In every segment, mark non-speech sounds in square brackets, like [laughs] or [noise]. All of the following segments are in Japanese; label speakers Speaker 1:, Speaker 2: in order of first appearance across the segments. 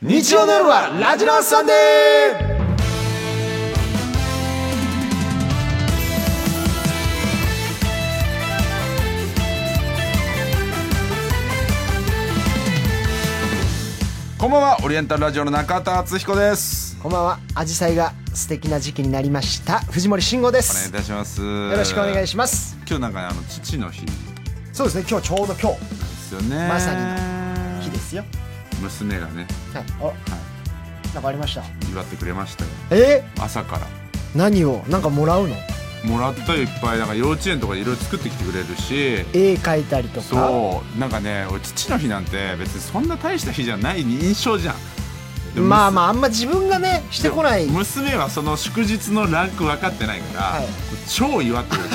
Speaker 1: 日曜の夜はラジラサンデー
Speaker 2: こんばんはオリエンタルラジオの中田敦彦です
Speaker 1: こんばんは紫陽花が素敵な時期になりました藤森慎吾で
Speaker 2: お願いい
Speaker 1: す
Speaker 2: たします
Speaker 1: よろしくお願い
Speaker 2: し
Speaker 1: します
Speaker 2: ます今日なんかねあの父の日で
Speaker 1: そうですね今日ちょうど今
Speaker 2: すよね
Speaker 1: まさ日日ですよ
Speaker 2: 娘がね
Speaker 1: はいあなんかありました
Speaker 2: 祝ってくれましたよ
Speaker 1: え
Speaker 2: 朝から
Speaker 1: ー、何をなんかもらうの
Speaker 2: もらったよいっぱいなんか幼稚園とかでいろいろ作ってきてくれるし
Speaker 1: 絵描いたりとか
Speaker 2: そうなんかね俺父の日なんて別にそんな大した日じゃない印象じゃんでも
Speaker 1: まあまああんま自分がねしてこない
Speaker 2: でも娘はその祝日のランク分かってないから、
Speaker 1: はい
Speaker 2: 超祝ってくれる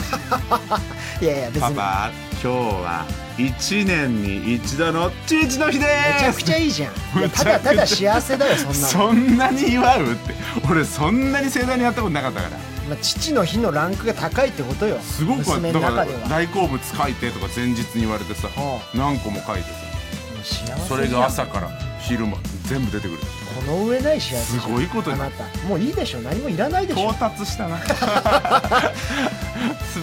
Speaker 1: いやいや別
Speaker 2: パ
Speaker 1: にめ
Speaker 2: パ今日は1年に一度の父の日で
Speaker 1: ちゃ
Speaker 2: す
Speaker 1: くちゃいいじ [laughs] ゃんいや
Speaker 2: むち
Speaker 1: た
Speaker 2: ゃくちゃ
Speaker 1: だただ幸せだよそんなの
Speaker 2: そんなに祝うって俺そんなに盛大にやったことなかったから
Speaker 1: まあ、父の日のランクが高いってことよ
Speaker 2: すごくは
Speaker 1: 娘
Speaker 2: だ
Speaker 1: の
Speaker 2: か
Speaker 1: 中
Speaker 2: ら
Speaker 1: ではもう
Speaker 2: 大好物書いてとか前日に言われてさ
Speaker 1: は
Speaker 2: 何個も書いてさ
Speaker 1: 幸せじゃん
Speaker 2: それが朝から昼間全部出てくる
Speaker 1: この上ない幸せ
Speaker 2: すごいこと
Speaker 1: あ
Speaker 2: に
Speaker 1: なたもういいでしょ何もいらないでしょ
Speaker 2: 到達し
Speaker 1: [laughs]
Speaker 2: たな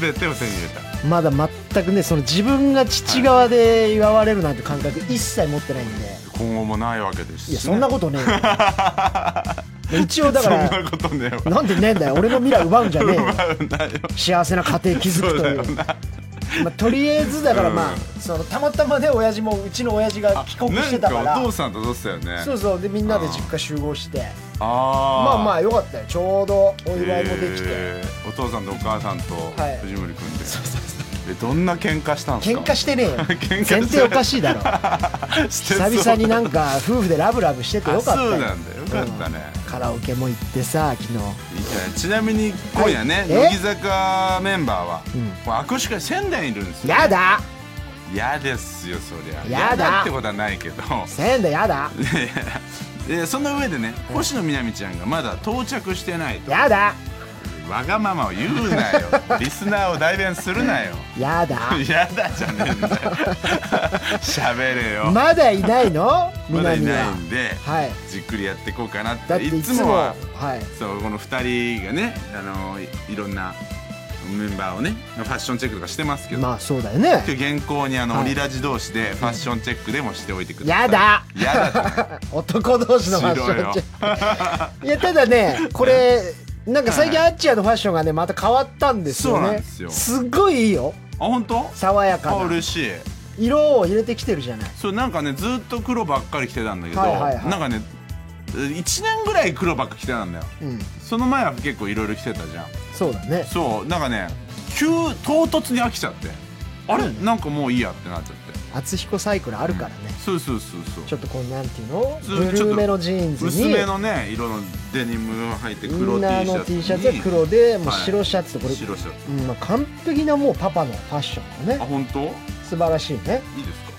Speaker 2: 全てを手に入れた
Speaker 1: まだ全くねその自分が父側で祝われるなんて感覚一切持ってないんで、
Speaker 2: 今後もないわけですしね、
Speaker 1: いやそんなことねえよ
Speaker 2: [laughs]
Speaker 1: 一応だから
Speaker 2: そんなことねえわ
Speaker 1: なんでねえんだよ俺の未来奪うんじゃ
Speaker 2: [laughs]
Speaker 1: ねえよ
Speaker 2: 奪うなよ
Speaker 1: 幸せな家庭築くという
Speaker 2: そうだよ
Speaker 1: まあ、とりあえずだから
Speaker 2: うん
Speaker 1: まあ、そのたまたまね親父もうちの親父が帰国してたか
Speaker 2: なん
Speaker 1: ら
Speaker 2: かお父さんとどうしたよね
Speaker 1: そうそうでみんなで実家集合してま
Speaker 2: あ
Speaker 1: あ
Speaker 2: ー
Speaker 1: まあよかったよちょうどお祝いもできて、
Speaker 2: えーお父さんとお母さんと
Speaker 1: はい
Speaker 2: 藤森君で、えどんな喧嘩したんですか
Speaker 1: 喧嘩してねえよ
Speaker 2: [laughs] 喧嘩して
Speaker 1: 前提おかしいだろ
Speaker 2: [laughs] してそ
Speaker 1: 久
Speaker 2: う
Speaker 1: 々になんか夫婦でラブラブしててよかっ
Speaker 2: あ
Speaker 1: た
Speaker 2: そう
Speaker 1: よ
Speaker 2: なんだよかったね、
Speaker 1: うんカラオケも行ってさ昨日
Speaker 2: いいじゃんちなみに今夜ね、
Speaker 1: はいえ
Speaker 2: 乃木坂メンバーは、
Speaker 1: ん
Speaker 2: もう握手会仙台にいるんですよ
Speaker 1: やだ
Speaker 2: 嫌ですよそりゃ
Speaker 1: やだ
Speaker 2: ってことはないけど [laughs]
Speaker 1: せんだやだ
Speaker 2: いやいやでその上でね星野みなみちゃんがまだ到着してないと
Speaker 1: やだ
Speaker 2: わがままを言うなよリスナーを代弁するなよ
Speaker 1: やだ
Speaker 2: [laughs] やだじゃねえんだよ [laughs] 喋れよ、
Speaker 1: まだいないの
Speaker 2: [laughs] まだい
Speaker 1: 南
Speaker 2: ない
Speaker 1: は
Speaker 2: んで、
Speaker 1: はい
Speaker 2: じっくりやっていこうかなって
Speaker 1: だってい
Speaker 2: い
Speaker 1: つ
Speaker 2: つ
Speaker 1: も
Speaker 2: もは
Speaker 1: はい
Speaker 2: そうこの2人がねあのいいろんなメンバーをねファッションチェックとかしてますけど、
Speaker 1: まあそうだよね
Speaker 2: [laughs] 今日原稿にあの、
Speaker 1: はい
Speaker 2: オリラジ同士でファッションチェックでもしておいてください
Speaker 1: やだ
Speaker 2: やだじゃない
Speaker 1: 男同士のファッシ
Speaker 2: しろ
Speaker 1: ョン
Speaker 2: よ
Speaker 1: チェック [laughs] いやただねこれなんか最近アッチアのファッションがねまた変わったんですよね
Speaker 2: そうなんですよ
Speaker 1: っごいいいよ
Speaker 2: あ本当
Speaker 1: 爽やか
Speaker 2: あ
Speaker 1: な
Speaker 2: 嬉しい
Speaker 1: 色を入れてきてるじゃない
Speaker 2: そうなんかねずっと黒ばっかり着てたんだけど、
Speaker 1: はいはいはい
Speaker 2: なんかね1年ぐらい黒ばっか着てたんだよ
Speaker 1: うん
Speaker 2: その前は結構いろいろ着てたじゃん
Speaker 1: そうだね
Speaker 2: そうなんかね急唐突に飽きちゃってあれ、なんかもういいやってなっちゃって
Speaker 1: 厚彦サイクルあるからね、
Speaker 2: そうそうそうそう
Speaker 1: ちょっとこうなんていうの
Speaker 2: ず
Speaker 1: ブル
Speaker 2: ちょっ
Speaker 1: ー
Speaker 2: と
Speaker 1: めのジーンズに
Speaker 2: 薄めのね色のデニムが入って
Speaker 1: イ
Speaker 2: 黒
Speaker 1: ン
Speaker 2: T シ
Speaker 1: ナ
Speaker 2: ャ
Speaker 1: ー
Speaker 2: ツに
Speaker 1: の T シャツは黒でもう
Speaker 2: はい
Speaker 1: 白シャツとこれ、
Speaker 2: 白シャツ
Speaker 1: うんまあ、完璧なもうパパのファッションだ
Speaker 2: あ
Speaker 1: ね
Speaker 2: 本当い
Speaker 1: 素晴らしいね
Speaker 2: いです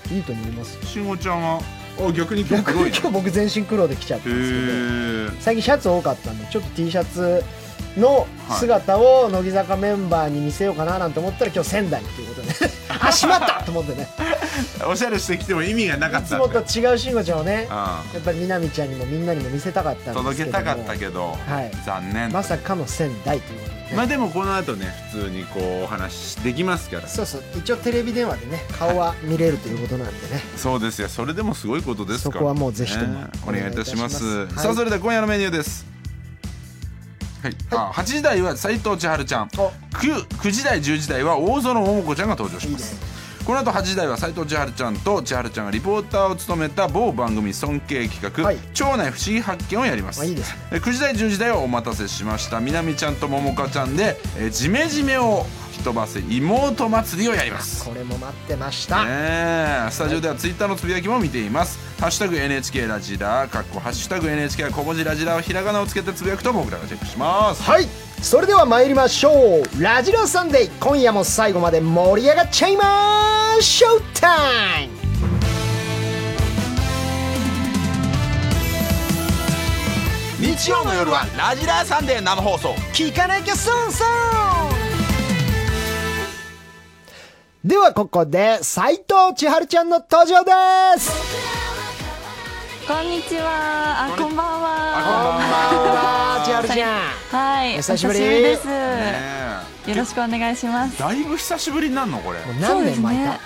Speaker 2: か
Speaker 1: いいと思います
Speaker 2: 慎吾ちゃんはあ逆に今日
Speaker 1: 逆
Speaker 2: 黒い
Speaker 1: に
Speaker 2: ね
Speaker 1: 今日僕全身黒で来ちゃったんですけど
Speaker 2: へえ
Speaker 1: 最近シャツ多かったんでちょっと T シャツの姿を乃木坂メンバーに見せようかななんて思ったら今日仙台っていうこと
Speaker 2: [laughs]
Speaker 1: であしまったと思ってね
Speaker 2: おしゃれしてきても意味がなかっ
Speaker 1: いつ
Speaker 2: た
Speaker 1: も
Speaker 2: んだ
Speaker 1: と
Speaker 2: よ
Speaker 1: 違う慎吾ちゃんをね
Speaker 2: う
Speaker 1: やっぱりみなみちゃんにもみんなにも見せたかったんですけ
Speaker 2: ん
Speaker 1: ども
Speaker 2: 届けたかったけど、
Speaker 1: はい
Speaker 2: 残念
Speaker 1: まさかの仙台ということでね、
Speaker 2: まあでもこの後ね普通にこうお話しできますから
Speaker 1: そうそう一応テレビ電話でね顔は見れるということなんでね
Speaker 2: そうですよそれでもすごいことですから
Speaker 1: そこはもうぜひとも
Speaker 2: ねお願いいたします
Speaker 1: お願いいたします
Speaker 2: さ
Speaker 1: は
Speaker 2: あ
Speaker 1: い
Speaker 2: それでは今夜のメニューですはい、あ8時台は斎藤千春ちゃん
Speaker 1: お
Speaker 2: 9, 9時台10時台は大園桃子ちゃんが登場します
Speaker 1: いいね
Speaker 2: この後8時台は斎藤千春ちゃんと千春ちゃんがリポーターを務めた某番組尊敬企画、
Speaker 1: はい
Speaker 2: 町内不思議発見をやります
Speaker 1: あいいですね
Speaker 2: え9時台10時台はお待たせしました南ちゃんと桃香ちゃんでえージメジメを吹き飛ばせ妹祭りをやります
Speaker 1: これも待ってました、
Speaker 2: ねえスタジオではツイッターのつぶやきも見ています「ハッシュタグ #NHK ラジラ」かっこ「ハッシュタグ #NHK は小文字ラジラ」をひらがなをつけてつぶやくと僕らがチェックします
Speaker 1: はいそれでは参りましょうラジオサンデー今夜も最後まで盛り上がっちゃいまーショータイム
Speaker 2: 日曜の夜は「ラジラサンデー」生放送
Speaker 1: 聞かなきゃ損損ではここで斉藤千春ちゃんの登場です
Speaker 3: こんにちは。あ、
Speaker 2: こんに
Speaker 3: こんばん
Speaker 2: あ
Speaker 1: こんばん
Speaker 3: は。
Speaker 1: は千春ちゃん
Speaker 3: はい、
Speaker 1: お久しぶり
Speaker 3: おです。
Speaker 2: ねえ
Speaker 3: よろしくお願いします。
Speaker 2: だいぶ久しぶりになるのこれ
Speaker 1: もう何年
Speaker 3: そう
Speaker 1: 巻
Speaker 3: で
Speaker 1: い
Speaker 3: す
Speaker 1: た、
Speaker 3: ね。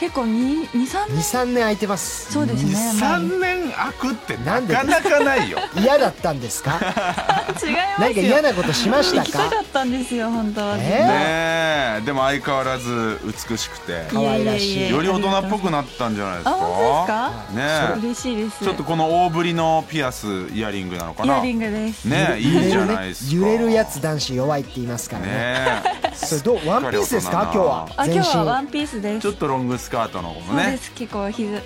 Speaker 3: 結構に二三年。
Speaker 1: 23年空いてます
Speaker 3: そうですね。まあ
Speaker 2: 23年空くってなかなかないよ
Speaker 1: 嫌だったんです
Speaker 3: [laughs]
Speaker 1: か
Speaker 3: 違います
Speaker 1: 何
Speaker 3: よ。
Speaker 1: か嫌なことしました
Speaker 3: 行きたか
Speaker 1: か
Speaker 3: ったんですよ、本当は。
Speaker 1: え
Speaker 2: ねえでも相変わらず美しくて
Speaker 1: 可愛らしい
Speaker 3: ええ
Speaker 2: より大人っぽくなったんじゃないです
Speaker 3: あ、
Speaker 2: か
Speaker 3: 本当ですか。
Speaker 2: ね
Speaker 3: 嬉しいです。
Speaker 2: えちょっとこの大ぶりのピアスイヤリングなのか
Speaker 3: イ
Speaker 2: な
Speaker 3: ヤリングです。
Speaker 2: ねえいいじゃないですか
Speaker 1: 揺れるやつ男子弱いって言いますからね
Speaker 2: ねえ
Speaker 1: [laughs] それどうワンピースですか今日は
Speaker 3: あ、
Speaker 1: 全
Speaker 3: 今
Speaker 1: 身
Speaker 3: 日はワンピースです。
Speaker 2: ちょっとロングスカートの子も
Speaker 3: そうで
Speaker 2: ね
Speaker 3: す。結構ひず
Speaker 2: ね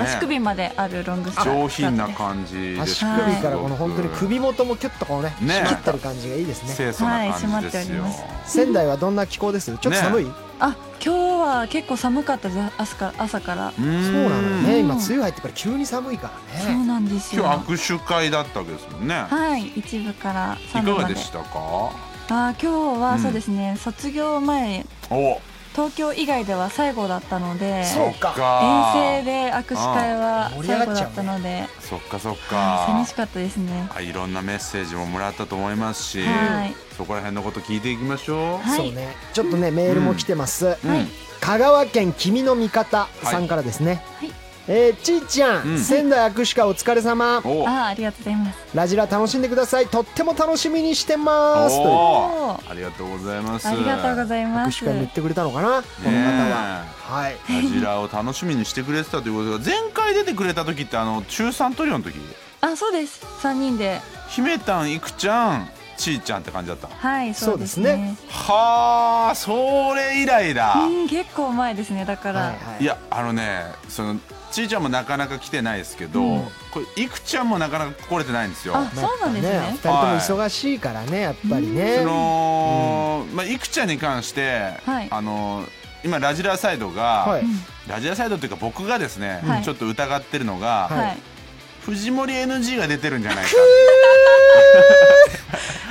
Speaker 3: 足首まであるロングスカート。
Speaker 2: 上品な感じで
Speaker 1: 足
Speaker 2: す
Speaker 1: 首からこの本当に首元もキュッとこうね
Speaker 2: ね
Speaker 1: 締まってる感じがいいですね
Speaker 2: 清楚な感じですよ、
Speaker 3: はい締まっており
Speaker 1: 仙台はどんな気候ですちょっと寒い、
Speaker 3: あ、今日は結構寒かったです。朝から朝から。
Speaker 2: うーん
Speaker 1: そうなのよね
Speaker 3: うん
Speaker 1: 今梅雨入ってから急に寒いから
Speaker 3: そう
Speaker 1: ね
Speaker 3: なんですよ。
Speaker 2: 今日握手会だったわけですもんね、
Speaker 3: はい、一部から
Speaker 2: い、
Speaker 3: 三
Speaker 2: か
Speaker 3: 部ま
Speaker 2: が
Speaker 3: で。
Speaker 2: でしたか
Speaker 3: あー、今日
Speaker 2: う
Speaker 3: は
Speaker 2: ん
Speaker 3: そうですね。卒業前、
Speaker 2: お
Speaker 3: 東京以外では最後だったので、
Speaker 1: そ
Speaker 2: そうっか
Speaker 3: 遠征で握手会は
Speaker 1: あー盛り上
Speaker 3: 最
Speaker 1: が
Speaker 3: 後
Speaker 1: っちゃ
Speaker 3: だ
Speaker 1: うね
Speaker 3: ったので、
Speaker 2: そっかそっ
Speaker 3: はい
Speaker 2: か
Speaker 3: 寂しかったですね。
Speaker 2: あいろんなメッセージももらったと思いますし、
Speaker 3: はい
Speaker 2: そこら辺のこと聞いていきましょう、
Speaker 3: はい
Speaker 1: そうねちょっとねメールも来てます、
Speaker 2: うん
Speaker 1: 香川県君の味方さんからですね、
Speaker 3: はい
Speaker 1: えーちいちゃん、
Speaker 2: うん
Speaker 1: 仙台握手会お疲れ様
Speaker 2: お
Speaker 3: あー、ありがとうございます。
Speaker 1: ラジラ楽しんでくださいとっても楽しみにしてますという
Speaker 2: お
Speaker 3: お
Speaker 2: ありがとうございます
Speaker 3: ありがとうございま
Speaker 1: 握手
Speaker 3: す。
Speaker 1: 会に言ってくれたのかな、この方は
Speaker 2: ねえ
Speaker 1: はい
Speaker 2: ラジラを楽しみにしてくれてたということが前回出てくれた時ってあの中3トリオの時
Speaker 3: あ、そうです。三人で、
Speaker 2: 姫たんいくちゃんちいちゃんって感じだった
Speaker 3: はい、
Speaker 1: そ
Speaker 3: そうう
Speaker 1: で
Speaker 3: ですす
Speaker 1: ね
Speaker 3: ね。
Speaker 2: はあそれ以来だ、
Speaker 3: うん、結構前ですね。だから、
Speaker 1: はいはい
Speaker 2: いやあのねそのちいちゃんもなかなか来てないですけど、
Speaker 3: うん
Speaker 2: これいくちゃんもなかなか来れてないんですよ
Speaker 3: あ、そうなんです
Speaker 1: やっ
Speaker 3: ね。
Speaker 1: ぱね二人とも忙しいからねやっぱりね
Speaker 2: その、まあ、いくちゃんに関して、
Speaker 3: はい
Speaker 2: あの今ラジラサイドが、
Speaker 1: はい
Speaker 2: ラジラサイドというか僕がですね、
Speaker 3: はい
Speaker 2: ちょっと疑ってるのが、
Speaker 1: はい
Speaker 3: はい。
Speaker 2: 藤森 NG が出てるんじゃないか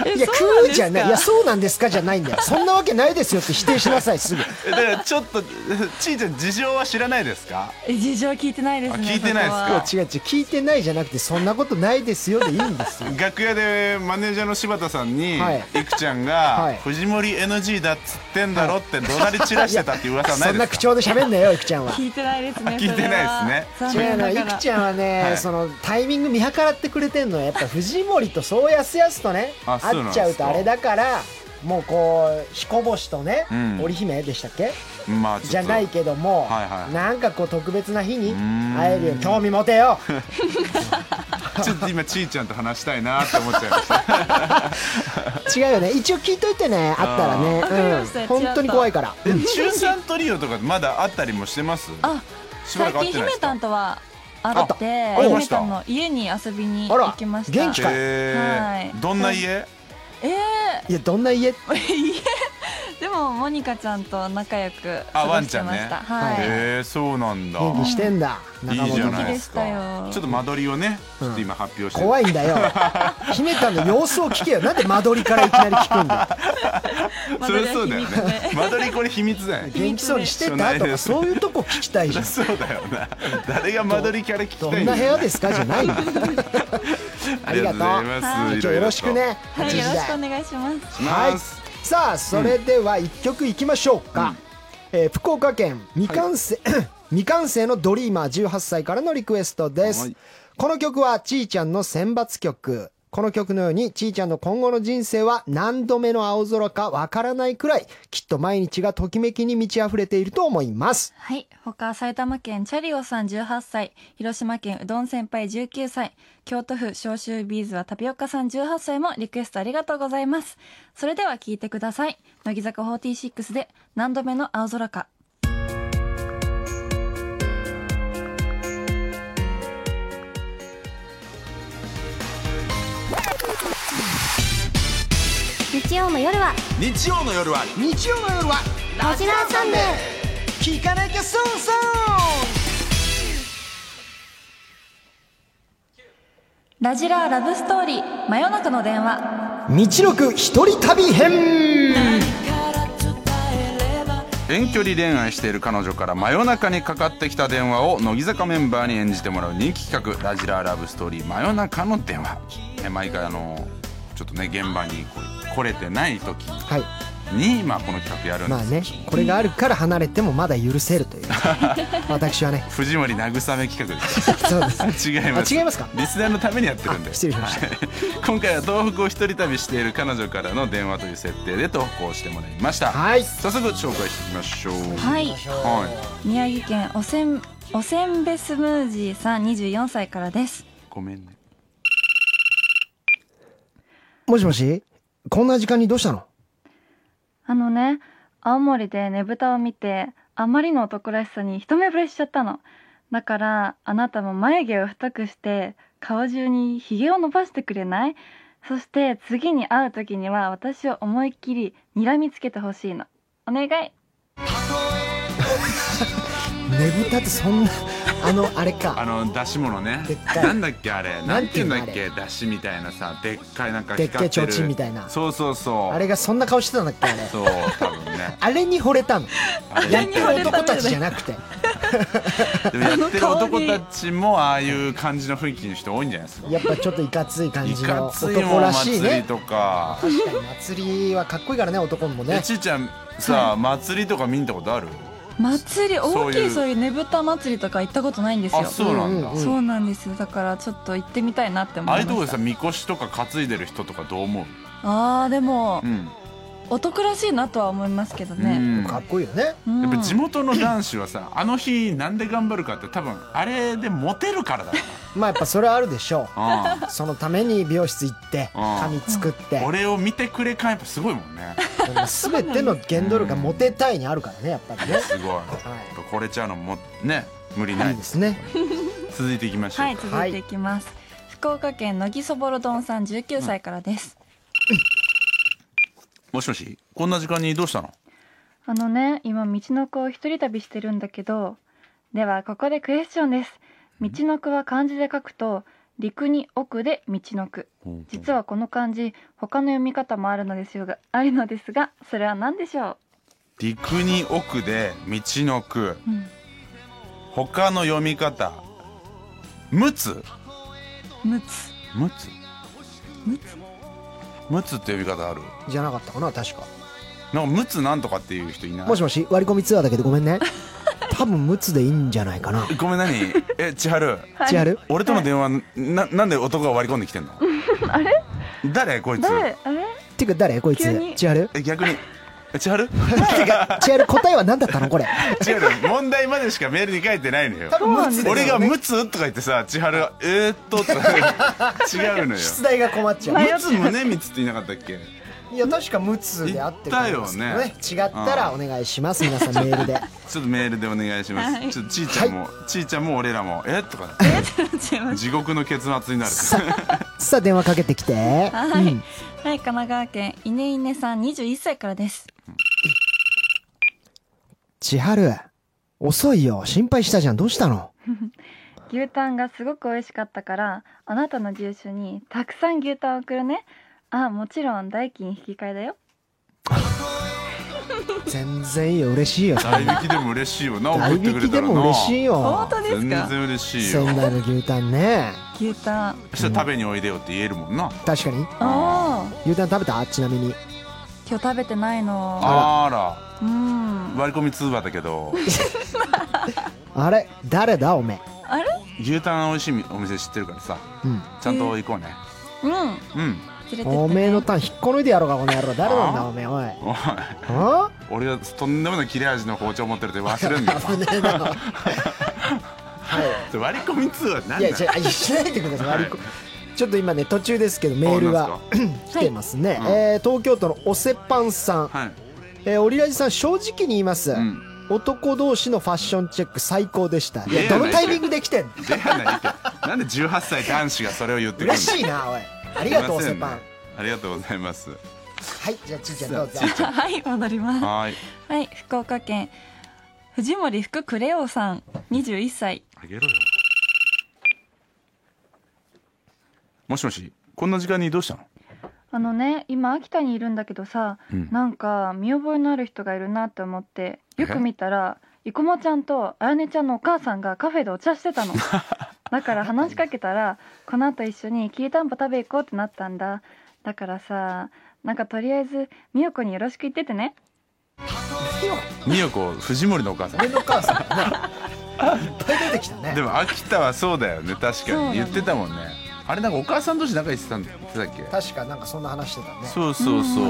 Speaker 3: え
Speaker 1: いや
Speaker 3: そうなん
Speaker 1: 食
Speaker 3: で
Speaker 1: う
Speaker 3: す
Speaker 1: じゃない
Speaker 3: か
Speaker 1: いやそうなんですかじゃないんだよそんなわけないですよって否定しなさいすぐ
Speaker 2: だからちょっと [laughs] ちいちゃん事情は知らないですか
Speaker 3: え事情聞いてないですね
Speaker 2: あ聞いてないですか
Speaker 3: そこは
Speaker 1: 違う違う聞いてないじゃなくてそんなことないですよでいいんですよ
Speaker 2: 楽屋でマネージャーの柴田さんに、
Speaker 1: はい
Speaker 2: い、くちゃん
Speaker 1: はい
Speaker 2: が「藤森 NG だっつってんだろ」って怒鳴り散らしてたっていう噂はな
Speaker 1: そん
Speaker 2: いで
Speaker 1: な
Speaker 2: す
Speaker 1: 口
Speaker 2: か
Speaker 1: 調で喋んなよいくちゃんは
Speaker 3: 聞いてないですね
Speaker 2: 聞いてないですね
Speaker 3: それ
Speaker 1: 違
Speaker 3: は
Speaker 1: うのい
Speaker 3: 残念なが
Speaker 1: く
Speaker 3: ら
Speaker 1: ちゃんはね、
Speaker 2: はい
Speaker 1: そのタイミング見計らってくれてんの
Speaker 2: [laughs]
Speaker 1: やっぱ藤森とそうやすやすとね
Speaker 2: あそう
Speaker 1: 会
Speaker 2: なん
Speaker 1: っ
Speaker 2: です
Speaker 1: ち
Speaker 2: か
Speaker 1: ゃうとあれだからもうこう彦星とね、
Speaker 2: うん
Speaker 1: 織姫でしたっけ
Speaker 2: まあちょっと
Speaker 1: じゃないけども、
Speaker 2: はいはい
Speaker 1: なんかこう特別な日に
Speaker 2: ん
Speaker 1: 会えるように興味持てよ
Speaker 2: ちょっと今ちいちゃんと話したいなって思っちゃいました
Speaker 3: [laughs]
Speaker 1: 違うよ
Speaker 2: [laughs]
Speaker 1: ね一応聞いといてねあったらね
Speaker 3: あーわかりました
Speaker 1: うん、本当に怖いから
Speaker 2: え中三トリオとかまだあったりもしてます
Speaker 3: あ
Speaker 2: しばら
Speaker 3: 最
Speaker 2: く会ってな
Speaker 3: 近
Speaker 2: いで
Speaker 3: 姫
Speaker 2: す
Speaker 3: た
Speaker 2: か
Speaker 3: んとは会っ
Speaker 2: あ
Speaker 3: て
Speaker 2: 会いま
Speaker 3: 姫
Speaker 2: した
Speaker 3: たんの家に遊びに
Speaker 1: あら
Speaker 3: 行きました
Speaker 1: 元気か
Speaker 2: へ
Speaker 3: は
Speaker 2: ー
Speaker 3: い
Speaker 2: どんな家
Speaker 3: え
Speaker 1: いやどんな家
Speaker 3: ー家でもモニカちゃんと仲良く
Speaker 2: あ
Speaker 3: 過ごしてました
Speaker 2: ワンち
Speaker 1: んね
Speaker 3: はい
Speaker 2: へえそうなんだ
Speaker 1: 元気してんだ仲
Speaker 2: いいじゃ
Speaker 1: 本
Speaker 2: ないですか
Speaker 3: 元気でしたよ
Speaker 2: ちょっと間取りをねち
Speaker 1: うん
Speaker 2: ょっと今発表して
Speaker 1: 怖
Speaker 2: い
Speaker 1: いんだ
Speaker 2: [laughs]
Speaker 1: よ姫たんの様子を聞けよなんで間取りからいきなり聞くんだよ
Speaker 2: それそうだよ
Speaker 3: 間
Speaker 2: ね
Speaker 3: 取りは秘密で
Speaker 2: 間取りこれ [laughs] 秘密だよね
Speaker 1: 元気そうにしてたとかそういうとこ聞きたいじゃん
Speaker 2: [laughs] そうだよな誰が間取りから聞きたい
Speaker 1: どんな部屋です
Speaker 3: [laughs]
Speaker 1: すかじゃないのあ
Speaker 2: あ
Speaker 1: り
Speaker 2: り
Speaker 1: がとう
Speaker 2: がとうございます
Speaker 1: 今
Speaker 3: はい
Speaker 1: 日
Speaker 2: ろい
Speaker 1: よ
Speaker 2: ろと
Speaker 1: ろしくね8
Speaker 3: はい
Speaker 1: 時
Speaker 3: よろしくお
Speaker 1: 台
Speaker 3: 願いします
Speaker 2: し
Speaker 1: は
Speaker 2: ま
Speaker 1: い
Speaker 2: す
Speaker 1: さあそれでは1曲いきましょうか、えー福岡県未完成、 [coughs] 未完成のドリーマー18歳からのリクエストです、
Speaker 2: はい
Speaker 1: この曲はちいちゃんの選抜曲この曲のようにちいちゃんの今後の人生は何度目の青空かわからないくらいきっと毎日がときめきに満ち溢れていると思います
Speaker 3: はい。他、埼玉県チャリオさん18歳、広島県うどん先輩19歳、京都府消臭ビーズはタピオカさん18歳もリクエストありがとうございます。それでは聞いてください。乃木坂46で何度目の青空か。
Speaker 4: 日曜の夜は
Speaker 2: 日曜の夜は
Speaker 1: 日曜の夜は
Speaker 4: ラジラーサンデー
Speaker 1: 聞かなきゃ損損
Speaker 3: ラジラーラブストーリー、真夜中の電話。
Speaker 1: 道のく一人旅編
Speaker 2: 遠距離恋愛している彼女から真夜中にかかってきた電話を乃木坂メンバーに演じてもらう人気企画「ラジラーラブストーリー真夜中の電話」え毎回あのちょっとね現場にこう来れてない時
Speaker 1: はい
Speaker 2: に、まあ、この企画やるんです、
Speaker 1: まあねこれがあるから離れてもまだ許せる
Speaker 2: [laughs]
Speaker 1: という私はね
Speaker 2: 藤森慰め企画です [laughs]
Speaker 1: そうです
Speaker 2: 違います
Speaker 1: あ違いますか
Speaker 2: リスナーのためにやってるんで
Speaker 1: あ失礼しました
Speaker 2: はい [laughs] 今回は東北を一人旅している彼女からの電話という設定で投稿してもらいました
Speaker 1: はい
Speaker 2: 早速紹介していきましょう
Speaker 3: はい
Speaker 2: はい
Speaker 3: 宮城県おせんおせんべスムージーさん24歳からです
Speaker 2: ごめんね
Speaker 1: もしもしこんな時間にどうしたの
Speaker 3: あのね青森でねぶたを見てあまりの男らしさに一目惚れしちゃったのだからあなたも眉毛を太くして顔中にひげを伸ばしてくれないそして次に会う時には私を思いっきり睨みつけてほしいのお願い
Speaker 1: ねぶたってそんな [laughs] あのあれ
Speaker 2: あ
Speaker 1: か
Speaker 2: の出し物ね
Speaker 1: でっかい
Speaker 2: なんだっけあれ
Speaker 1: な
Speaker 2: なんん
Speaker 1: て
Speaker 2: て
Speaker 1: い
Speaker 2: いううん
Speaker 1: の
Speaker 2: だっけ出しみたいなさでっかいなんか
Speaker 1: でっ
Speaker 2: 光
Speaker 1: けえ
Speaker 2: ってる
Speaker 1: 提灯みたいな
Speaker 2: そうそうそう
Speaker 1: あれがそんな顔してたんだっけあれ
Speaker 2: そう多分
Speaker 1: [laughs]
Speaker 2: ね
Speaker 1: あれに惚れたの
Speaker 2: あれ
Speaker 1: やっ
Speaker 2: ね
Speaker 1: てる男たちじゃなくて
Speaker 2: でもやってる男たちもああいう感じの雰囲気の人多いんじゃないですか
Speaker 1: やっぱちょっといかつい感
Speaker 2: い
Speaker 1: じの
Speaker 2: かついも
Speaker 1: 男
Speaker 2: ん
Speaker 1: らしい
Speaker 2: 祭り
Speaker 1: ね
Speaker 2: とか
Speaker 1: 確かに祭りはかっこいいからね男も
Speaker 2: え
Speaker 1: ね
Speaker 2: ちーちゃんさ祭りとか見に行ったことある
Speaker 3: 祭り
Speaker 2: そういう
Speaker 3: 大きいそういうねぶた祭りとか行ったことないんですよ
Speaker 2: あそうなんだ
Speaker 1: うんうん
Speaker 3: そうなんですよだからちょっと行ってみたいなって思
Speaker 2: ああい
Speaker 3: いう
Speaker 2: とこ
Speaker 3: ま
Speaker 2: で
Speaker 3: し
Speaker 2: さ
Speaker 3: た
Speaker 2: みこしとか担いでる人とかどう思う
Speaker 3: あーでも
Speaker 2: うん
Speaker 3: お得らしいなとは思いますけどね、
Speaker 2: うん
Speaker 1: かっこいいよね
Speaker 3: うん
Speaker 2: やっぱ地元の男子はさあの日なんで頑張るかって多分あれでモテるからだよ
Speaker 1: まあやっぱそれはあるでしょ
Speaker 2: なうん
Speaker 1: うそのために美容室行って
Speaker 2: ああ
Speaker 1: 髪作って
Speaker 2: 俺を見てくれ感やっぱすごいもんね
Speaker 1: でも全ての原動力がモテたいにあるからねやっぱりね
Speaker 2: すごいやっぱこれちゃうのもね無理ない
Speaker 1: いいですね
Speaker 2: 続いていきましょ
Speaker 3: はいう
Speaker 2: か、
Speaker 3: 続いていきます、福岡県乃木そぼろ丼さん19歳からです、
Speaker 2: もしもしこんな時間にどうしたの
Speaker 3: あのね今道の子を一人旅してるんだけどではここでクエスチョンです道のくは漢字で書くと陸に奥で道のく実はこの漢字他の読み方もあるのですがあるのですがそれは何でしょ
Speaker 2: 陸に奥で道のく
Speaker 3: う、うん、
Speaker 2: 他の読み方陸奥
Speaker 3: むつ
Speaker 2: 陸奥陸奥って呼び方ある
Speaker 1: じゃなかったかな確か
Speaker 2: なんか陸奥なんとかっていう人いない
Speaker 1: もしもし割り込みツアーだけどごめんね多分ムツでいいんじゃないかな
Speaker 2: ごめん何え千春
Speaker 3: はい
Speaker 1: 違う
Speaker 2: 俺との電話ななんで男が割り込んできてんの
Speaker 3: [laughs] あれ
Speaker 2: 誰こいつ
Speaker 3: 誰あれ
Speaker 1: てか誰こいつ
Speaker 3: 急に
Speaker 1: 千春
Speaker 2: え逆にえ千春
Speaker 1: てか千春答えは何だったのこれ
Speaker 2: [laughs] 違うの問題までしかメールに書いてないのよ
Speaker 1: 多分ムツで
Speaker 2: 俺が「
Speaker 1: ね
Speaker 2: むつ」とか言ってさ千春が「えー、っと」とか違うのよ
Speaker 1: 出題が困っちゃう
Speaker 2: むつ宗光って言いなかったっけ
Speaker 1: いや確かムツであってと思いますけど
Speaker 2: 言ったよね
Speaker 1: 違ったらお願いします皆さんメールで [laughs]
Speaker 2: ちょっとメールでお願いします、
Speaker 3: はい
Speaker 2: ちょっとちーちゃんも、ちーちゃんも俺らも「えとか
Speaker 3: [laughs] 違います
Speaker 2: 地獄の結末になる
Speaker 1: さあ電話かけてきて
Speaker 3: はい、
Speaker 1: うん
Speaker 3: はい、神奈川県いねいねさん21歳からです。
Speaker 1: 千春遅いよ心配したじゃんどうした
Speaker 3: [laughs]
Speaker 1: の
Speaker 3: 牛タンがすごく美味しかったから、あなたの住所にたくさん牛タンを送るね。あ、もちろん代金引き換えだよ。
Speaker 1: 全然いいよ嬉しいよ
Speaker 2: 代引きでも嬉しいよな
Speaker 1: 代
Speaker 2: 送ってく
Speaker 1: 引
Speaker 2: れ
Speaker 1: き
Speaker 2: た
Speaker 1: で
Speaker 2: ら
Speaker 1: も
Speaker 2: な
Speaker 1: 嬉しいよ
Speaker 3: 当
Speaker 2: 全然嬉しいよ
Speaker 1: 仙台の牛タンね
Speaker 3: 牛タン。
Speaker 2: そしたら食べにおいでよって言えるもんな
Speaker 1: 確かに
Speaker 3: ああ、
Speaker 1: 牛タン食べたちなみに
Speaker 3: 今日食べてないの。
Speaker 2: あら
Speaker 3: うん。
Speaker 2: 割り込み通話だけど
Speaker 1: あれ誰だおめえ
Speaker 3: あれ？
Speaker 2: 牛タン美味しいお店知ってるからさ
Speaker 1: うん
Speaker 2: ちゃんと行こうね
Speaker 3: うん。
Speaker 2: うん
Speaker 3: 連れてって、ね。
Speaker 1: おめえのタン引っこ抜いてやろうかこの野郎誰なんだ
Speaker 2: あ
Speaker 1: おめえおい
Speaker 2: おい
Speaker 1: あ
Speaker 2: 俺がとんでもない切れ味の包丁持ってるって忘れん
Speaker 1: [laughs]
Speaker 2: だよ
Speaker 1: 危ねえなは
Speaker 2: 割り込み通話って何
Speaker 1: いい
Speaker 2: だ
Speaker 1: や
Speaker 2: よ
Speaker 1: じゃあしないでください割り込ちょっと今ね途中ですけどメール
Speaker 2: あな
Speaker 1: が
Speaker 2: ん
Speaker 1: 来てますね、
Speaker 2: うん
Speaker 1: えー東京都のおせっぱんさん、
Speaker 2: はい
Speaker 1: えーオリラジさん正直に言います、
Speaker 2: ん
Speaker 1: 男同士のファッションチェック最高でしたい
Speaker 2: い
Speaker 1: や
Speaker 2: や
Speaker 1: どのタイミングで来てんの
Speaker 2: でやないけなんで18歳男子がそれを言ってくるんだ
Speaker 1: 嬉しいなおいありがとうおせっぱん、
Speaker 2: すいませんねありがとうございます
Speaker 1: はいじゃあちいちゃんどうぞ
Speaker 3: [laughs] はい、戻ります。
Speaker 2: はーい
Speaker 3: はい、福岡県藤森福クレオさん21歳。
Speaker 2: あげろよもしもしこんな時間にどうしたの [laughs]
Speaker 3: あのね今秋田にいるんだけどさ、
Speaker 2: うん
Speaker 3: なんか見覚えのある人がいるなって思ってよく見たら生駒ちゃんとあやねちゃんのお母さんがカフェでお茶してたのだから話しかけたらこの後一緒にきりたんぽ食べ行こうってなったんだだからさなんかとりあえず美代子によろしく言っててね
Speaker 2: 美代子藤森のお母さん
Speaker 1: 俺の母さんがねいっぱい出てきたね
Speaker 2: でも秋田はそうだよね確
Speaker 3: そうな
Speaker 2: か
Speaker 3: の
Speaker 2: に言ってたもんねあれなんかお母さん同士仲いいってたんだ言ってたっけ
Speaker 1: 確かなんかそんな話してたね
Speaker 2: そうそうそう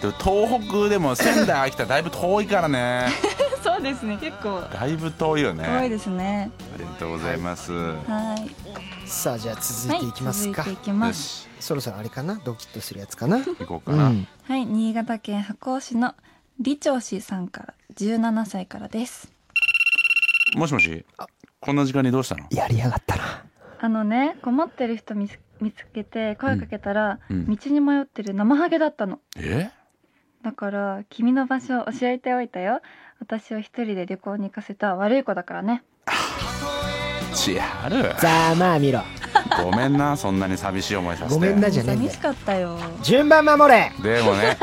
Speaker 2: でも東北でも仙台秋田だいぶ遠いからね
Speaker 3: [laughs] そうですね結構
Speaker 2: だいぶ遠いよね
Speaker 3: 怖い
Speaker 2: あ
Speaker 3: ですね
Speaker 2: りがとうございますよ
Speaker 3: はい
Speaker 1: さあじゃあ続いていきますか、
Speaker 3: はい、続いていきます
Speaker 2: し
Speaker 1: そろそろあれかなドキッとするやつかな
Speaker 2: 行こう
Speaker 1: う
Speaker 2: かなん
Speaker 3: はい新潟県八甲市の李長氏さんから17歳からです
Speaker 2: もしもしこんな時間にどうしたの
Speaker 1: やりやがったな
Speaker 3: あのね困ってる人見つ見つけて声かけたら、
Speaker 2: うんうん
Speaker 3: 道に迷ってる生ハゲだったの
Speaker 2: え
Speaker 3: だから君の場所を教えておいたよ私を一人で旅行に行かせた悪い子だからね
Speaker 2: 千春
Speaker 1: ざまあ見ろ
Speaker 2: ごめんなそんなに寂しい思いさせて
Speaker 1: ごめんなじゃねえん
Speaker 3: 寂
Speaker 1: だ
Speaker 3: し
Speaker 1: よ
Speaker 3: かったよ
Speaker 1: 順番守れ
Speaker 2: でもね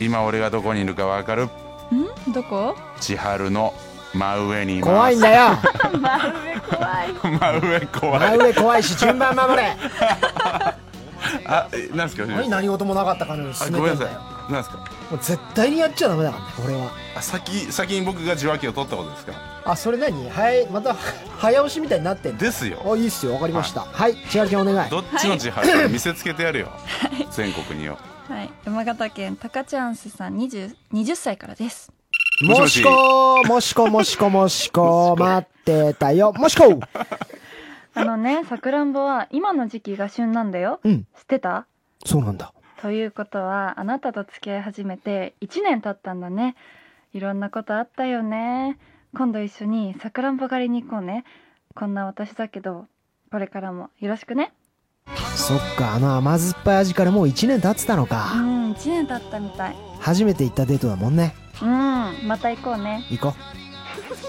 Speaker 2: 今俺がどこにいるかわかる
Speaker 3: んどこ
Speaker 2: 千春の真上にいます
Speaker 1: 怖いんだよ
Speaker 3: 真上怖い
Speaker 2: [laughs] 真上怖
Speaker 1: 真
Speaker 2: い
Speaker 1: 上怖
Speaker 2: [laughs]
Speaker 1: いし順番守れ
Speaker 2: あえなんすか
Speaker 1: 何何事もなかったかのように
Speaker 2: あ
Speaker 1: 進め
Speaker 2: ごめ
Speaker 1: て
Speaker 2: んなんさ
Speaker 1: だよ
Speaker 2: いなんすか
Speaker 1: もう絶対にやっちゃダメだからね俺は
Speaker 2: あ先先に僕が受話器を取ったことですか
Speaker 1: あそれ何はいまた早押しみたいになってんの
Speaker 2: ですよ
Speaker 1: あいいっすよわかりましたはい千春ちゃんお願い
Speaker 2: どっちの千春か見せつけてやるよ全国によ
Speaker 3: はい山形県高チャンスさん 20, 20歳からです
Speaker 1: もしこもしこもしこもしこ待ってたよもしこ
Speaker 3: あのねさくらんぼは今の時期が旬なんだよ
Speaker 1: うん
Speaker 3: 知ってた
Speaker 1: そうなんだ
Speaker 3: ということはあなたと付き合い始めて1年経ったんだねいろんなことあったよね今度一緒にさくらんぼ狩りに行こうねこんな私だけどこれからもよろしくね
Speaker 1: そっかあの甘酸っぱい味からもう1年経ってたの
Speaker 3: う
Speaker 1: か
Speaker 3: ん1年経ったみたい
Speaker 1: 初めて行ったデートだもんね
Speaker 3: うんまた行こうね
Speaker 1: 行こ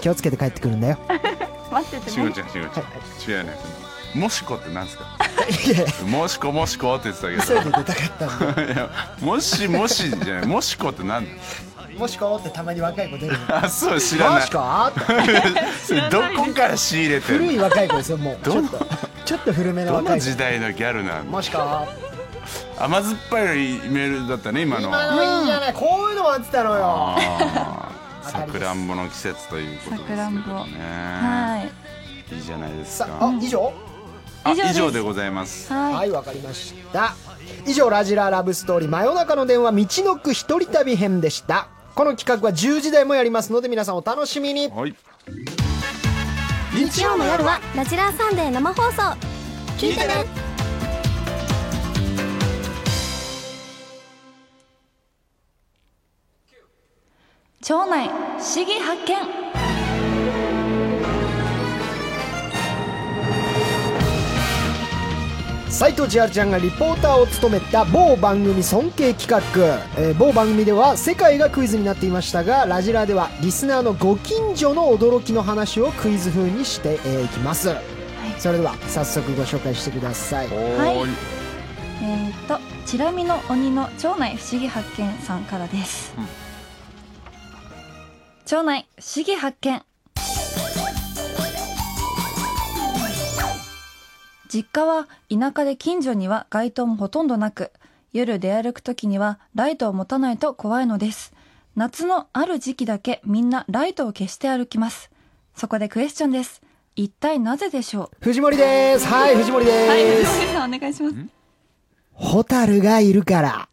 Speaker 1: う気をつけて帰ってくるんだよ
Speaker 3: 待って
Speaker 2: し
Speaker 3: て
Speaker 2: ご
Speaker 3: ね
Speaker 2: ちゃんしごちゃん違うねもしこってなんすか
Speaker 1: いや
Speaker 2: もしこもしこって言ってたけど
Speaker 1: 急いで出たかったんだ
Speaker 2: いやもしもしじゃないもしこってなんだ
Speaker 1: もしこってたまに若い子出る
Speaker 2: あそう知ら
Speaker 1: も
Speaker 2: ない
Speaker 1: しこって
Speaker 2: それどこから仕入れて
Speaker 1: 古
Speaker 2: る
Speaker 1: い若い子ですよもうち
Speaker 2: ど
Speaker 1: ょ
Speaker 2: の
Speaker 1: っとちょっと古めの
Speaker 2: ど
Speaker 1: 若
Speaker 2: の
Speaker 1: い子
Speaker 2: 時代のギャルなんだ
Speaker 1: もしこ
Speaker 2: 甘酸っぱいメールだったね今の
Speaker 1: 今のいいんじゃないこういうの待ってたのよ
Speaker 2: あー
Speaker 1: 当た
Speaker 2: さ
Speaker 1: りです
Speaker 2: くらんぼの季節ということですけど
Speaker 3: さくらんぼ
Speaker 2: ね
Speaker 3: はい
Speaker 2: いいじゃないです
Speaker 1: さ
Speaker 2: か
Speaker 1: あ以上
Speaker 2: あ
Speaker 3: 以上です
Speaker 2: 以上でございます
Speaker 1: は
Speaker 3: はい
Speaker 1: いわかりました以上ラジララブストーリー真夜中の電話道のく一人旅編でしたこの企画は10時台もやりますので皆さんお楽しみに
Speaker 2: はい
Speaker 4: 日曜の夜は「ラジラーサンデー」生放送聞いてね
Speaker 3: 町内市議発見
Speaker 1: 斉藤千春ちゃんがリポーターを務めた某番組尊敬企画、えー某番組では世界がクイズになっていましたがラジラではリスナーのご近所の驚きの話をクイズ風にしてえーいきます、それでは早速ご紹介してください
Speaker 2: おーい
Speaker 3: えー、と「チラ見の鬼の町内不思議発見」さんからです、
Speaker 2: うん
Speaker 3: 町内不思議発見実家は田舎で近所には街灯もほとんどなく夜出歩く時にはライトを持たないと怖いのです夏のある時期だけみんなライトを消して歩きますそこでクエスチョンです一体なぜでしょ
Speaker 1: 藤森ですはい藤森
Speaker 3: うはい
Speaker 1: です
Speaker 3: さんお願いします
Speaker 1: ホタルがいるから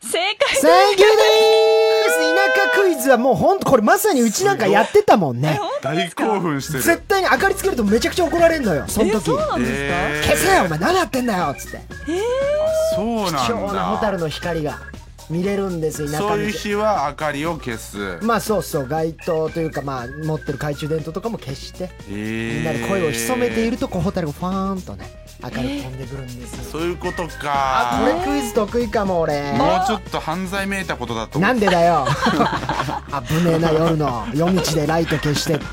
Speaker 3: 正解
Speaker 1: サンキューです田舎クイズはもうほんとこれまさにうちなんかやってたもんね
Speaker 2: 大興奮してる
Speaker 1: 絶対に明かりつけるとめちゃくちゃ怒られるのよその
Speaker 3: え
Speaker 1: 時
Speaker 3: そうなんですか、
Speaker 2: えー
Speaker 1: 消せよお前何やってんだよっつって
Speaker 2: そうなんだ
Speaker 1: 貴重なホタルの光が見れるんですよ田
Speaker 2: そ
Speaker 1: 舎
Speaker 2: ういう
Speaker 1: に
Speaker 2: 日は明かりを消す
Speaker 1: まあそうそう街灯というかまあ持ってる懐中電灯とかも消してみ
Speaker 2: み
Speaker 1: んなで声を潜めているとこうホタルがファーンとね明るく飛んでくるんですよ
Speaker 2: そういうこと
Speaker 1: あ
Speaker 2: か
Speaker 1: これクイズ得意かも俺
Speaker 2: もうちょっと犯罪めいたことだと思
Speaker 1: な
Speaker 2: うん
Speaker 1: でだ
Speaker 2: [laughs]
Speaker 1: よ [laughs] 危ねえな夜の夜道でライト消してって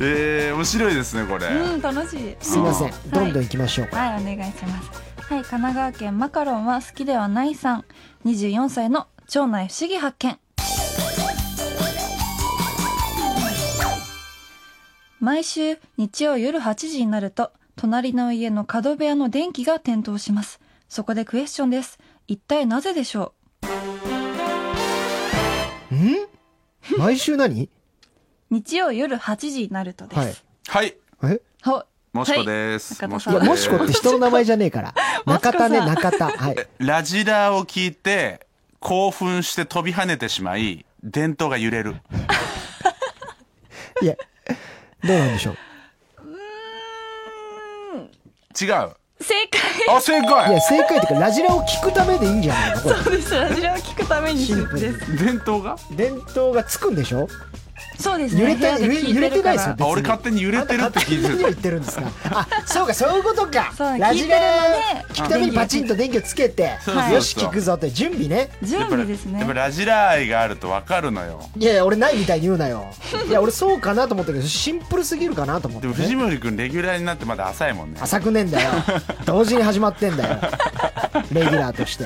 Speaker 2: えー面白いですねこれ
Speaker 3: うん楽しい
Speaker 1: すいません
Speaker 2: あ
Speaker 1: どんどん行きましょうか
Speaker 3: はいお願いしますはい神奈川県マカロンは好きではないさん24歳の町内不思議発見毎週日曜夜8時になると隣の家の角部屋の電気が点灯しますそこでクエスチョンです一体なぜでしょ
Speaker 1: ん毎週何
Speaker 3: う日曜夜8時になるとです、
Speaker 1: はい。
Speaker 2: はい。
Speaker 1: え
Speaker 3: ほ
Speaker 2: もしこです。
Speaker 3: はい中田さ
Speaker 1: いや、
Speaker 3: ん
Speaker 2: で
Speaker 1: も
Speaker 2: す
Speaker 1: しこって人の名前じゃねえから。
Speaker 3: [laughs] もしこ
Speaker 1: 中
Speaker 3: さ
Speaker 1: 田
Speaker 3: ん
Speaker 1: ね、中田。はい。
Speaker 2: ラジラーを聞いて、興奮して飛び跳ねてしまい、伝統が揺れる。
Speaker 1: いや、どうなんでしょう。
Speaker 2: 違う。
Speaker 3: 正解
Speaker 2: あ、正
Speaker 1: いや、
Speaker 2: 解
Speaker 1: 正解っていうか、ラジラを聞くためでいいんじゃないのこれ。
Speaker 3: そうですラジオを聞くために
Speaker 1: シンプル
Speaker 3: です
Speaker 2: 伝統が
Speaker 1: 伝統がつくんでしょ
Speaker 3: そうですね
Speaker 1: 揺れて、
Speaker 3: 部
Speaker 1: 揺
Speaker 3: 屋で
Speaker 1: れ
Speaker 3: 聞い
Speaker 1: 揺れて
Speaker 3: るか
Speaker 1: ない
Speaker 3: ら
Speaker 1: ですよ。別
Speaker 2: あ、
Speaker 1: に
Speaker 2: 俺勝手に揺れてるって聞いて
Speaker 1: 何を
Speaker 2: る。
Speaker 1: 言ってるんですか。あ、そうか、そういうことか
Speaker 3: そう。
Speaker 1: ラジラ
Speaker 3: 聞いてるので
Speaker 1: 聞くためにパチンと電気をつけて
Speaker 2: そうそうそう、
Speaker 1: よし、聞くぞって準備ね。
Speaker 3: 準
Speaker 2: やっぱ
Speaker 3: 備
Speaker 2: り
Speaker 3: ですね
Speaker 2: やっぱラジラー愛があるとわかるのよ。
Speaker 1: いやいや、俺ないみたいに言うなよ。いや、俺そうかなと思ったけど、シンプルすぎるかなと思っ
Speaker 2: で
Speaker 1: て
Speaker 2: も
Speaker 1: ね。
Speaker 2: 藤森くんレギュラーになってまだ浅いもんね。
Speaker 1: 浅くねえんだよ。同時に始まってんだよ。レギュラーとして。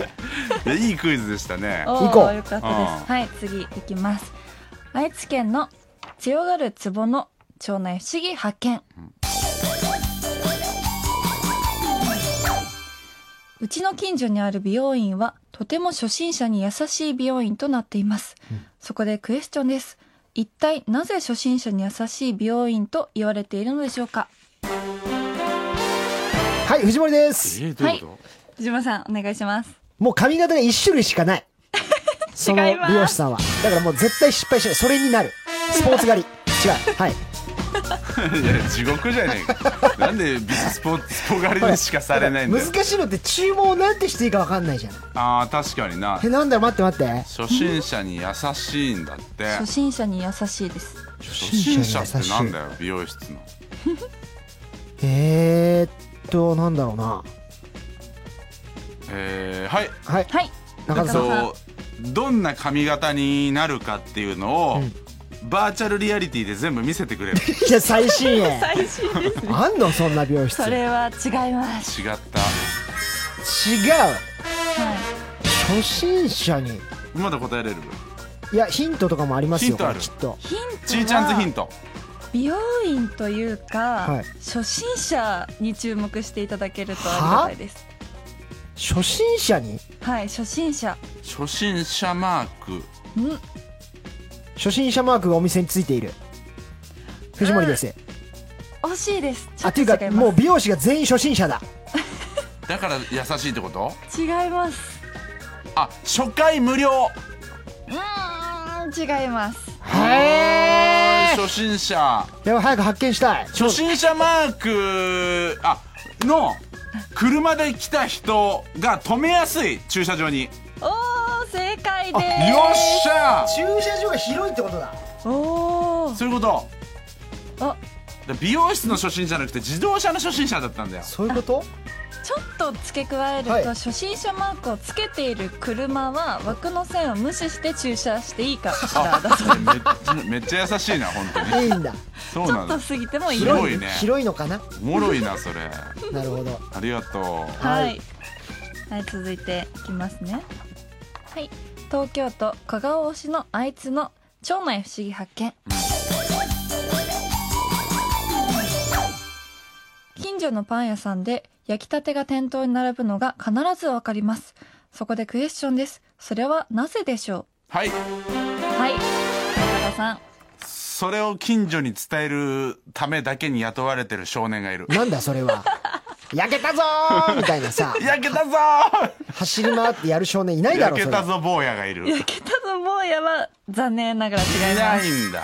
Speaker 2: いやいいクイズでしたね。
Speaker 3: お
Speaker 1: 行
Speaker 3: ー
Speaker 1: こう
Speaker 3: よか
Speaker 2: う
Speaker 3: ったです、
Speaker 2: ん
Speaker 3: はい次いきます愛知県の強がる壺の町内不思議発見、うちの近所にある美容院はとても初心者に優しい美容院となっています、そこでクエスチョンです一体なぜ初心者に優しい美容院と言われているのでしょうか
Speaker 1: はい、藤森です。
Speaker 2: え、
Speaker 3: はい藤村さんお願いします
Speaker 1: もう髪型が一種類しかない。その
Speaker 3: 違います
Speaker 1: 美容師さんは。だからもう絶対失敗しない。それになる。スポーツ狩り。違う。はい。
Speaker 2: いや地獄じゃねえかなんでビススポスポ狩りにしかされないんだよ
Speaker 1: 難しいのって注文をなんてしていいかわかんないじゃん。
Speaker 2: あー確かにな
Speaker 1: え、なんだよ、待って待って。
Speaker 2: 初心者に優しいんだって
Speaker 3: 初心者に優しいです
Speaker 2: 初心者ってなんだよ美容室の
Speaker 1: えーっと、なんだろうな。
Speaker 2: えー、はい
Speaker 1: はい。
Speaker 3: はい
Speaker 1: 中田さん。
Speaker 2: そうどんな髪型になるかっていうのを、バーチャルリアリティで全部見せてくれる違っ
Speaker 1: いや、最新
Speaker 3: [laughs]
Speaker 1: 鋭。
Speaker 3: 最新ですね
Speaker 1: あんのそんな美容室。
Speaker 3: そ
Speaker 1: 違う。
Speaker 3: れは違います
Speaker 2: た
Speaker 3: はい
Speaker 1: 初心者に。
Speaker 2: まだ答えれる
Speaker 1: いや、ヒントとかもあります
Speaker 2: ヒ
Speaker 1: よ、
Speaker 2: ントあ
Speaker 1: こ
Speaker 2: る
Speaker 1: れきっと。
Speaker 3: ヒントは
Speaker 2: ちーちゃんズヒント
Speaker 3: 美容院というか、
Speaker 1: はい
Speaker 3: 初心者に注目していただけるとありがたいです
Speaker 1: 初心者に
Speaker 3: はい初心者
Speaker 2: 初心者マーク
Speaker 3: うん
Speaker 1: 初心者マークがお店についている。藤森です。
Speaker 3: 惜しいですち
Speaker 1: あ、
Speaker 3: ょっ
Speaker 1: って
Speaker 3: と
Speaker 1: い
Speaker 3: 違
Speaker 1: う
Speaker 3: い
Speaker 1: か
Speaker 3: ます、
Speaker 1: もう美容師が全員初心者だ。
Speaker 2: だから優しいってこと
Speaker 3: 違います
Speaker 2: あ初回無料
Speaker 3: うーん違います
Speaker 1: へ
Speaker 2: 初心者
Speaker 1: え。やばい、早く発見したい。
Speaker 2: 初心者マークあの車で来た人が止めやすい駐車場によ
Speaker 3: おー正解で
Speaker 2: っしゃ
Speaker 1: 駐車場が広いってことだ。
Speaker 3: すおー
Speaker 2: そういうこと
Speaker 3: あ
Speaker 2: だ美容室の初心者じゃなくて自動車の初心者だったんだよ
Speaker 1: そういうこと
Speaker 3: ちょっと付け加えると、
Speaker 1: はい
Speaker 3: 初心者マークをつけている車は枠の線を無視して駐車していいか
Speaker 2: あ
Speaker 3: らだ
Speaker 2: めめっちゃ優しいな本当に
Speaker 1: いいんだ。
Speaker 2: そう
Speaker 3: ちょ
Speaker 2: な
Speaker 3: っと
Speaker 2: の
Speaker 3: 過ぎてもいい
Speaker 2: [laughs] 広
Speaker 3: はい
Speaker 2: ね
Speaker 1: 広いのかな
Speaker 2: おもろいなそれ
Speaker 1: なるほど。
Speaker 2: ありがとう
Speaker 3: い、はい、続いていきますねはい東京都香川推しのあいつの町内不思議発見近所のパン屋さんで焼きたてが店頭に並ぶのが必ずわかりますそこでクエスチョンですそれはなぜでしょ
Speaker 2: はい、
Speaker 3: うはい中田さん
Speaker 2: それを近所に伝えるためだけに雇われてる少年がいる
Speaker 1: なんだそれ
Speaker 2: [laughs]
Speaker 1: は。焼けたぞーみたいなさ、
Speaker 2: 焼けたぞー
Speaker 1: 走り回ってやる少年いないだろ、
Speaker 2: 焼
Speaker 1: そ
Speaker 2: け
Speaker 1: れ。
Speaker 2: たぞ坊やがいるい
Speaker 3: 焼けたぞ坊やは残念ながら違いま
Speaker 2: な
Speaker 3: す
Speaker 2: いんだ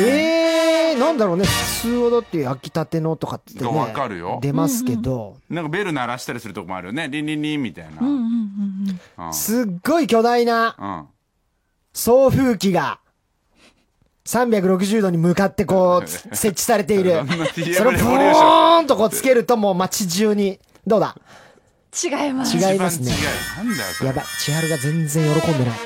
Speaker 1: えー、なんだろうね。普通をだって焼きたてのとかってね。
Speaker 2: わかるよ
Speaker 1: 出ますけど、
Speaker 2: なんかベル鳴らしたりするとこもあるよね。リンリンリンみたいな。
Speaker 3: うん
Speaker 2: う。
Speaker 3: うんんうんうん
Speaker 1: すっごい巨大な
Speaker 2: うん。
Speaker 1: 送風機が、360度に向かってこ
Speaker 2: [laughs]
Speaker 1: う、つ設置されている
Speaker 2: そんな。TM
Speaker 1: それをブ
Speaker 2: レボリューション
Speaker 1: ーンとこうつけるともう街中に。どうだ
Speaker 3: 違います
Speaker 1: 違いますね
Speaker 2: 一番違う。なんだよ、そ
Speaker 1: や
Speaker 2: れ
Speaker 1: ばい。。千春が全然喜んでない。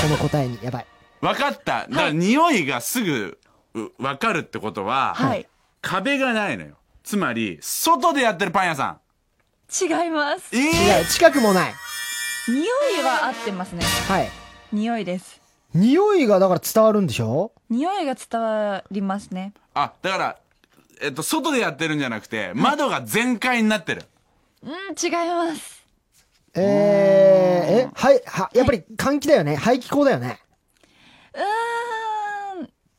Speaker 1: この答えに。やばい。
Speaker 2: わかった。だから匂いがすぐうわかるってことは、
Speaker 3: はい
Speaker 2: 壁がないのよ。つまり、外でやってるパン屋さ
Speaker 3: 違います
Speaker 2: ん。え
Speaker 1: 違う。近くもない。
Speaker 3: 匂いは合ってますね
Speaker 1: はい。
Speaker 3: 匂いです
Speaker 1: 匂いがだから伝わるんでしょ
Speaker 3: 匂いが伝わりますね
Speaker 2: あ、だから、えっと、外でやってるんじゃなくて、窓が全開になってる。
Speaker 3: うん違います
Speaker 1: えー、え、はい、は、やっぱり換気だよね。排気口だよね。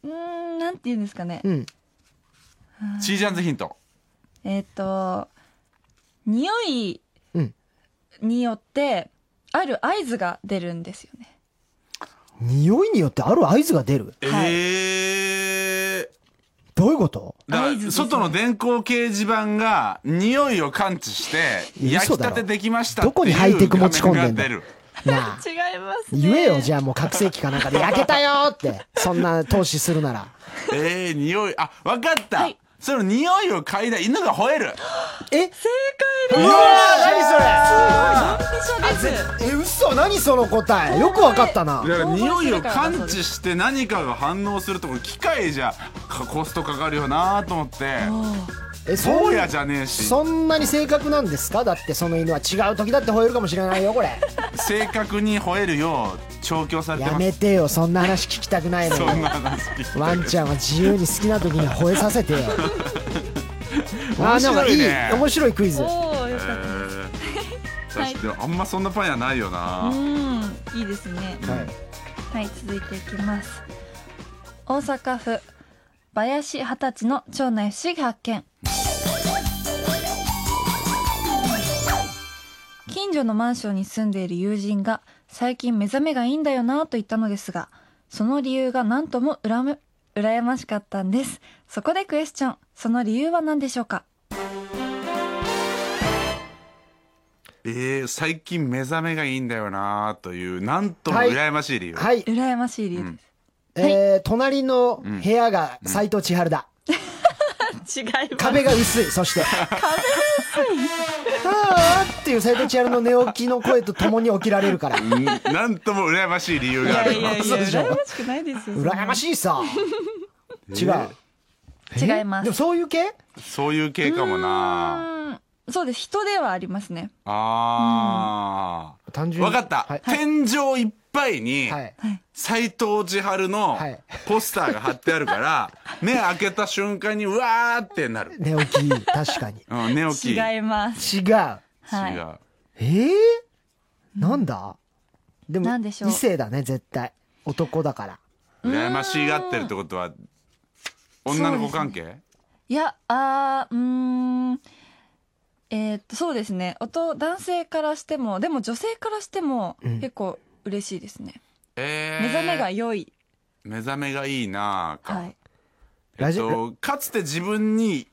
Speaker 3: うーんうーんなんて言うんですかね
Speaker 1: うん。
Speaker 2: チージャンズヒント。
Speaker 3: えっ、と匂い
Speaker 1: うん
Speaker 3: によってある合図が出るんですよね
Speaker 1: 匂いによってある合図が出る。
Speaker 3: はい
Speaker 2: え
Speaker 1: どういうこと
Speaker 2: ー。だか
Speaker 3: 合図です
Speaker 2: ら
Speaker 3: ね
Speaker 2: 外の電光掲示板が匂いを感知して焼
Speaker 1: 嘘
Speaker 2: き
Speaker 1: だ
Speaker 2: た
Speaker 1: ろ
Speaker 2: てできました
Speaker 1: どこにハイテク持ち込んでんだ
Speaker 2: っていう画面が出る
Speaker 1: なあ。
Speaker 3: 違いますね
Speaker 1: 言えよ、じゃあもう拡声器かなんかで焼けたよーって。そんな投資するなら。
Speaker 2: えー、匂いあわかった、
Speaker 3: はい
Speaker 2: その匂いを嗅いだ犬が吠える
Speaker 1: え
Speaker 3: 正解です
Speaker 1: うわ
Speaker 3: わすごいドンピシャで
Speaker 1: え、
Speaker 3: す
Speaker 1: 嘘何その答え。よくわかったな
Speaker 2: だ。から
Speaker 3: 興奮するから
Speaker 2: 匂いを感知して何かが反応するとこれ機械じゃかコストかかるよなと思って
Speaker 1: え、
Speaker 2: 坊
Speaker 1: ん
Speaker 2: やじゃねえし
Speaker 1: そんなに正確なんですかだってその犬は違う時だって吠えるかもしれないよ、これ。
Speaker 2: [laughs] 正確に吠えるよう調教されて
Speaker 1: や
Speaker 2: ま
Speaker 1: め
Speaker 2: す
Speaker 1: てよ、そんな話聞きたくないの
Speaker 2: そん
Speaker 1: よ。
Speaker 2: な話聞いて
Speaker 1: ワンちゃんは自由に好きな時に吠えさ
Speaker 2: [laughs]
Speaker 1: せてよ。あー、なんかいい、面白いクイズ。
Speaker 3: おおよか
Speaker 2: え
Speaker 3: っ
Speaker 2: ー
Speaker 3: はい
Speaker 2: 確かにあんまそんなパン屋ないよ
Speaker 3: た
Speaker 2: な
Speaker 3: うんいいですね
Speaker 1: はい
Speaker 3: はい続いていきます大阪府林二十歳の町内不思議発見近所のマンションに住んでいる友人が最近目覚めがいいんだよなぁと言ったのですがその理由が何ともうらむ羨ましかったんですそこでクエスチョンその理由は何でしょうか
Speaker 2: えー、最近目覚めがいいんだよなというなんとも羨ましい理由、
Speaker 1: はい。
Speaker 3: 羨ましい理由
Speaker 1: えー、隣の部屋が斎藤千春だ。
Speaker 3: です、違います
Speaker 1: 壁が
Speaker 2: [laughs]
Speaker 1: 薄い、そして。壁薄い [laughs] あーっていう斎藤千春の寝起きの声と共に起きられるから。
Speaker 2: うんなんとも羨ましい理由
Speaker 3: い
Speaker 2: があ
Speaker 3: や
Speaker 2: る
Speaker 3: いやいや
Speaker 1: 嘘でしょ
Speaker 3: 羨ましくないですよ
Speaker 1: 羨ましいさ。 [laughs] 違う。
Speaker 3: 違いま
Speaker 1: でも
Speaker 3: す
Speaker 1: そういう系
Speaker 2: そういう系かもな
Speaker 3: うんそうです人ではありますね
Speaker 2: ああ、
Speaker 1: 単純に
Speaker 2: わかった、
Speaker 1: はい
Speaker 2: 天井いっぱいに
Speaker 1: はい。
Speaker 2: 斎藤千春の
Speaker 1: はい
Speaker 2: ポスターが貼ってあるから、目開けた瞬間にうわーってなる、
Speaker 1: 寝起き、確かに。
Speaker 2: うん、寝起き
Speaker 3: 違います
Speaker 1: 違う。
Speaker 3: はい
Speaker 2: 違う
Speaker 1: えー、なんだでも
Speaker 3: なんでしょう
Speaker 1: 異性だね絶対男だから
Speaker 2: 羨ましがってるってことは女の子関係、
Speaker 3: いやあーうーんえーっとそうですね音男性からしてもでも女性からしても
Speaker 1: ん
Speaker 3: 結構嬉しいですね、
Speaker 2: えー
Speaker 3: 目覚めが良い
Speaker 2: 目覚めがいいなあか、
Speaker 3: はい
Speaker 2: え
Speaker 1: ラ
Speaker 2: っ
Speaker 1: ジオ、
Speaker 2: と、かつて自分に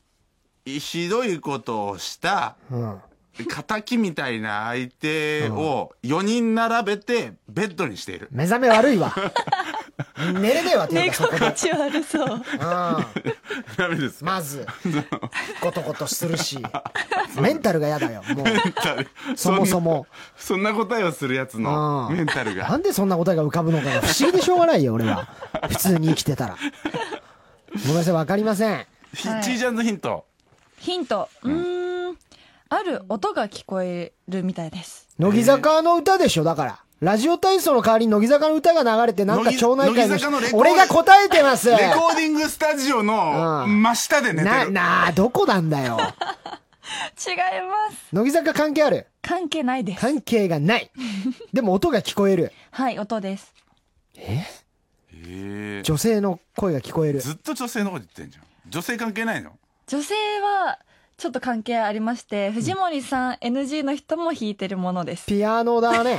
Speaker 2: ひどいことをした
Speaker 1: うん、
Speaker 2: 敵みたいな相手を4人並べてベッドにしている
Speaker 1: 目覚め悪い [laughs] わ寝れねえわっていうかそ
Speaker 3: 猫
Speaker 1: こで、
Speaker 3: がち悪 [laughs] そう
Speaker 1: うん、
Speaker 2: ダメです
Speaker 1: ま [laughs] ずコトコトするしメンタルが嫌だよもう [laughs] そもそも
Speaker 2: そんな答えをするやつの
Speaker 1: うん
Speaker 2: メンタル
Speaker 1: な
Speaker 2: が
Speaker 1: んでそんな答えが浮かぶのかが不思議でしょうがないよ俺は普通に生きてたらごめんなさいわかりません
Speaker 2: ひ
Speaker 3: はい
Speaker 2: ちーちゃんのヒント
Speaker 3: ヒントうーんある音が聞こえるみたいです
Speaker 1: 乃木坂の歌でしょだからラジオ体操の代わりに乃木坂の歌が流れてなんか町内会の
Speaker 2: 乃木乃木坂のレコード
Speaker 1: 俺が答えてます
Speaker 2: レコーディングスタジオの
Speaker 1: うん
Speaker 2: 真下で寝て
Speaker 1: な、
Speaker 2: る
Speaker 1: なあ、どこなんだよ。
Speaker 3: 違います
Speaker 1: 乃木坂関係ある
Speaker 3: 関係ないです
Speaker 1: 関係がない。でも音が聞こえる。
Speaker 3: はい音です
Speaker 2: えー
Speaker 1: 女性の声が聞こえる。
Speaker 2: ずっと女性のこと言ってんじゃん女性関係ないの
Speaker 3: 女性はちょっと関係ありまして藤森さん NG の人も弾いてるものです
Speaker 1: ピアノだ
Speaker 2: [laughs]
Speaker 1: ね。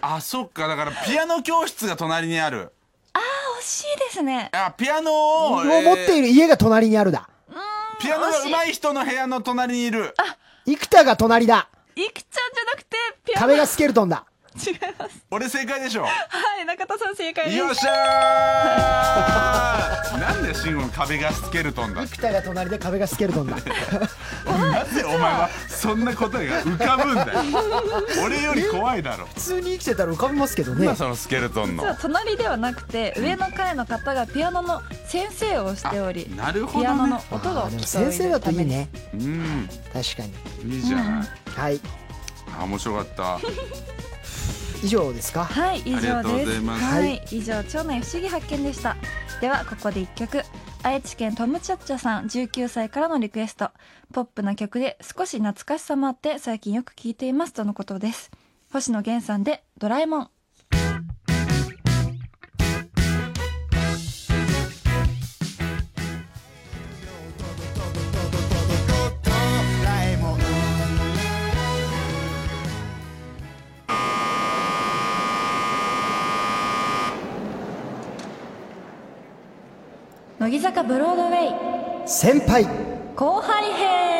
Speaker 2: あそっかだからピアノ教室が隣にある
Speaker 3: 惜しいですね
Speaker 2: あピアノを
Speaker 1: を持っている
Speaker 2: る
Speaker 1: 家が隣にあるだ。
Speaker 2: ピアノが上手い人の部屋の隣にいる
Speaker 1: 幾田が隣だ。
Speaker 3: いくちゃんじゃなくてピアノ
Speaker 1: 壁がスケルトンだ。
Speaker 3: 違います
Speaker 2: 俺正解でしょ
Speaker 3: はい中田さん正解です
Speaker 2: よっしゃーなんで慎吾の壁がスケルトンだ
Speaker 1: 幾田が隣で壁がスケルトンだ。
Speaker 2: なぜお前はそんな答えが浮かぶん
Speaker 3: [laughs]
Speaker 2: だよ俺より怖いだろ
Speaker 1: 普通に生きてたら浮かびますけどね
Speaker 2: 今。そのスケルトンの
Speaker 3: 実は隣ではなくて上の階の方がピアノの先生をしており
Speaker 2: あなるほどね
Speaker 3: ピアノの
Speaker 1: あ
Speaker 3: 音が
Speaker 1: ーでも
Speaker 3: 聞こ
Speaker 1: 先生
Speaker 3: え
Speaker 1: だ
Speaker 3: る
Speaker 1: と
Speaker 3: た
Speaker 1: い
Speaker 3: め
Speaker 1: い
Speaker 3: に
Speaker 1: ね。
Speaker 2: うん
Speaker 1: 確かに。
Speaker 2: いいじゃない、
Speaker 1: はい。
Speaker 2: あ面白かった
Speaker 1: 以上ですか
Speaker 3: はい以
Speaker 2: ありが
Speaker 3: 上
Speaker 2: とうご
Speaker 3: で
Speaker 2: ざい
Speaker 3: す
Speaker 2: ます
Speaker 3: は
Speaker 1: はい
Speaker 3: 以上町内不思議発見でしたではここで一曲愛知県トムチャッチャさん19歳からのリクエストポップな曲で少し懐かしさもあって最近よく聴いていますとのことです星野源さんで「ドラえもん」乃木坂ブロードウェイ
Speaker 1: 先輩
Speaker 3: 後輩編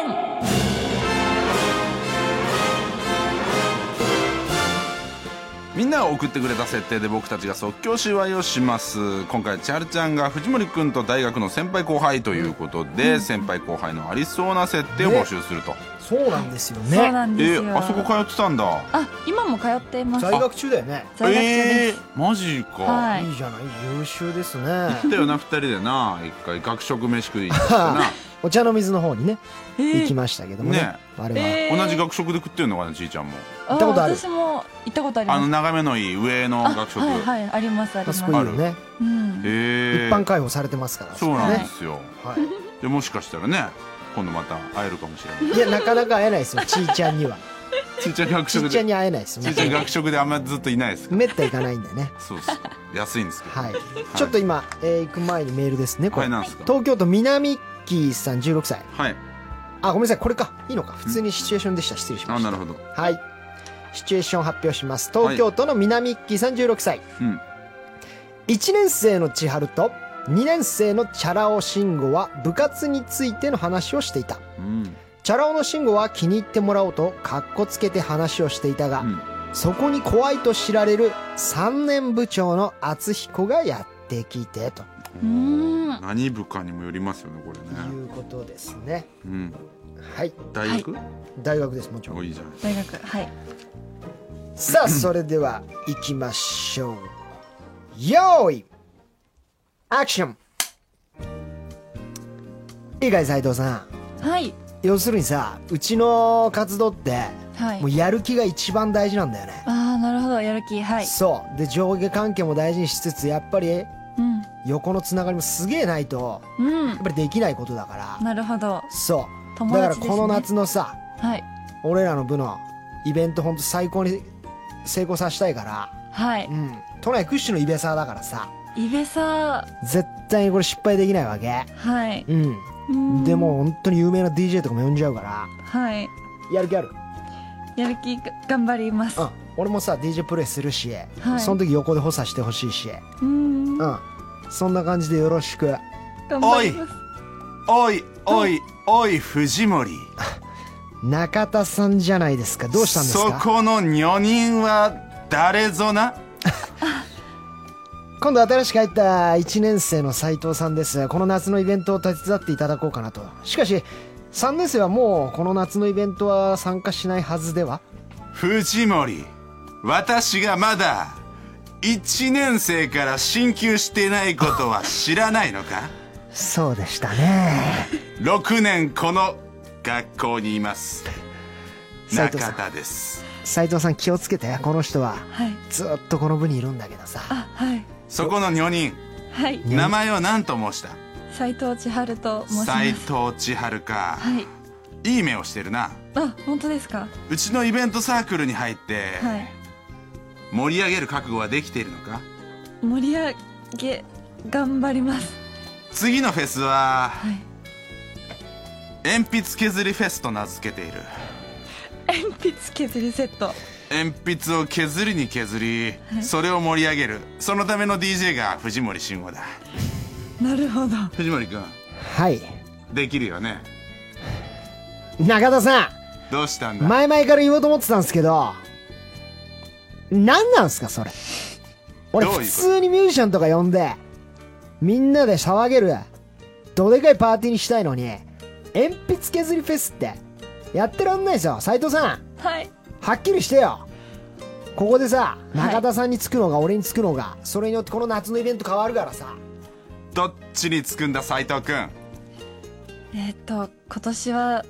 Speaker 2: みんなが送ってくれた設定で僕たちが即興芝居をします今回千春ちゃんが藤森くんと大学の先輩後輩ということで、先輩後輩のありそうな設定を募集すると、
Speaker 1: そうなんですよ
Speaker 3: そう
Speaker 1: ね
Speaker 3: なん
Speaker 2: え
Speaker 3: ですよ、
Speaker 2: ーあそこ通ってたんだ
Speaker 3: あ今も通っています
Speaker 1: 在学中だよね
Speaker 3: 在学中
Speaker 2: え
Speaker 3: です、
Speaker 2: ー、マジか、
Speaker 3: はい
Speaker 1: いいじゃない優秀ですね [laughs]
Speaker 2: 行ったよな二人でな一回学食飯食いに行ったな
Speaker 1: お茶の水の方にね
Speaker 3: えー
Speaker 1: 行きましたけどもね
Speaker 2: ね
Speaker 1: あれは、
Speaker 3: [laughs] えー
Speaker 2: 同じ学食で食ってるのかなじいちゃんも
Speaker 1: 行ったことある
Speaker 3: 私も行ったことあります
Speaker 2: あの眺めのいい上の
Speaker 3: あ
Speaker 2: 学食、
Speaker 3: はいはいありますあ
Speaker 1: まあ
Speaker 3: り
Speaker 1: そ
Speaker 3: ます
Speaker 1: こいいよね、
Speaker 3: うん、
Speaker 2: えー、
Speaker 1: 一般開放されてますから
Speaker 2: そうなんですよ、
Speaker 1: そこねは
Speaker 2: でもしかしたらね今度また会えるかもしれな
Speaker 1: い、
Speaker 2: い
Speaker 1: いやなかなか会えないですよちーちゃんには
Speaker 2: ち [laughs] いちゃん学
Speaker 1: ち
Speaker 2: 食
Speaker 1: ーちゃん
Speaker 2: で
Speaker 1: に会えないですよ
Speaker 2: ちいちゃん学食であんまずっといないですか
Speaker 1: めったに行かないんでね
Speaker 2: らそうです安いんですけど
Speaker 1: はい、ちょっと今、えー行く前にメールですねこ
Speaker 2: は
Speaker 1: れ、
Speaker 2: いなんですか
Speaker 1: 東京都南木さん16歳
Speaker 2: はい
Speaker 1: あごめんなさいこれかいいのか普通にシチュエーションでした失礼しま
Speaker 2: あ
Speaker 1: した
Speaker 2: なるほど
Speaker 1: はいシチュエーション発表します東京都の南木さん16歳、
Speaker 2: うん
Speaker 1: 1年生の千春と2年生のチャラ男慎吾は部活についての話をしていた
Speaker 2: うん
Speaker 1: チャラ男の慎吾は気に入ってもらおうとかっこつけて話をしていたが、
Speaker 2: うん
Speaker 1: そこに怖いと知られる3年部長の厚彦がやってきてと
Speaker 3: うんうん
Speaker 2: 何部かにもよりますよねこれ
Speaker 1: い
Speaker 2: ね
Speaker 1: うことですね
Speaker 2: うん
Speaker 1: はい
Speaker 2: 大学、
Speaker 1: 大学ですもちろ
Speaker 2: おい
Speaker 1: ん
Speaker 2: いじゃない
Speaker 3: 大学はい
Speaker 1: さあそれでは行きましょうよーいアクションいいかい斉藤さん
Speaker 3: はい
Speaker 1: 要するにさうちの活動って
Speaker 3: はい
Speaker 1: もうやる気が一番大事なんだよね、
Speaker 3: ああなるほどやる気はい
Speaker 1: そうで上下関係も大事にしつつやっぱり
Speaker 3: うん
Speaker 1: 横のつながりもすげえないと
Speaker 3: うん
Speaker 1: やっぱりできないことだから
Speaker 3: なるほど
Speaker 1: そう
Speaker 3: 友
Speaker 1: だから
Speaker 3: 達ですね
Speaker 1: この夏のさ
Speaker 3: はい
Speaker 1: 俺らの部のイベントほんと最高に成功させたいから
Speaker 3: は
Speaker 1: う
Speaker 3: い
Speaker 1: ん都内屈指のイベサーだからさ
Speaker 3: イベサ
Speaker 1: 絶対にこれ失敗できないわけ
Speaker 3: はい
Speaker 1: うんでも本当に有名な DJ とかも呼んじゃうから
Speaker 3: はい
Speaker 1: やる気ある
Speaker 3: やる気が頑張ります
Speaker 1: うん俺もさ DJ プレイするし、
Speaker 3: はい
Speaker 1: その時横で補佐してほしいし
Speaker 3: うん
Speaker 1: う
Speaker 3: 頑
Speaker 1: んそんな感じでよろしく
Speaker 3: 張ります
Speaker 2: おいおいおい藤森
Speaker 1: 中田さんじゃないですかどうしたんですか
Speaker 2: そこの女人は誰ぞな
Speaker 1: 今度新しく入った1年生の斉藤さんですこの夏のイベントを手伝っていただこうかなとしかし3年生はもうこの夏のイベントは参加しないはずでは
Speaker 2: 藤森私がまだ1年生から進級してないことは知らないのか
Speaker 1: そうでしたね
Speaker 2: 6年この学校にいます
Speaker 1: 斉
Speaker 2: 中
Speaker 1: 藤さん
Speaker 2: 田です
Speaker 1: 斉藤さん気をつけてこの人は
Speaker 3: はい
Speaker 1: ずっとこの部にいるんだけどさ
Speaker 3: あはい
Speaker 2: そこの女人
Speaker 3: はい
Speaker 2: 名前を何と申した
Speaker 3: 斉藤千春と申しま
Speaker 2: 斉
Speaker 3: す
Speaker 2: 藤千春か
Speaker 3: はい
Speaker 2: いい目をしてるな
Speaker 3: あ本当ですか
Speaker 2: うちのイベントサークルに入って
Speaker 3: はい
Speaker 2: 盛り上げる覚悟はできているのか
Speaker 3: 盛り上げ頑張ります
Speaker 2: 次のフェスは
Speaker 3: はい
Speaker 2: 鉛筆削りフェスと名付けている
Speaker 3: 鉛筆削りセット
Speaker 2: 鉛筆を削りに削り
Speaker 3: い
Speaker 2: それを盛り上げるそのための DJ が藤森慎吾だ
Speaker 3: なるほど
Speaker 2: 藤森君
Speaker 1: はい
Speaker 2: できるよね
Speaker 1: 中田さ
Speaker 2: どうしたん
Speaker 1: ん
Speaker 2: だ、
Speaker 1: 前々から言おうと思ってたんですけど何なんすかそれ俺
Speaker 2: どういうこ
Speaker 1: 普
Speaker 2: と
Speaker 1: 通にミュージシャンとか呼んでみんなで騒げるどでかいパーティーにしたいのに鉛筆削りフェスってやってらんないですよ斉藤さん
Speaker 3: はい
Speaker 1: はっきりしてよここでさ中田さんにつくのが俺につくのがそれによってこの夏のイベント変わるからさ
Speaker 2: どっちにつくんだ斉藤君
Speaker 3: えーっと今年は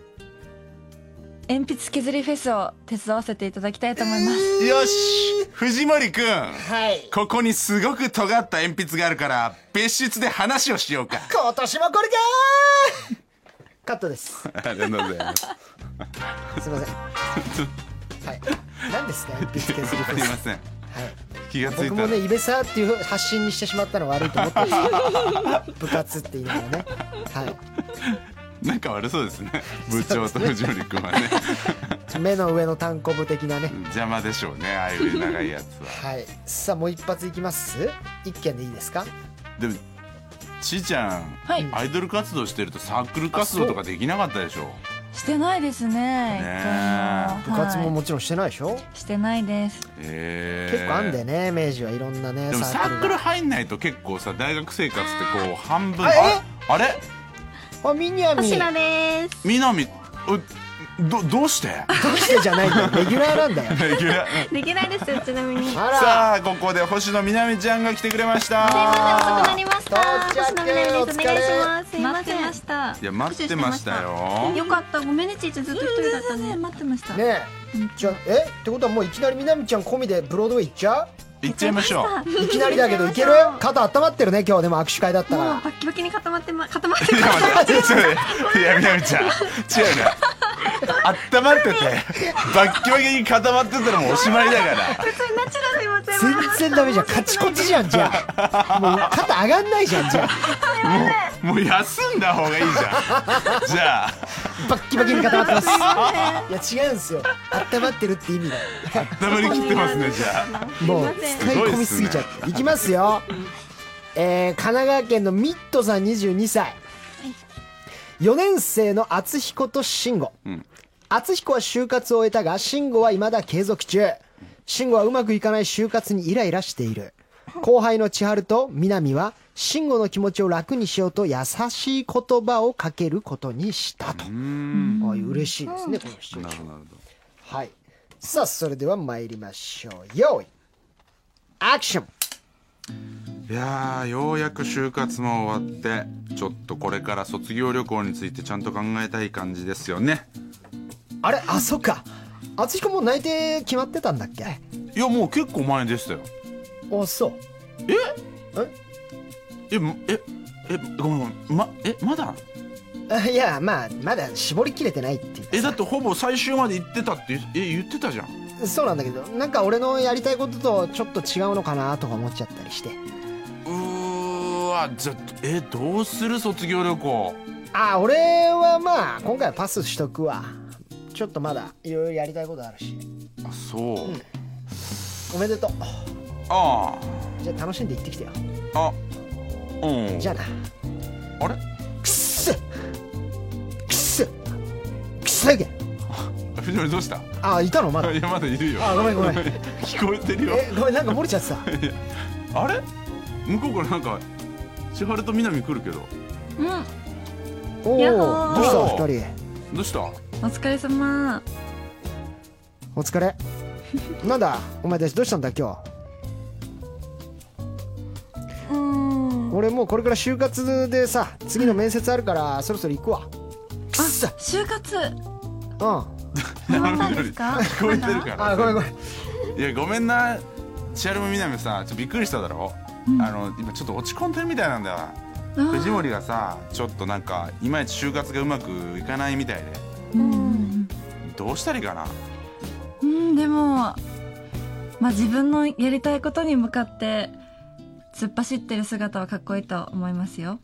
Speaker 3: 鉛筆削りフェスを手伝わせていただきたいと思います。
Speaker 2: よし藤森くん
Speaker 1: はい
Speaker 2: ここにすごく尖った鉛筆があるから、別室で話をしようか。
Speaker 1: 今年もこれかーカットです
Speaker 2: ありがとうございます。
Speaker 1: すいませんはい何ですか鉛筆削り
Speaker 2: あ
Speaker 1: フ
Speaker 2: り
Speaker 1: ェス
Speaker 2: ません。
Speaker 1: はい
Speaker 2: 気がつ
Speaker 1: 僕
Speaker 2: いた
Speaker 1: も
Speaker 2: ら
Speaker 1: ね、。イベサーっていう発信にしてしまったのは悪いと思ってる部活って [laughs] 言いながらね。はい。
Speaker 2: 仲悪そう
Speaker 1: [laughs]
Speaker 2: ですね。部長と藤森くんはね。
Speaker 1: 目の上の単行部的なね。
Speaker 2: 邪魔でしょうね、ああいう長いやつ
Speaker 1: [laughs]
Speaker 2: は。
Speaker 1: はい。さあ、もう一発いきます一件でいいですか
Speaker 2: でも、ちーちゃん、
Speaker 3: はい
Speaker 2: アイドル活動してるとサークル活動とかできなかったでしょ
Speaker 3: してないですね。一回
Speaker 1: 部活も
Speaker 3: は
Speaker 1: もちろんしてないでしょ、
Speaker 3: いしてないです。
Speaker 2: えー
Speaker 1: 結構あんだよね、明治はいろんなね、
Speaker 2: でも
Speaker 1: サ
Speaker 2: サ
Speaker 1: ー
Speaker 2: ー
Speaker 1: ク
Speaker 2: ク
Speaker 1: ル
Speaker 2: ル
Speaker 1: が。
Speaker 2: 入んないと結構さ大学生活ってこう半分
Speaker 1: あ
Speaker 2: あ
Speaker 1: え
Speaker 2: あれ
Speaker 1: あ、ミニアミ。
Speaker 4: 星
Speaker 1: ど
Speaker 4: 野です
Speaker 2: 南うどどうして
Speaker 1: うしてじゃないんだよ。レギュラーなん
Speaker 2: [laughs]
Speaker 1: だよ。
Speaker 4: できないですよちなみにすいま
Speaker 1: あ
Speaker 2: さあここで星野みなみちゃんが来てくれまし
Speaker 4: せん
Speaker 2: た
Speaker 4: 遅くなりました
Speaker 1: 到着
Speaker 4: 星野みなみですお願いしますすいま
Speaker 3: 待っ
Speaker 4: せ
Speaker 3: て
Speaker 4: ん
Speaker 3: ました。
Speaker 2: いや待ってましたよ
Speaker 4: よかったごめんねちいちゃんずっと一人だったね
Speaker 3: 待ってました。
Speaker 1: ら、ねえ。じゃあえってことはもういきなりみなみちゃん込みでブロードウェイ行っちゃ
Speaker 2: 行っちゃいましょう
Speaker 1: ういきなりだけどい [laughs] ける肩温まってるね今日でも握手会だった
Speaker 4: もう
Speaker 1: か
Speaker 4: バッキバキに固まってま [laughs] 固まって
Speaker 2: いや
Speaker 4: ま
Speaker 2: 待ってちょっと待っていやみなみちゃん違うねあったまっててバッキバキに固まってたらもうおしまいだから
Speaker 4: 普通にナチュラルに持って
Speaker 1: ら
Speaker 4: ま
Speaker 1: 全然ダメじゃんカチコチじゃんじゃあもう肩上がんないじゃんじゃあ
Speaker 2: もう休んだ方がいいじゃんじゃあ
Speaker 1: バッキバキに固まってますいや違うんですよ温まってるって意味だよ
Speaker 2: 頭に切ってますねじゃあ
Speaker 1: もう
Speaker 4: すいません
Speaker 1: 使い込みすぎちゃっていきますよ、えー神奈川県のミットさん22歳4年生の厚彦と慎吾、厚彦は就活を終えたが慎吾は未だ継続中慎吾はうまくいかない就活にイライラしている後輩の千春と南は慎吾の気持ちを楽にしようと優しい言葉をかけることにしたとああいう嬉しいですねこのシチュエーションはいさあそれでは参りましょう用意アクション
Speaker 2: いやーようやく就活も終わってちょっとこれから卒業旅行についてちゃんと考えたい感じですよね
Speaker 1: あれあそっか敦彦もう内定決まってたんだっけ
Speaker 2: いやもう結構前でしたよ
Speaker 1: あそう [laughs]
Speaker 2: えまええごめんごめんまえまだ
Speaker 1: あいやまあまだ絞りきれてないっていうか
Speaker 2: えだってほぼ最終まで行ってたってえ言ってたじゃん
Speaker 1: そうなんだけどなんか俺のやりたいこととちょっと違うのかなとか思っちゃったりして
Speaker 2: うーわじゃえどうする卒業旅行
Speaker 1: あ俺はまあ今回はパスしとくわちょっとまだいろいろやりたいことあるし
Speaker 2: あそう、
Speaker 1: おめでとう
Speaker 2: あ
Speaker 1: じゃあ楽しんで行ってきてよ
Speaker 2: ああうん
Speaker 1: じゃあな
Speaker 2: あれ
Speaker 1: くっすくっすくっすげ
Speaker 2: 藤森どうした
Speaker 1: あいたのまだ
Speaker 2: いやまだいるよ
Speaker 1: あごめんごめん
Speaker 2: [laughs] 聞こえてるよ
Speaker 1: えごめんなんか漏れちゃってた
Speaker 2: あれ向こうからなんか千春と南来るけど
Speaker 3: うん。
Speaker 1: おお
Speaker 3: やっほー
Speaker 1: どうした二人
Speaker 2: どうした？
Speaker 3: お疲れ様。
Speaker 1: お疲れ [laughs] なんだお前たちどうしたんだ今
Speaker 4: うーん
Speaker 1: 日俺もうこれから就活でさ次の面接あるからそろそろ行くわくっさ
Speaker 3: 就活
Speaker 1: うんあ
Speaker 3: 終わったんです
Speaker 1: [laughs]
Speaker 3: か
Speaker 2: [laughs] 聞こえてるから
Speaker 1: ごめんごめん
Speaker 2: いやごめんな千春も南もさちょっとびっくりしただろ、あの今ちょっと落ち込んでるみたいなんだよ
Speaker 3: あー
Speaker 2: 藤森がさちょっとなんかいまいち就活がうまくいかないみたいで
Speaker 3: うん。
Speaker 2: どうしたらいいかな
Speaker 3: うんでもまあ自分のやりたいことに向かって突っ走ってる姿はかっこいいと思いますよ。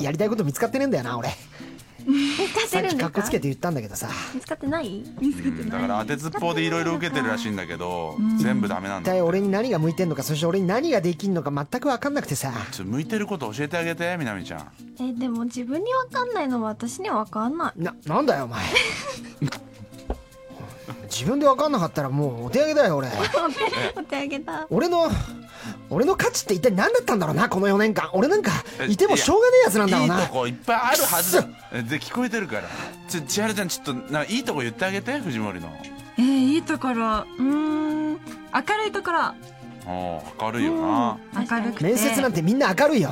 Speaker 1: やりたいこと見つかってねえんだよな俺
Speaker 4: 見つかっ
Speaker 1: さ
Speaker 4: て
Speaker 1: っ
Speaker 4: る
Speaker 1: き
Speaker 4: んで
Speaker 1: か
Speaker 4: す
Speaker 1: っこ
Speaker 4: か
Speaker 1: つけて言ったんだけどさ
Speaker 4: 見つかってない
Speaker 2: うんだから当てずっぽうでいろいろ受けてるらしいんだけど
Speaker 3: ん
Speaker 2: 全部ダメなん
Speaker 1: 一
Speaker 2: だ
Speaker 1: 体俺に何が向いてんのかそして俺に何ができんのか全く分かんなくてさ
Speaker 2: ちょっと向いてること教えてあげて南ちゃん
Speaker 4: えでも自分にわかんないのは私にはわかんない
Speaker 1: ななんだよお前 [laughs] 自分で分かんなかったらもうお手上げだよ俺
Speaker 4: お手あげた
Speaker 1: 俺の俺の価値って一体何だったんだろうなこの4年間俺なんかいてもしょうがねえやつなんだろうない
Speaker 2: いとこいっぱいあるはず
Speaker 1: くっ
Speaker 2: で聞こえてるからちょ千春ちゃんちょっとないいとこ言ってあげて藤森の
Speaker 3: えー、いいところうーん明るいところ
Speaker 2: おー明るいよな
Speaker 3: 明るくて
Speaker 4: [laughs]
Speaker 1: 面接なんてみんな明るいよ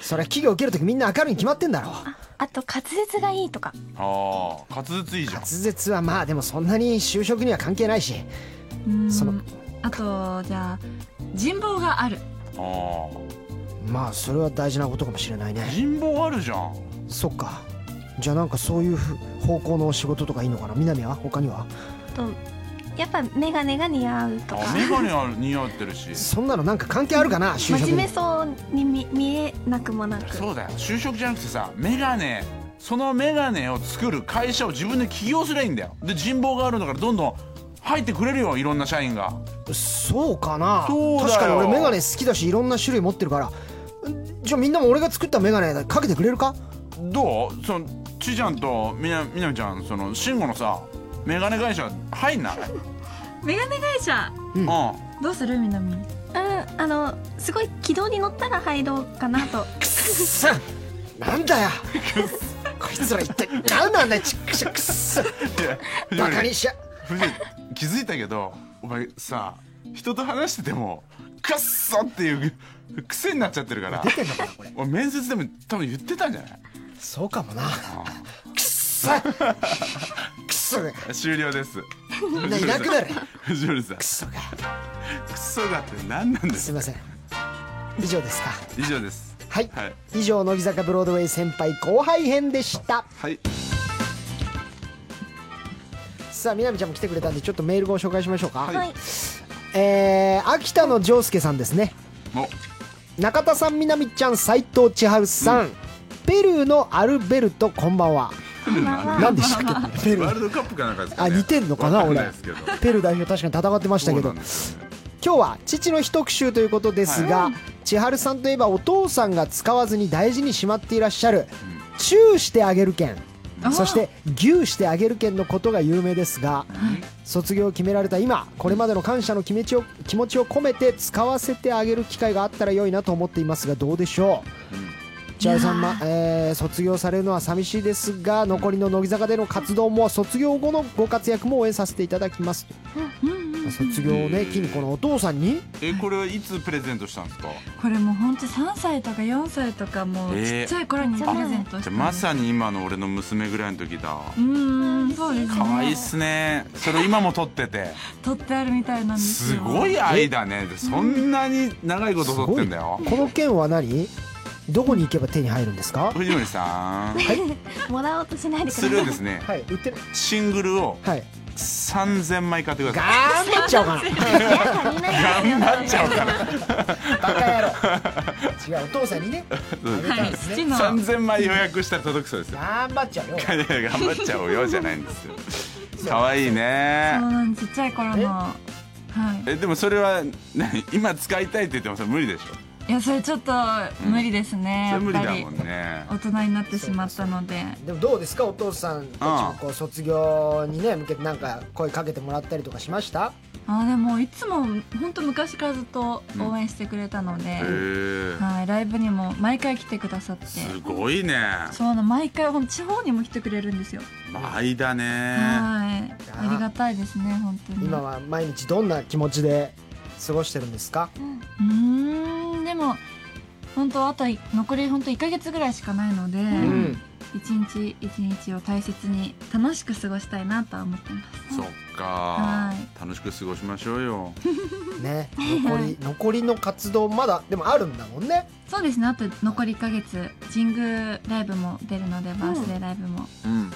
Speaker 1: そりゃ企業受けるときみんな明るいに決まってんだろ
Speaker 3: あと滑舌がいいとか
Speaker 2: ああ滑舌いいじゃん
Speaker 1: 滑舌はまあでもそんなに就職には関係ないし
Speaker 3: うん
Speaker 1: その
Speaker 3: あとじゃあ人望がある
Speaker 2: あ
Speaker 1: まあそれは大事なことかもしれない
Speaker 2: あ
Speaker 1: ね
Speaker 2: 人望あるじゃん
Speaker 1: そっかじゃあなんかそういうふ方向の仕事とかいいのかな南は他には
Speaker 4: とやっぱメガネが似合うとか
Speaker 2: あ眼鏡ある似合ってるし
Speaker 1: そんなのなんか関係あるかな就
Speaker 4: 真
Speaker 1: 職
Speaker 4: 面
Speaker 1: に
Speaker 4: 目そうに見見えなくもなく
Speaker 2: そうだよ就職じゃなくてさ眼鏡その眼鏡を作る会社を自分で起業すればいいんだよで人望があるんだからどんどん入ってくれるよいろんな社員が
Speaker 1: そうかな
Speaker 2: そうだよ
Speaker 1: 確かに俺メガネ好きだしいろんな種類持ってるからんじゃあみんなも俺が作ったメガネかけてくれるか
Speaker 2: どうそのちーちゃんとみなみなみちゃんその慎吾のさ眼鏡会社入ん
Speaker 1: [laughs]
Speaker 2: ない、
Speaker 3: メガネ会社
Speaker 2: うん、
Speaker 3: どうするみなみ
Speaker 4: うんあのすごい軌道に乗ったら入ろうかなと
Speaker 1: くっさなんだよこいつら一体何なんだよちっくしゃくっさ
Speaker 2: いや
Speaker 1: バカにしちゃ
Speaker 2: 藤森気づいたけどお前さ人と話しててもクッソっていう癖になっちゃってるから
Speaker 1: 出てんのかなこれ
Speaker 2: 俺面接でも多分言ってたんじゃない
Speaker 1: そうかもなくっさくっそが
Speaker 2: [laughs] 終了です
Speaker 1: みんないなくなる
Speaker 2: 藤森さん
Speaker 1: くっそが
Speaker 2: クソだって何なんですす
Speaker 1: いません以上ですか
Speaker 2: 以上です
Speaker 1: はい、
Speaker 2: はい
Speaker 1: 以上乃木坂ブロードウェイ先輩後輩編でした
Speaker 2: はい
Speaker 1: さあみなみちゃんも来てくれたんでちょっとメールご紹介しましょうか、
Speaker 2: はい
Speaker 4: はい
Speaker 1: えー、秋田の丈介さんですね
Speaker 2: も
Speaker 1: 中田さんみなみちゃん斎藤千春さん、ペルーのアルベルトこんばんは何でしたっけペ
Speaker 2: う
Speaker 1: ル
Speaker 2: [laughs] ワー
Speaker 1: ー
Speaker 2: ルドカップかなんかですか、
Speaker 1: あ
Speaker 2: ね、
Speaker 1: 似てんのかな
Speaker 2: わん
Speaker 1: 俺
Speaker 2: いですけど
Speaker 1: ペルー代表確かに戦ってましたけ
Speaker 2: そうな
Speaker 1: ど
Speaker 2: んですよね
Speaker 1: 今日は父の日特集ということですが、千春さんといえばお父さんが使わずに大事にしまっていらっしゃる「チューしてあげる券」そして「牛してあげる券」のことが有名ですが、卒業を決められた今これまでの感謝の気持ちを気持ちを込めて使わせてあげる機会があったら良いなと思っていますがどうでしょう、千春さん、まえー卒業されるのは寂しいですが残りの乃木坂での活動も卒業後のご活躍も応援させていただきます卒業をね機にこのお父さんに
Speaker 2: えこれはいつプレゼントしたんですか
Speaker 3: これもうほんと3歳とか4歳とかもう
Speaker 2: えー
Speaker 3: ちっちゃい頃にプレゼントし
Speaker 2: じ
Speaker 3: て
Speaker 2: ゃあまさに今の俺の娘ぐらいの時だ
Speaker 3: うーんそうですね
Speaker 2: 可愛いっすねそれ今も撮ってて
Speaker 3: 取ってあるみたいなんです
Speaker 2: す
Speaker 3: よ
Speaker 2: ごい愛だねそんなに長いこと撮ってんだよ
Speaker 1: すごいこの件は何どこに行けば手に入るんですか
Speaker 2: 藤森さん
Speaker 4: もらおうとしないでくださ
Speaker 2: す
Speaker 4: い
Speaker 2: るですね
Speaker 1: はい売ってる
Speaker 2: シングルを
Speaker 1: はい
Speaker 2: 3000枚買ってください
Speaker 1: 頑張っちゃおう [laughs] か
Speaker 2: [laughs]
Speaker 4: 足りないですよ
Speaker 2: なっちゃうから
Speaker 1: なバカ [laughs] 野郎違うお父さんにね
Speaker 2: [laughs]
Speaker 3: はい父の
Speaker 2: 3000枚予約したら届くそうですよ
Speaker 1: 頑張っちゃうよ
Speaker 2: いやいや頑張っちゃおうよじゃないん [laughs] ですよ可愛いね
Speaker 3: そうなんですちっちゃい頃
Speaker 1: え
Speaker 3: のはい
Speaker 2: えでもそれは何 [laughs] 今使いたいって言ってもさ無理でしょ
Speaker 3: いやそれちょっと無理ですね、
Speaker 2: それ無理
Speaker 3: やっ
Speaker 2: だ
Speaker 3: ぱり
Speaker 2: もんね
Speaker 3: 大人になってしまったので
Speaker 1: でもどうですかお父さんたちもこう卒業にね向けてなんか声かけてもらったりとかしました
Speaker 3: あーでもいつも本当昔からずっと応援してくれたので
Speaker 2: へ、え
Speaker 3: はい、ライブにも毎回来てくださって
Speaker 2: すごいね
Speaker 3: そうなの毎回ほん地方にも来てくれるんですよ、
Speaker 2: 愛だね
Speaker 3: はいありがたいですね本当に
Speaker 1: 今は毎日どんな気持ちで過ごしてるんですか
Speaker 3: うーんでも本当あとい残り本当1ヶ月ぐらいしかないので、
Speaker 1: ん
Speaker 3: 一日一日を大切に楽しく過ごしたいなとは思ってます
Speaker 2: そっか
Speaker 3: は
Speaker 2: 楽しく過ごしましょうよ
Speaker 1: ね残り残りの活動まだでもあるんだもんね
Speaker 3: そうですねあと残り1ヶ月神宮ライブも出るのでバースデーライブも、
Speaker 2: うん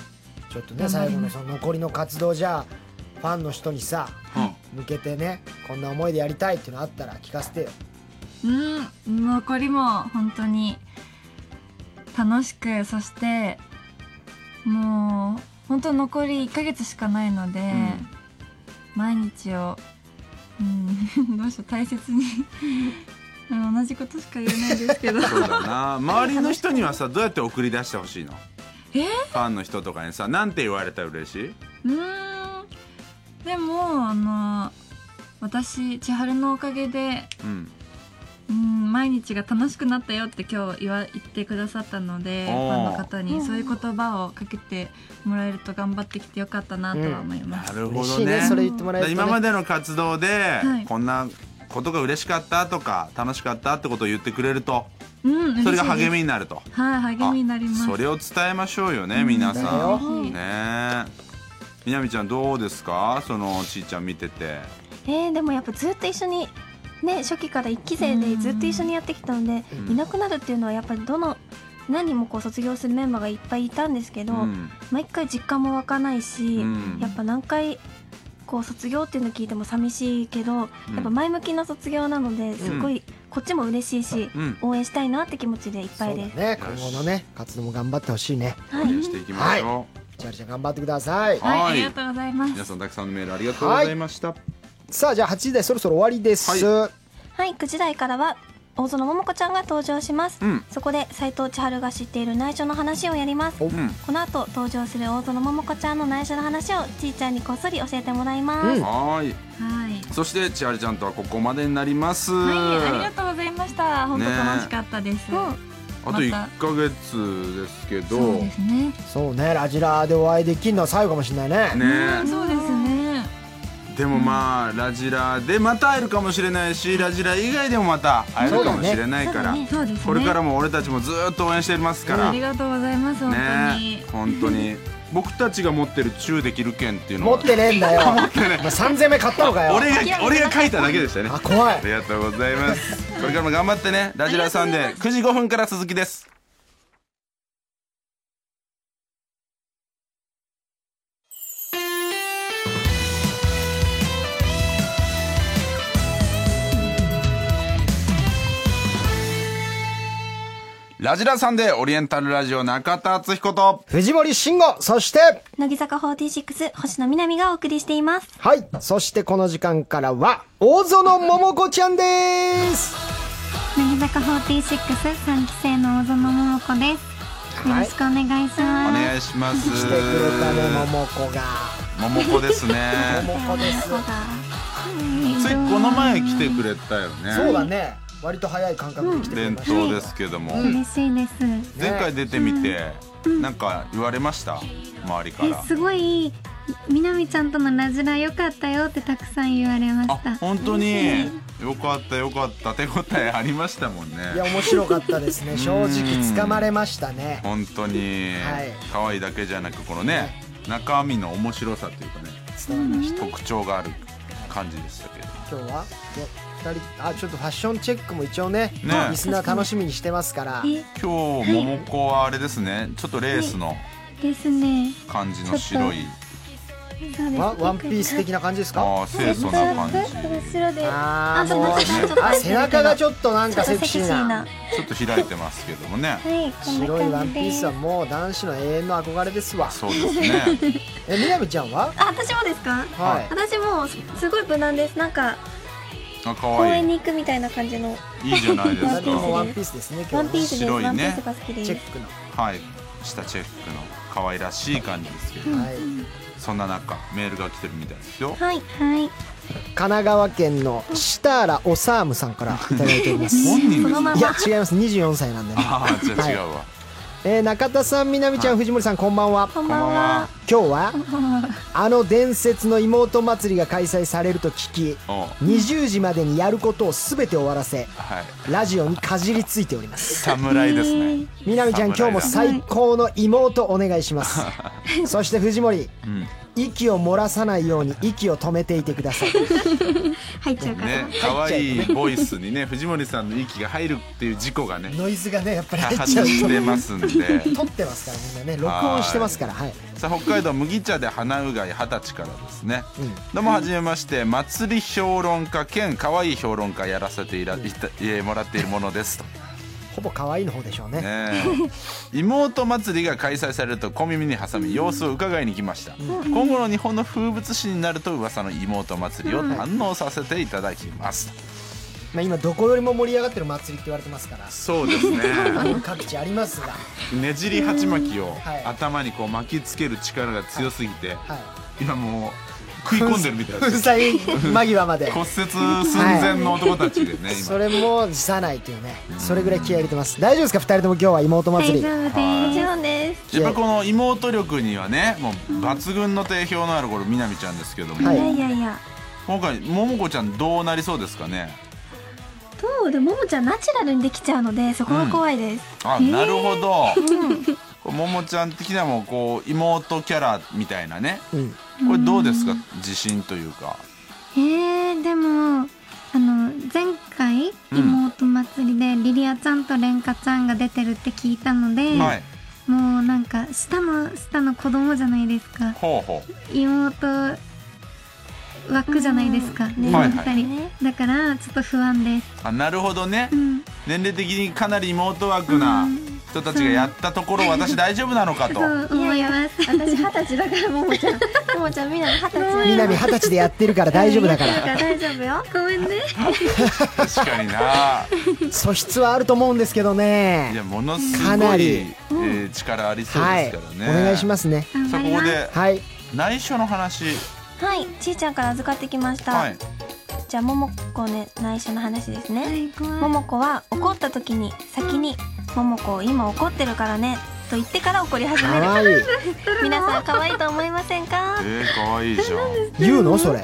Speaker 1: ちょっとね最後のその残りの活動じゃあファンの人にさ向けてねこんな思いでやりたいっていうのあったら聞かせてよ
Speaker 3: うん残りも本当に楽しくそしてもう本当残り1ヶ月しかないので、
Speaker 2: ん
Speaker 3: 毎日を、うん、 [laughs] どうしよう大切にうん同じことしか言えないですけど
Speaker 2: そうだな周りの人にはさどうやって送り出してほしいの
Speaker 3: えー
Speaker 2: ファンの人とかにさなんて言われたら嬉しいう
Speaker 3: ーんでもあの私千春のおかげで
Speaker 2: うん
Speaker 3: うん毎日が楽しくなったよって今日言わ言ってくださったので
Speaker 2: お
Speaker 3: フ
Speaker 2: ー
Speaker 3: ァンの方にそういう言葉をかけてもらえると頑張ってきてよかったなとは思いま
Speaker 2: な
Speaker 3: す、
Speaker 2: るほ
Speaker 1: 嬉
Speaker 2: ど
Speaker 1: しいね
Speaker 2: ね
Speaker 1: それ言ってもらえると、ね、
Speaker 2: 今までの活動で
Speaker 3: い
Speaker 2: こんなことが嬉しかったとか楽しかったってことを言ってくれると
Speaker 3: うん、
Speaker 2: それが励
Speaker 3: み。
Speaker 2: みになると
Speaker 3: はい、励みになります。
Speaker 2: あそれを伝えましょうよね皆さ
Speaker 1: だよ
Speaker 2: んねえみなみちゃんどうですかそのちいちゃん見てて
Speaker 4: えー、でもやっぱずっと一緒にね初期から一期生でずっと一緒にやってきたので、
Speaker 2: うん
Speaker 4: いなくなるっていうのはやっぱりどの何人もこう卒業するメンバーがいっぱいいたんですけど、
Speaker 2: うん
Speaker 4: 毎回実感も湧かないし、
Speaker 2: うん
Speaker 4: やっぱ何回こう卒業っていうの聞いても寂しいけど、
Speaker 2: うん
Speaker 4: やっぱ前向きな卒業なのですごいこっちも嬉しいし、
Speaker 2: うん
Speaker 4: 応援したいなって気持ちでいっぱ
Speaker 1: そ
Speaker 4: いう
Speaker 1: だ
Speaker 4: です。
Speaker 1: ね今後のね活動も頑張ってほしいね
Speaker 2: 応援していきましょ
Speaker 1: じゃあじゃあ頑張ってください
Speaker 3: はい、
Speaker 2: はい
Speaker 3: ありがとうございま
Speaker 2: う
Speaker 3: す
Speaker 2: 皆。さんたくさんのメールありがとうございました
Speaker 1: さあじゃあ8時台そろそろ終わりです、
Speaker 2: は
Speaker 4: はい、9時台からは大園桃子ちゃんが登場します、
Speaker 2: うん
Speaker 4: そこで斉藤千春が知っている内緒の話をやります
Speaker 1: お
Speaker 2: うん
Speaker 4: この後登場する大園桃子ちゃんの内緒の話をちいちゃんにこっそり教えてもらいます、
Speaker 1: うん
Speaker 2: はーい
Speaker 3: はい。
Speaker 2: そして千春ちゃんとはここまでになります
Speaker 3: はい、ありがとうございました。本当
Speaker 2: ね
Speaker 3: 楽しかったです。
Speaker 4: うん
Speaker 2: あと1ヶ月ですけど
Speaker 3: そうですね。
Speaker 1: そうねラジラでお会いできるのは最後かもしれないね
Speaker 2: ね
Speaker 3: うんそうですね。
Speaker 2: でもまあラジラでまた会えるかもしれないしラジラ以外でもまた会えるかもしれないから、
Speaker 3: そうですね。
Speaker 2: これからも俺たちもずーっと応援してますか
Speaker 3: あ
Speaker 2: ら、
Speaker 3: りがとうございます。本当に。
Speaker 2: ね本当に僕たちが持ってる中できる券っていうの
Speaker 1: 持
Speaker 2: は
Speaker 1: ってねえん
Speaker 2: [laughs]
Speaker 1: だよお前3000目買ったのかよ
Speaker 2: 俺
Speaker 4: 諦めてな
Speaker 2: が
Speaker 4: い
Speaker 2: 俺が書いただけでしたね
Speaker 1: あ
Speaker 2: あ
Speaker 1: 怖い
Speaker 2: りがとうございますこれからも頑張ってねラジラさんで9時5分から鈴木ですラジラさんでオリエンタルラジオ中田敦彦と
Speaker 1: 藤森慎吾そして
Speaker 4: 乃木坂46星野みなみがお送りしています
Speaker 1: はいそしてこの時間からは大園桃子ちゃんです
Speaker 4: 乃木坂463期生の大園桃子です
Speaker 1: よろしく
Speaker 4: お願いし
Speaker 2: お
Speaker 4: ま
Speaker 2: 願いします
Speaker 1: 来てくれたね桃子が
Speaker 2: 桃子ですね
Speaker 1: 桃子です
Speaker 2: ついこの前来てくれたよね
Speaker 1: そうだね割と早い感覚で来てくれ
Speaker 2: 伝
Speaker 1: ました
Speaker 2: 統ですけども、
Speaker 4: 嬉しいです
Speaker 2: 前回出てみて、なんか言われました周りか
Speaker 5: え
Speaker 2: ら
Speaker 5: すごいみなみちゃんとのラジラ良かったよってたくさん言われまし
Speaker 2: あ
Speaker 5: た
Speaker 2: 本当によかったよかった手応えありましたもん
Speaker 1: いや
Speaker 2: ね
Speaker 1: 面白かったですね正直つかまれましたね
Speaker 2: 本当に
Speaker 1: はい
Speaker 2: 可愛いだけじゃなくこのね中身の面白さというかね
Speaker 1: 伝わりました
Speaker 2: 特徴がある感じでしたけど
Speaker 1: 今日はで二人あちょっとファッションチェックも一応ね
Speaker 2: ね
Speaker 1: リスナー楽しみにしてますから
Speaker 5: え
Speaker 2: 今日桃子はあれですねちょっとレースの
Speaker 5: ですね
Speaker 2: 感じの白い
Speaker 5: そうです
Speaker 1: ワワンピース的な感じですか
Speaker 2: ああ清楚な感じち
Speaker 5: 後ろで
Speaker 1: あーもう
Speaker 4: あ背中
Speaker 1: あ背中がちょっとなんかセクシーな
Speaker 2: ょっと開いてますけどもね
Speaker 5: はいこんな
Speaker 1: 白いワン
Speaker 5: 感じ
Speaker 1: ピ
Speaker 5: で
Speaker 1: ースはもう男子の永遠の憧れですわ
Speaker 2: そうですね
Speaker 1: えみなみちゃんは
Speaker 4: あ私もですか
Speaker 1: はい
Speaker 4: 私もすごい無難ですなんか
Speaker 2: あ
Speaker 4: 公
Speaker 2: 可愛
Speaker 4: 園
Speaker 2: い
Speaker 4: に行くみたいな感じの
Speaker 2: いいじゃないです
Speaker 1: 二
Speaker 2: か
Speaker 1: 人とも [laughs] ワンピースですね
Speaker 4: ワ
Speaker 1: 今
Speaker 4: ンピー
Speaker 1: 日
Speaker 4: スです、
Speaker 2: 白いね
Speaker 4: ワンピースが好きで
Speaker 1: チェッ
Speaker 4: す
Speaker 1: クの
Speaker 2: はい、したチェックの可愛らしい感じですけど、
Speaker 1: はい
Speaker 2: そんな中メールが来てるみたいですよ。
Speaker 4: はい
Speaker 5: は
Speaker 1: 神
Speaker 5: い
Speaker 1: 奈川県のシターラオサームさんからいただいております
Speaker 2: 本人です
Speaker 4: そのま
Speaker 1: い
Speaker 2: ね。
Speaker 4: ま
Speaker 1: や違います24歳なんでね
Speaker 2: [laughs] ああ、じゃあ違うわ。
Speaker 1: えー中田さんみなみちゃん藤森さんこんばんは
Speaker 4: こ
Speaker 2: こ
Speaker 4: ん
Speaker 2: ん
Speaker 4: ば
Speaker 2: ば
Speaker 4: ん
Speaker 2: ん
Speaker 4: は
Speaker 2: は。
Speaker 1: 今日はあの伝説の妹祭りが開催されると聞き
Speaker 2: おう
Speaker 1: 20時までにやることを全て終わらせ
Speaker 2: はい。
Speaker 1: ラジオにかじりついております
Speaker 2: 侍ですね。
Speaker 1: みなみちゃん今日も
Speaker 2: 侍
Speaker 1: 最高の妹お願いします
Speaker 2: [laughs]
Speaker 1: そして藤森
Speaker 2: だうん。
Speaker 1: 息を漏らさないように息を止めていてくだ
Speaker 2: [laughs]
Speaker 1: さい
Speaker 5: 入っちゃうから、
Speaker 2: ね、可愛いボイスにね、藤森さんの息が入るっていう事故がね、
Speaker 1: ノイズがねやっぱり
Speaker 2: 多
Speaker 1: 入っ
Speaker 2: 発
Speaker 1: ちゃう
Speaker 2: してますんで。
Speaker 1: 撮ってますからみんなね録音してますからはい
Speaker 2: さあ北海道麦茶で花うがい二十歳からですね、どうもはじめまして祭り評論家兼可愛い評論家やらせていら、いたえーもらっているものですと
Speaker 1: ほぼ可愛いの方でしょうね [laughs]
Speaker 2: ねえ妹祭りが開催されると小耳に挟み様子を伺いに来ました、今後の日本の風物詩になると噂の妹祭りを堪能させていただきます、
Speaker 1: まあ今どこよりも盛り上がってる祭りって言われてますから
Speaker 2: そうですね
Speaker 1: [laughs] 各地ありますがは
Speaker 2: ねじり鉢巻きを
Speaker 1: はい
Speaker 2: 頭にこう巻きつける力が強すぎて、
Speaker 1: い
Speaker 2: 今もう食い込んでるみたい
Speaker 1: 粉
Speaker 2: です
Speaker 1: 砕間際まで
Speaker 2: 骨折寸前の男たちでね、
Speaker 1: そ
Speaker 2: 今
Speaker 1: れも辞さないというねそれぐらい気合い入れてます大丈夫ですか2人とも今日は妹祭
Speaker 5: 大
Speaker 1: り
Speaker 5: 丈夫です、
Speaker 4: もちろんです
Speaker 2: やっぱこの妹力にはねもう抜群の定評のあるこれ南ちゃんですけども、
Speaker 1: はい
Speaker 4: いやいやいや
Speaker 2: 今回桃子ちゃんどうなりそうですかね
Speaker 4: どうそうでももちゃんナチュラルにできちゃうのでそこが怖いです、
Speaker 2: あなるほど、これももちゃん的にはもうこう妹キャラみたいなね
Speaker 1: うん
Speaker 2: これどうですか自信というか
Speaker 5: えー、でもあの前回
Speaker 2: うん
Speaker 5: 妹祭りでリリアちゃんとレンカちゃんが出てるって聞いたので、
Speaker 2: はい
Speaker 5: もうなんか下の下の子供じゃないですか
Speaker 2: ほうほう
Speaker 5: 妹枠じゃないですか、
Speaker 4: うん
Speaker 5: ね
Speaker 2: はい
Speaker 5: 二
Speaker 2: は
Speaker 5: 人だからちょっと不安です、
Speaker 2: あなるほどね
Speaker 5: うん、
Speaker 2: 年齢的にかなり妹枠な人たちがやったところ私大丈夫なのかと
Speaker 5: そう思います
Speaker 4: 私
Speaker 5: [laughs]
Speaker 4: 二十歳だからももちゃんももちゃんみなみ二十歳
Speaker 1: みなみ二十歳でやってるから大丈夫だから
Speaker 4: ら大丈夫よ
Speaker 5: ごめんね
Speaker 2: 確かにな
Speaker 1: 素質はあると思うんですけど
Speaker 2: い
Speaker 1: ね
Speaker 2: やものす
Speaker 1: か
Speaker 2: ご、
Speaker 1: ないり
Speaker 2: えー力ありそう
Speaker 1: は
Speaker 2: で
Speaker 1: い
Speaker 2: すから
Speaker 1: お
Speaker 2: ね、
Speaker 1: 願いしますね
Speaker 5: 頑
Speaker 2: さあ
Speaker 5: 張
Speaker 2: こ
Speaker 5: りま
Speaker 2: こ
Speaker 5: す
Speaker 2: で
Speaker 1: はい
Speaker 2: 内緒の話
Speaker 4: はいちいちゃんから預かってきました、
Speaker 2: はい
Speaker 4: じゃあももこね内緒の話ですね、
Speaker 5: はい怖い
Speaker 4: ももこは怒った時に先に「ももこを今怒ってるからね」と言ってから怒り始
Speaker 1: か
Speaker 4: める
Speaker 1: わいい
Speaker 4: 皆さん可愛いと思いませんか
Speaker 2: [laughs] えー、かわいいじゃん
Speaker 1: 言うのそれ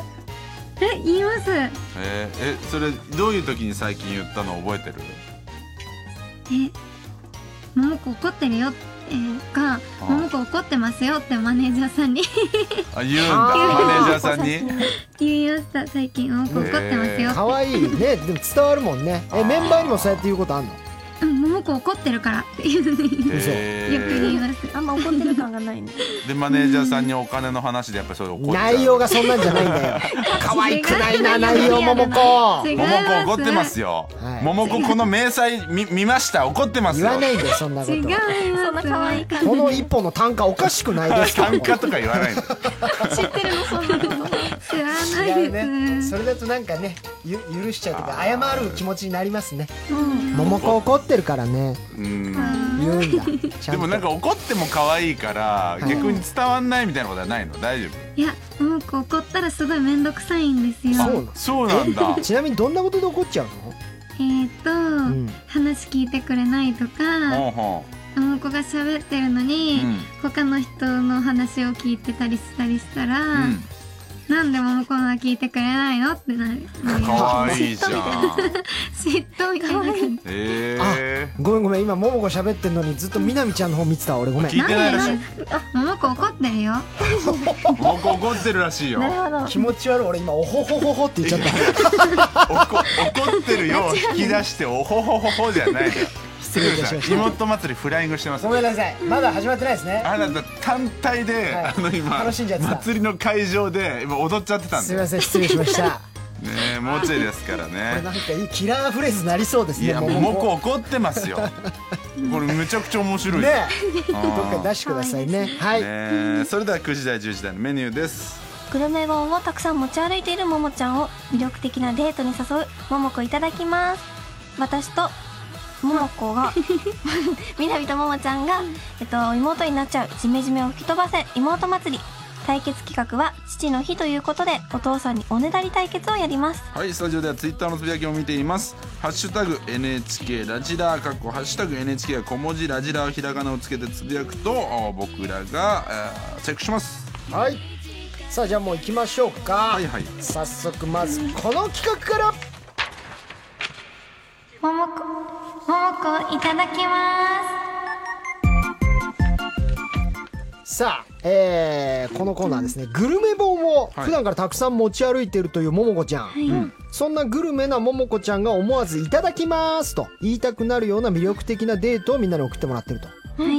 Speaker 5: え言いますえ
Speaker 2: えー、えそれどういう時に最近言ったの覚えてる
Speaker 5: 桃子怒ってるよえー、か
Speaker 2: あ
Speaker 5: 桃子怒ってますよってマネージャーさんに [laughs]
Speaker 2: あ言うんだ
Speaker 1: あー
Speaker 2: マネージャーさんに
Speaker 5: 言いました最近桃子怒ってますよって、
Speaker 1: かわいいねでも伝わるもんね
Speaker 2: あ
Speaker 1: え
Speaker 2: ー
Speaker 1: メンバーにもそうやって言うことあんの
Speaker 5: うん桃子怒ってるからっていうのによ
Speaker 2: え
Speaker 5: く言います
Speaker 4: あんま怒ってる感がないね
Speaker 2: ー、でマネージャーさんにお金の話でやっぱりそれ怒っちゃう
Speaker 1: 内容がそんなんじゃないんだよ [laughs] 可愛くないな内容ももこ
Speaker 5: 違い
Speaker 2: 桃子
Speaker 5: ます
Speaker 2: 怒ってますよ、
Speaker 1: はい
Speaker 2: 桃子この明細見見ました怒ってます
Speaker 1: 言
Speaker 2: よ
Speaker 1: わないんだよそんなこ
Speaker 5: 違います
Speaker 1: と
Speaker 4: そんな可愛い感
Speaker 1: この一本の単価おかしくないですか
Speaker 2: 単価とか言わ
Speaker 1: [laughs]
Speaker 2: ないんだよ
Speaker 4: じ知ってるのそんなの
Speaker 5: 知らない
Speaker 1: 違う
Speaker 5: で
Speaker 1: ね
Speaker 5: す
Speaker 1: それだとなんかねゆ許しちゃうとか謝る気持ちになりますね
Speaker 4: うん
Speaker 1: 桃子怒ってるからね
Speaker 2: うん
Speaker 1: 言うんだ [laughs] ちゃ
Speaker 2: でもなん
Speaker 1: んと
Speaker 2: か怒っても可愛いから
Speaker 1: い
Speaker 2: 逆に伝わんないみたいなことはないの大丈
Speaker 5: いや桃子怒ったらすごい面倒くさいんですよ
Speaker 1: そうな
Speaker 2: 夫そうなんだ
Speaker 1: [laughs] ちなみにどんなことで怒っちゃう
Speaker 5: えー、と、
Speaker 1: のうん
Speaker 5: 話聞いてくれないとか
Speaker 2: ほうほ
Speaker 5: 桃子が喋ってるの
Speaker 2: う
Speaker 5: に、
Speaker 2: うん
Speaker 5: 他の人の話を聞いてたりしたりしたら、
Speaker 2: うん
Speaker 5: なんで桃子のは聞いてくれないのってなる
Speaker 2: 可愛いじゃん
Speaker 5: 嫉妬みたいな感じ
Speaker 2: え
Speaker 1: ごめんごめん今桃子喋ってんのにずっとみなみちゃんの方見てた俺ごめん
Speaker 2: 聞いてないらしい
Speaker 5: 桃子怒ってるよ
Speaker 2: 桃子怒ってるらしいよ
Speaker 4: なるほど
Speaker 1: 気持ち悪い俺今おほほほほって言っちゃった
Speaker 2: おこ怒ってるよを引き出しておほほほほじゃないのよ
Speaker 1: [laughs] 失礼いたしました
Speaker 2: 妹祭りフライングしてます
Speaker 1: ごめんなさいまだ始まってないですね
Speaker 2: あなた単体で、
Speaker 1: はい
Speaker 2: あの今
Speaker 1: 楽しんじゃってた
Speaker 2: 祭りの会場で今踊っちゃってたん
Speaker 1: す
Speaker 2: だ
Speaker 1: み
Speaker 2: よ
Speaker 1: ません失礼しました
Speaker 2: ねえもうちょいですから
Speaker 1: これ
Speaker 2: ね
Speaker 1: なんかいいキラーフレーズになりそうです
Speaker 2: い
Speaker 1: ね
Speaker 2: や
Speaker 1: 桃子
Speaker 2: 桃子怒ってますよこれめちゃくちゃ面白いよ
Speaker 1: ね
Speaker 2: うん
Speaker 1: どっか出してくださいねはい
Speaker 2: ねえそれでは9時台10時台のメニューです
Speaker 4: グルメ本をたくさん持ち歩いているももちゃんを魅力的なデートに誘うももこいただきます私とももこがみなみとももちゃんが、えっと、妹になっちゃうジメジメを吹き飛ばせ妹祭り対決企画は父の日ということでお父さんにおねだり対決をやります
Speaker 2: はいスタジオではツイッターのつぶやきも見ています「ハッシュタグ #NHK ラジラー」かっこ「ハッシュタグ #NHK 小文字ラジラー」ひらがなをつけてつぶやくとあ僕らがあチェックします
Speaker 1: はいさあじゃあもう行きましょうか
Speaker 2: はいはい
Speaker 1: 早速まずこの企画から
Speaker 5: ももこ、ももこいただきま
Speaker 1: さあ、えーこのコーナーですねグルメ本を普段からたくさん持ち歩いているというももこちゃん、そんなグルメなももこちゃんが思わず「いただきます」と言いたくなるような魅力的なデートをみんなに送ってもらってると
Speaker 5: す。はい。
Speaker 2: え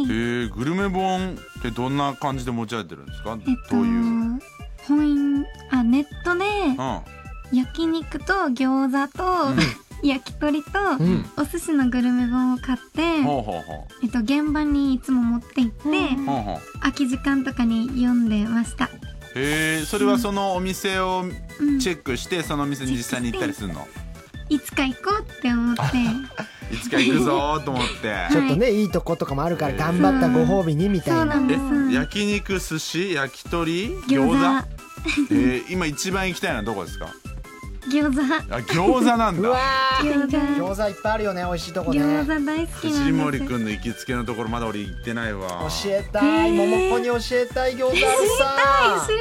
Speaker 2: ー、グルメ本ってどんな感じで持ち上げてるんですか、
Speaker 5: えっと
Speaker 2: どういう、うん、
Speaker 5: 本因あネットで焼肉と餃子と、焼き鳥と、
Speaker 1: ん
Speaker 5: お寿司のグルメ本を買って、
Speaker 2: ほうほうほ
Speaker 5: えっと現場にいつも持って行って、
Speaker 2: うほうほう
Speaker 5: 空き時間とかに読んでました。
Speaker 2: えー、それはそのお店を
Speaker 5: うん
Speaker 2: チェックしてそのお店に実際に行ったりするの
Speaker 5: いつか行こうって思って、
Speaker 2: いつか行くぞーと思
Speaker 5: [laughs]
Speaker 2: って
Speaker 1: ちょっとねいいとことかもあるから
Speaker 2: えー
Speaker 1: 頑張ったご褒美にみた
Speaker 5: そ
Speaker 1: い
Speaker 5: うな
Speaker 1: なん
Speaker 5: です。
Speaker 2: え焼肉寿司焼き鳥餃
Speaker 5: 餃
Speaker 2: 子
Speaker 5: 子、
Speaker 2: えー、今一番行きたいのはどこですか
Speaker 5: 餃子、
Speaker 2: あ餃子なん
Speaker 1: う
Speaker 2: だ
Speaker 1: わ
Speaker 5: 餃子、
Speaker 1: ー餃子いっぱいあるよね美味しいとこね
Speaker 5: 餃子大好き
Speaker 2: 藤
Speaker 5: なんで
Speaker 2: 森
Speaker 5: す。
Speaker 2: くんの行きつけのところまだ俺行ってないわ
Speaker 1: 教えたい、
Speaker 5: えー
Speaker 1: 桃子に教えたい餃子あるさ
Speaker 5: 知り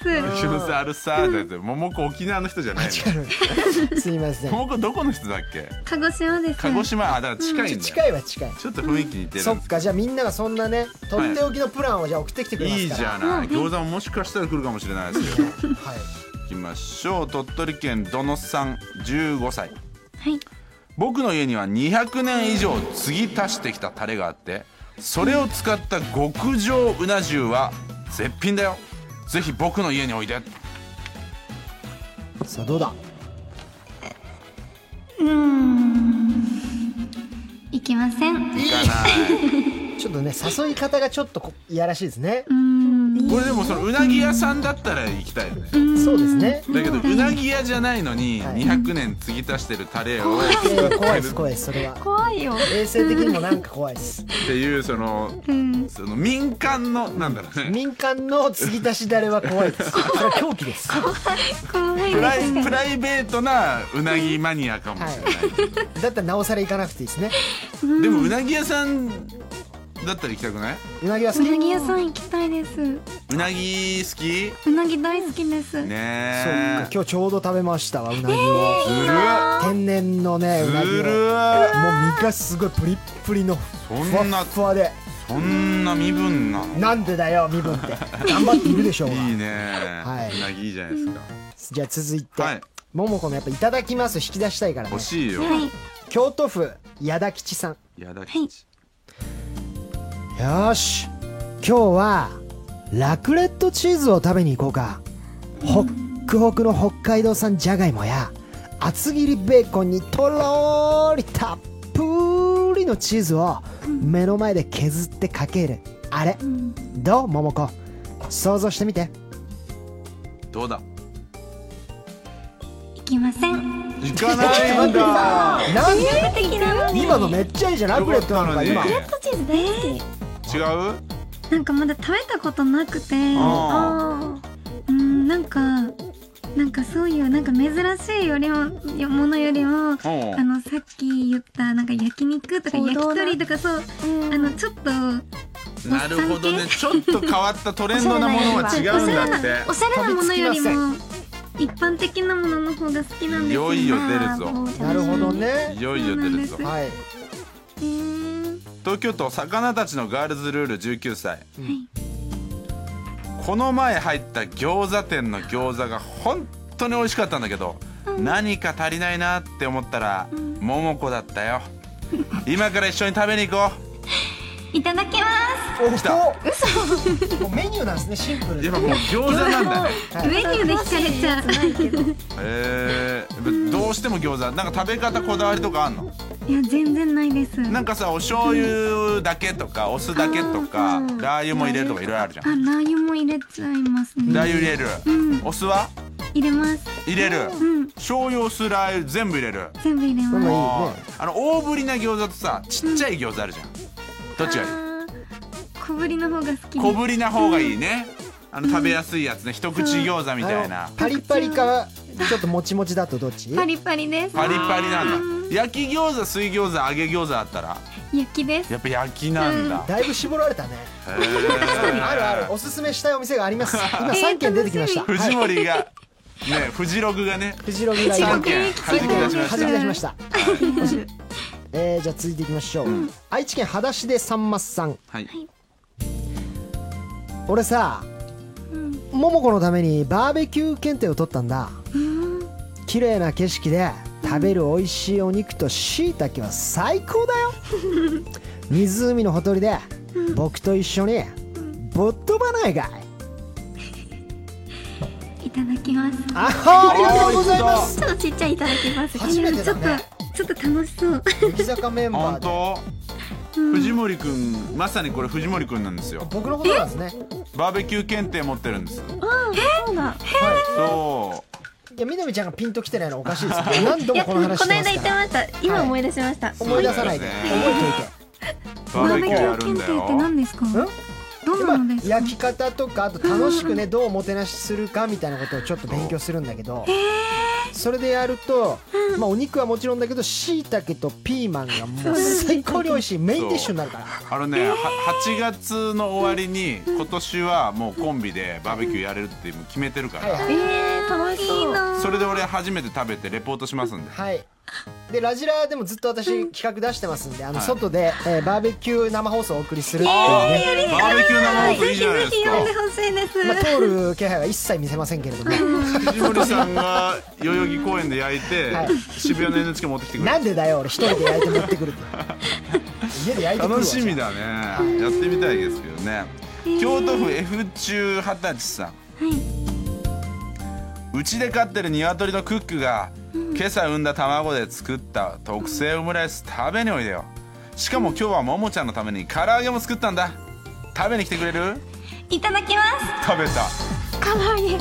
Speaker 5: たいないです。
Speaker 2: シュンサールサーだって桃子沖縄の人じゃないの
Speaker 1: 違うすいません
Speaker 2: 桃子どこの人だっけ
Speaker 5: 鹿児島です。
Speaker 2: 鹿児島あだから近いんだよ、
Speaker 1: 近いは近い
Speaker 2: ちょっと雰囲気似てる
Speaker 1: そっかじゃあみんながそんなねとっておきのプランをじゃあ送ってきてくれます
Speaker 2: いい
Speaker 1: から
Speaker 2: じゃない、餃子ももしかしたら来るかもしれないですけど行
Speaker 1: はい
Speaker 2: きましょう鳥取県どのさん15歳
Speaker 5: はい。
Speaker 2: 僕の家には200年以上継ぎ足してきたタレがあってそれを使った極上うな重は絶品だよぜひ僕の家においで
Speaker 1: さあどうだ
Speaker 5: うーん。いきません。う
Speaker 2: 行かない
Speaker 1: ちょっとね誘い方がちょっとこいやらしいですね
Speaker 5: ーん。
Speaker 2: これでもそのうなぎ屋さんだったら行きたいよね
Speaker 1: そうですね
Speaker 2: だけどうなぎ屋じゃないのに
Speaker 1: はい
Speaker 2: 200年継ぎ足してるタレを
Speaker 1: いやいや怖 [laughs] いです怖いですそれは
Speaker 4: 怖いよ
Speaker 1: 衛生的にもなんか怖いです
Speaker 2: っていうその
Speaker 5: うん。
Speaker 2: その民間のなんだろうね
Speaker 1: 民間の継ぎ足しだれは怖いですそれは狂気です
Speaker 5: 怖い
Speaker 2: プラ
Speaker 5: です
Speaker 2: イ
Speaker 5: ね。
Speaker 2: プライベートなうなぎマニアかもしれない、
Speaker 1: だったらなおさら行かなくていいですね
Speaker 2: でもうなぎ屋さんだったら行きたくないう
Speaker 1: なぎは
Speaker 5: うなぎ屋さん行きたいです。う
Speaker 2: うなぎ好き
Speaker 5: なぎ大好きです。
Speaker 2: ね
Speaker 1: そう
Speaker 2: え
Speaker 1: 今日ちょうど食べましたわうなぎを
Speaker 2: ずるっ
Speaker 1: 天然のねうなぎ
Speaker 2: ずる
Speaker 1: をもう
Speaker 2: っ
Speaker 1: 身がすごいプリップリのふ
Speaker 2: そ
Speaker 1: わ
Speaker 2: んな
Speaker 1: っふわで
Speaker 2: そんな身分なの
Speaker 1: なんでだよ身分って
Speaker 2: [laughs]
Speaker 1: 頑張っているでしょうが
Speaker 2: いいね、
Speaker 1: はいう
Speaker 2: なぎいいじゃないですか
Speaker 1: じゃあ続いて、
Speaker 2: はい
Speaker 1: ももこのやっぱいただきます引き出したいからね
Speaker 2: 欲しいよ、
Speaker 5: はい。
Speaker 1: 京都府矢田吉さん
Speaker 2: やだきち
Speaker 1: よーし今日はラクレットチーズを食べに行こうかホックホクの北海道産じゃがいもや厚切りベーコンにとろーりたっぷりのチーズを目の前で削ってかけるあれどう桃子想像してみて
Speaker 2: どうだ
Speaker 5: 行きません。
Speaker 2: 行かないんだ
Speaker 1: なんで
Speaker 4: 的なのに
Speaker 1: 今のめっちゃいいじゃんラクレットなんか
Speaker 2: よ
Speaker 1: 今
Speaker 2: かったのに
Speaker 4: トチーズ大好き
Speaker 2: 違う
Speaker 5: なんかまだ食べたことなくて。
Speaker 2: あ
Speaker 4: あー
Speaker 5: うん、なんか。なんかそういうなんか珍しいよりもよものよりもあ
Speaker 2: ーうん
Speaker 5: のさっき言ったなんか焼肉とか
Speaker 4: 王
Speaker 5: 焼き
Speaker 4: 道な
Speaker 5: 鳥とかそう
Speaker 4: うん
Speaker 5: あのちょっと
Speaker 2: なるほどねちょっと変わったトレンドなものは違うんだって
Speaker 5: おしゃれなものよりも一般的なものの方が好きなんです
Speaker 2: いよいよ出るぞ
Speaker 1: なるほどね
Speaker 2: いよいよ出るぞ
Speaker 5: そうな
Speaker 1: はい
Speaker 5: んですえー
Speaker 2: 東京都魚たちのガールズルール19歳
Speaker 5: はい
Speaker 2: この前入った餃子店の餃子が本当に美味しかったんだけど、何か足りないなって思ったら、桃子だったよ今から一緒に食べに行こ
Speaker 5: いただきます
Speaker 1: お
Speaker 2: 来た
Speaker 1: おもうメニューなんですねシンプル
Speaker 2: う
Speaker 1: で
Speaker 2: やっぱもう餃子なんだね
Speaker 1: はい
Speaker 5: メニューで聞かれちゃ
Speaker 2: えー、どうしても餃子なんか食べ方こだわりとかあんの
Speaker 5: ういや全然ないです
Speaker 2: なんかさお醤油だけとかお酢だけとかラ
Speaker 4: うん
Speaker 2: ー油も入れるとかいろいろあるじゃん
Speaker 5: あラー油も入れちゃいますね
Speaker 2: ラー油入れる
Speaker 5: うん
Speaker 2: お酢は
Speaker 5: 入れます
Speaker 2: 入れる
Speaker 5: うん
Speaker 2: 醤油お酢ラー油全部入れる
Speaker 5: 全部
Speaker 1: う
Speaker 5: 入れ
Speaker 1: んいい
Speaker 5: ます
Speaker 1: ね
Speaker 2: あーあの大ぶりな餃子とさちっちゃい餃子あるじゃんどっちがいい
Speaker 5: あー小ぶりの方が好き
Speaker 2: 小ぶりな方がいいね、あの食べやすいやつね一口餃子みたい
Speaker 1: あ
Speaker 2: な
Speaker 1: のパリパリかちょっともちもちだとどっち
Speaker 5: パリパリです
Speaker 2: パリパリなんだ焼き餃子水餃子揚げ餃子あったら
Speaker 5: 焼きです
Speaker 2: やっぱ焼きなんだ、
Speaker 1: だいぶ絞られたね
Speaker 2: へー
Speaker 1: あるあるおすすめしたいお店があり
Speaker 2: [laughs]
Speaker 1: ます今3軒出てきました、は
Speaker 2: 藤
Speaker 1: い、
Speaker 2: 森がね藤六がね
Speaker 1: フジログが
Speaker 2: 3
Speaker 1: 今
Speaker 2: 軒弾き出しま
Speaker 1: は
Speaker 2: し
Speaker 1: じ
Speaker 2: た
Speaker 1: め出しました、えーじゃあ続いていきましょう、愛知県裸足でさんまさん
Speaker 2: はい
Speaker 1: 俺さ、桃子のためにバーベキュー検定を取ったんだ綺麗な景色で食べる美味しいお肉としいたけは最高だ
Speaker 4: [laughs]
Speaker 1: よ湖のほとりで僕と一緒にぶっ飛ばないかい
Speaker 5: いただきます
Speaker 1: あありがとうございます
Speaker 4: ちょっとちっちゃいいただきます
Speaker 1: 初めてだ
Speaker 5: ちょっ
Speaker 1: ね
Speaker 5: とちょっと楽しそう
Speaker 1: 乃木坂メンバ
Speaker 2: 本
Speaker 1: ーで
Speaker 2: 当藤森くんまさにこれ藤森くんなんですよ
Speaker 1: 僕のことなんですね
Speaker 2: バーベキュー検定持ってるんです
Speaker 4: そうだ
Speaker 2: そ
Speaker 1: いやみなみちゃんがピンときてないのおかしいですね何度
Speaker 4: い
Speaker 1: も
Speaker 4: や
Speaker 1: こ
Speaker 4: こ
Speaker 1: の
Speaker 4: の
Speaker 1: 話してま
Speaker 4: 間
Speaker 1: す
Speaker 4: 言っ
Speaker 1: か
Speaker 4: て
Speaker 1: ら
Speaker 4: ました今思い出しました
Speaker 2: う
Speaker 1: 思い出さないで
Speaker 2: そ
Speaker 1: 覚
Speaker 2: うだよねうバ
Speaker 5: バ
Speaker 2: ー
Speaker 5: ー
Speaker 2: ベ
Speaker 5: ベ
Speaker 2: キュー
Speaker 5: キュ
Speaker 2: やる
Speaker 5: ー
Speaker 2: ん
Speaker 5: 検
Speaker 2: だ
Speaker 5: 定って
Speaker 2: よ
Speaker 5: 何ですか
Speaker 1: え
Speaker 5: ど
Speaker 1: え
Speaker 5: ん
Speaker 1: と
Speaker 5: ない
Speaker 1: て今
Speaker 5: のですか
Speaker 1: 焼き方とかあと楽しくねどうおもてなしするかみたいなことをちょっと勉強するんだけどそれでやると、まあ、お肉はもちろんだけどしいたけとピーマンがもう最高に美味しいメインディッシュになるから
Speaker 2: あのね、は8月の終わりに今年はもうコンビでバーベキューやれるってもう決めてるから、
Speaker 1: はい
Speaker 4: えー、楽しそう
Speaker 2: それで俺初めて食べてレポートしますんで、
Speaker 1: はいでラジラでもずっと私企画出してますんであの
Speaker 2: はい
Speaker 1: 外で、えーバーベキュー生放送をお送りするっていう
Speaker 2: あ
Speaker 1: ね、
Speaker 2: ーバーベキュー生放送いいじゃないで
Speaker 5: ぜひ呼んですほしいです。
Speaker 1: まあ、通る気配は一切見せませんけれども
Speaker 2: [laughs] か藤森さんが代々木公園で焼いて、
Speaker 1: はい
Speaker 2: 渋谷の NHK 持ってきてくれ
Speaker 1: な
Speaker 2: る
Speaker 1: んでだよ俺一人で焼いて持ってくるって家で焼いてくるわ
Speaker 2: 楽しみだねやってみたいですけどね京都府 F 中二十歳さんうちで飼ってる鶏のクックが今朝産んだ卵で作った特製オムライス食べにおいでよしかも今日はももちゃんのために唐揚げも作ったんだ食べに来てくれる
Speaker 5: いただきます。
Speaker 2: 食べた
Speaker 4: かわいい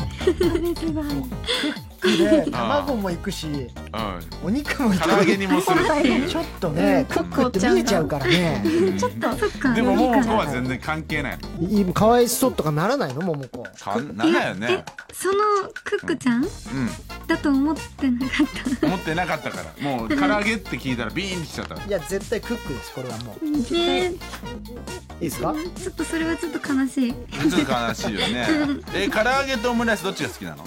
Speaker 1: で卵も行くし
Speaker 2: う
Speaker 1: お肉も行
Speaker 2: ん唐揚げに
Speaker 1: く
Speaker 2: もする
Speaker 1: [laughs] ちょっとねクックって見えちゃうからね
Speaker 5: ちょっと、そっか。
Speaker 2: でもも
Speaker 5: い
Speaker 2: も
Speaker 5: いか
Speaker 2: こは全然関係ない
Speaker 1: いいかわいそうとかならないのももこ
Speaker 2: かなんだよね
Speaker 5: え、そのクックちゃん
Speaker 2: う
Speaker 5: だと思ってなかった。
Speaker 2: ん思ってなかったからもう唐揚げって聞いたらビーンってきちゃった
Speaker 1: いや絶対クックですこれはもうい
Speaker 5: ね
Speaker 1: いですか
Speaker 5: えちょっとそれはちょっと悲しい。
Speaker 2: ちょっと悲しいよ
Speaker 1: [laughs]
Speaker 2: ねえ唐揚げとオムライスどっちが好きなの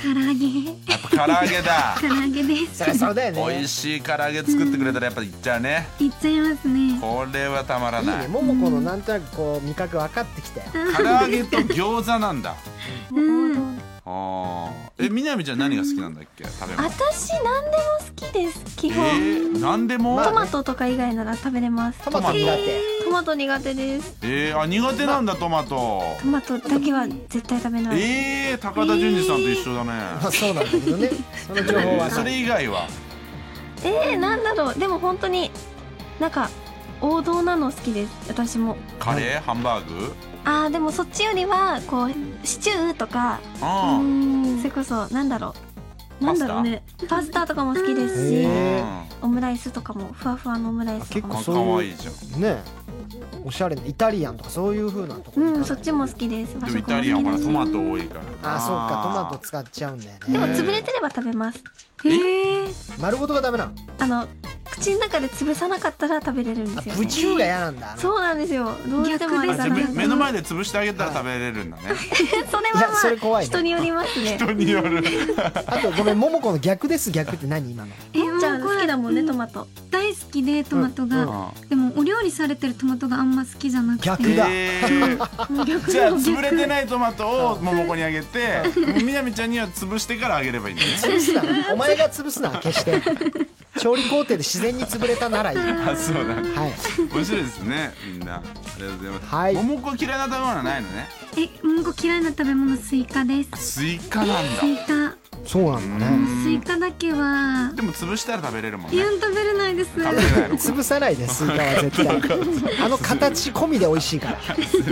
Speaker 5: 唐揚げ。
Speaker 2: やっぱ唐揚
Speaker 1: [laughs]
Speaker 2: げだ
Speaker 5: 唐揚げです
Speaker 1: そ。りゃそうだよ
Speaker 2: 美
Speaker 1: ねい
Speaker 2: 味しい唐揚げ作ってくれたらやっぱいっちゃうね
Speaker 5: いっちゃいますね。
Speaker 2: これはたまら
Speaker 1: い
Speaker 2: ない
Speaker 1: ねももこのなんとなくこう味覚分かってきたよ
Speaker 2: 唐揚げと餃子なんだ
Speaker 5: うん。
Speaker 2: あーえみなみちゃん何が好きなんだっけ食べ物
Speaker 4: 私何でも好きです基
Speaker 2: え
Speaker 4: 本、
Speaker 2: ー、何でも、
Speaker 1: ま
Speaker 4: トマトとか以外なら食べれます
Speaker 1: トマト苦手
Speaker 4: トマト苦手です
Speaker 2: えー、あ苦手なんだトマト
Speaker 4: トマトだけは絶対食べない、
Speaker 2: えー、高田純次さんと一緒だね、
Speaker 1: まあそうなんだけどねその情報は
Speaker 2: それ以外は
Speaker 4: えー、なんだろうでも本当になんか王道なの好きです私も
Speaker 2: カレーハンバーグ
Speaker 4: あーでもそっちよりはこうシチューとか
Speaker 2: あー
Speaker 4: それこそなんだろうなんだろうねパスタとかも好きです
Speaker 1: へ
Speaker 4: し
Speaker 2: う
Speaker 1: ー
Speaker 2: ん
Speaker 4: オムライスとかもふわふわのオムライスとか
Speaker 2: あ
Speaker 4: も
Speaker 2: 可
Speaker 1: そういう
Speaker 2: 愛いじゃん
Speaker 1: ねおしゃれなイタリアンとかそういう風なとこ
Speaker 4: う
Speaker 1: ろ
Speaker 4: んそっちも好きです和
Speaker 2: でもイ
Speaker 4: 食も
Speaker 2: タリアンほ
Speaker 4: 好
Speaker 2: ら
Speaker 4: き
Speaker 2: トマト多いから
Speaker 1: あそうかトマト使っちゃうんだよ
Speaker 4: でも
Speaker 1: ね
Speaker 2: ね
Speaker 4: 潰れてれば食べます
Speaker 5: へえ。
Speaker 1: 丸ごとがダメなの
Speaker 4: あの口の中で潰さなかったら食べれるん
Speaker 1: あ
Speaker 4: ですよ
Speaker 1: プチューが嫌なんだう
Speaker 4: そうなんですよどうしてもあれ
Speaker 5: 逆
Speaker 2: あ
Speaker 4: が
Speaker 2: じゃあ
Speaker 5: で
Speaker 2: め
Speaker 5: すね
Speaker 2: 目の前で潰してあげたら食べれるんだね
Speaker 4: それ
Speaker 1: いやそ
Speaker 4: は
Speaker 1: れ
Speaker 4: ま
Speaker 1: 怖
Speaker 4: あ
Speaker 1: いね
Speaker 4: 人によりますね
Speaker 2: 人による
Speaker 1: あとごめんももこの逆です逆って何今の
Speaker 5: え、もう
Speaker 4: じゃあ好きだもんねトマト
Speaker 5: 大好きでトマト
Speaker 1: うん
Speaker 5: が、でもお料理されてるトマトがあんま好きじゃなくて
Speaker 1: 逆だ
Speaker 2: えー
Speaker 1: [laughs]
Speaker 2: じゃあ潰れてないトマトをももこにあげてみなみちゃんには潰してからあげればいいんだね
Speaker 1: 潰すなお前が潰すな決して調理工程で自然に潰れたならいいは
Speaker 2: [laughs] あそうだね
Speaker 1: い
Speaker 2: 面白いですねみんなありがとうございます、
Speaker 1: はい
Speaker 2: ももこ嫌いな食べ物はないのね
Speaker 5: え、もこ嫌いな食べ物スイカです
Speaker 2: スイカなん
Speaker 5: スイ
Speaker 2: だ
Speaker 5: カ
Speaker 1: そうなんだね
Speaker 5: スイカだけは
Speaker 2: でも潰したら食べれるもん
Speaker 5: い
Speaker 2: ね
Speaker 5: や食べれないです
Speaker 2: 食べれないのか
Speaker 1: 潰さないでスイカは絶対あの形込みで美味しいから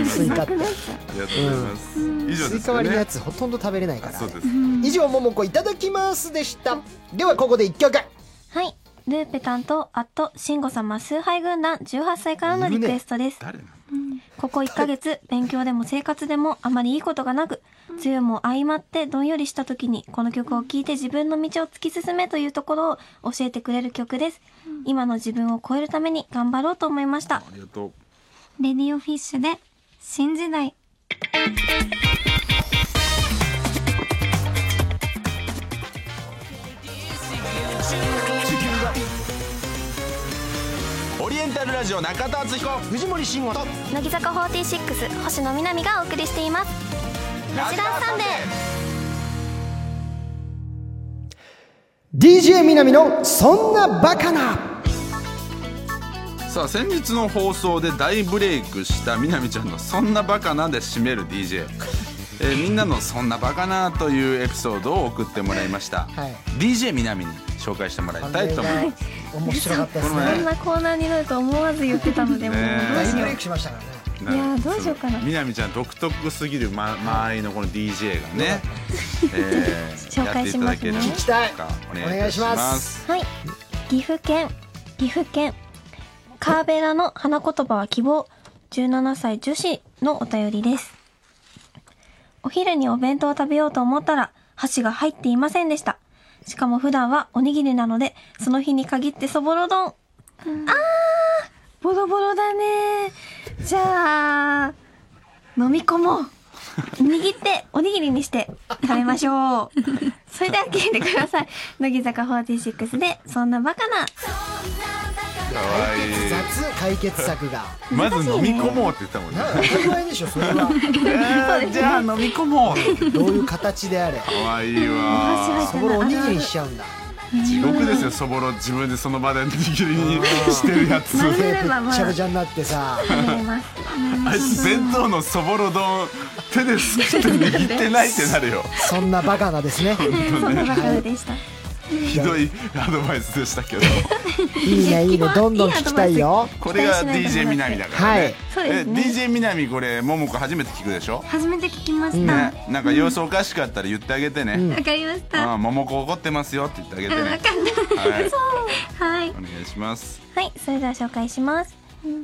Speaker 1: スイカって
Speaker 2: ありがとうございます、以上
Speaker 1: ス
Speaker 2: で
Speaker 1: イ
Speaker 2: す
Speaker 1: カ
Speaker 2: よ
Speaker 1: 割りのや
Speaker 2: ね
Speaker 1: つほとんど食べれないか
Speaker 2: あ
Speaker 1: ら
Speaker 2: そうです
Speaker 1: 以上ももこいただきますでしたではここで一曲
Speaker 4: はいルーペ担当アット慎吾様崇拝軍団18歳からのリクエストです
Speaker 2: 誰なの
Speaker 4: ここ1ヶ月、勉強でも生活でもあまりいいことがなく、梅雨も相まってどんよりした時に、この曲を聴いて自分の道を突き進めというところを教えてくれる曲です。今の自分を超えるために頑張ろうと思いました。
Speaker 2: ありがとう
Speaker 5: レディオフィッシュで新時代
Speaker 2: オリエンタルラジオ中田敦彦
Speaker 1: 藤森慎吾と
Speaker 4: 乃木坂46、星野みなみがお送りしています。ラジラーサンデー
Speaker 1: DJ みなみの「そんなバカな
Speaker 2: さあ先日の放送で大ブレイクした [laughs] みなみちゃんの「そんなバカな」で締める DJ、えーみんなの「そんなバカな」というエピソードを送ってもらいました、
Speaker 1: はい
Speaker 2: DJ みなみに紹介してもら」いたいと思います
Speaker 1: 面白かったです
Speaker 2: この
Speaker 1: ね
Speaker 2: 前
Speaker 4: こんなコーナーになると思わず言ってたので、もうどう
Speaker 1: 大
Speaker 4: し
Speaker 1: ブ
Speaker 4: よ
Speaker 1: レイ
Speaker 4: う。
Speaker 1: クしましたからね
Speaker 2: ない
Speaker 4: やーどうしようかな
Speaker 2: みなみちゃん独特すぎる、ま、周りのこの DJ がね、えー、
Speaker 4: [laughs] 紹介しますね
Speaker 2: やっていただけるかお願いします
Speaker 4: はい。岐阜県、岐阜県。カーベラの花言葉は希望。17歳女子のお便りです。お昼にお弁当を食べようと思ったら、箸が入っていませんでした。しかも普段はおにぎりなので、その日に限ってそぼろ丼。あー、ボロボロだね。じゃあ、飲み込もう。握って、おにぎりにして食べましょう。それでは聞いてください。乃木坂46で、そんなバカな。
Speaker 2: かわいい
Speaker 1: 雑解決策が
Speaker 2: まず飲み込もうって言ったもんね
Speaker 1: な当た
Speaker 4: [laughs]
Speaker 1: り前でしょそれは
Speaker 2: えーじゃあ飲み込もう
Speaker 1: どういう形であれ
Speaker 2: かわいいわ
Speaker 1: そぼろおにぎりにしちゃうんだ
Speaker 2: 地獄ですよそぼろ自分でその場で握りにしてるやつ
Speaker 1: 手
Speaker 4: 丸
Speaker 1: べっ
Speaker 4: めればま
Speaker 1: ちゃ
Speaker 4: あ
Speaker 1: べちゃになってさ
Speaker 4: 食べれます。
Speaker 2: あいつ [laughs] 弁当のそぼろ丼手ですくって握ってないってなるよ
Speaker 1: そんなバカなですね
Speaker 4: そんなバカでした。
Speaker 2: ひどい [laughs] アドバイスでしたけど
Speaker 1: いいねいいねどんどん聞きたいよ
Speaker 2: これが DJ みなみだからね、
Speaker 1: はい
Speaker 4: そうですね
Speaker 2: え DJ みなみこれももこ初めて聞くでしょ、
Speaker 5: 初めて聞きました。わ、
Speaker 2: ね、なんか様子おかしかったら言ってあげてね、
Speaker 5: かりました。
Speaker 2: ああ、ももこ怒ってますよって言ってあげてね。はい、
Speaker 4: はい
Speaker 2: お。願いします。
Speaker 4: はい、それでは紹介します。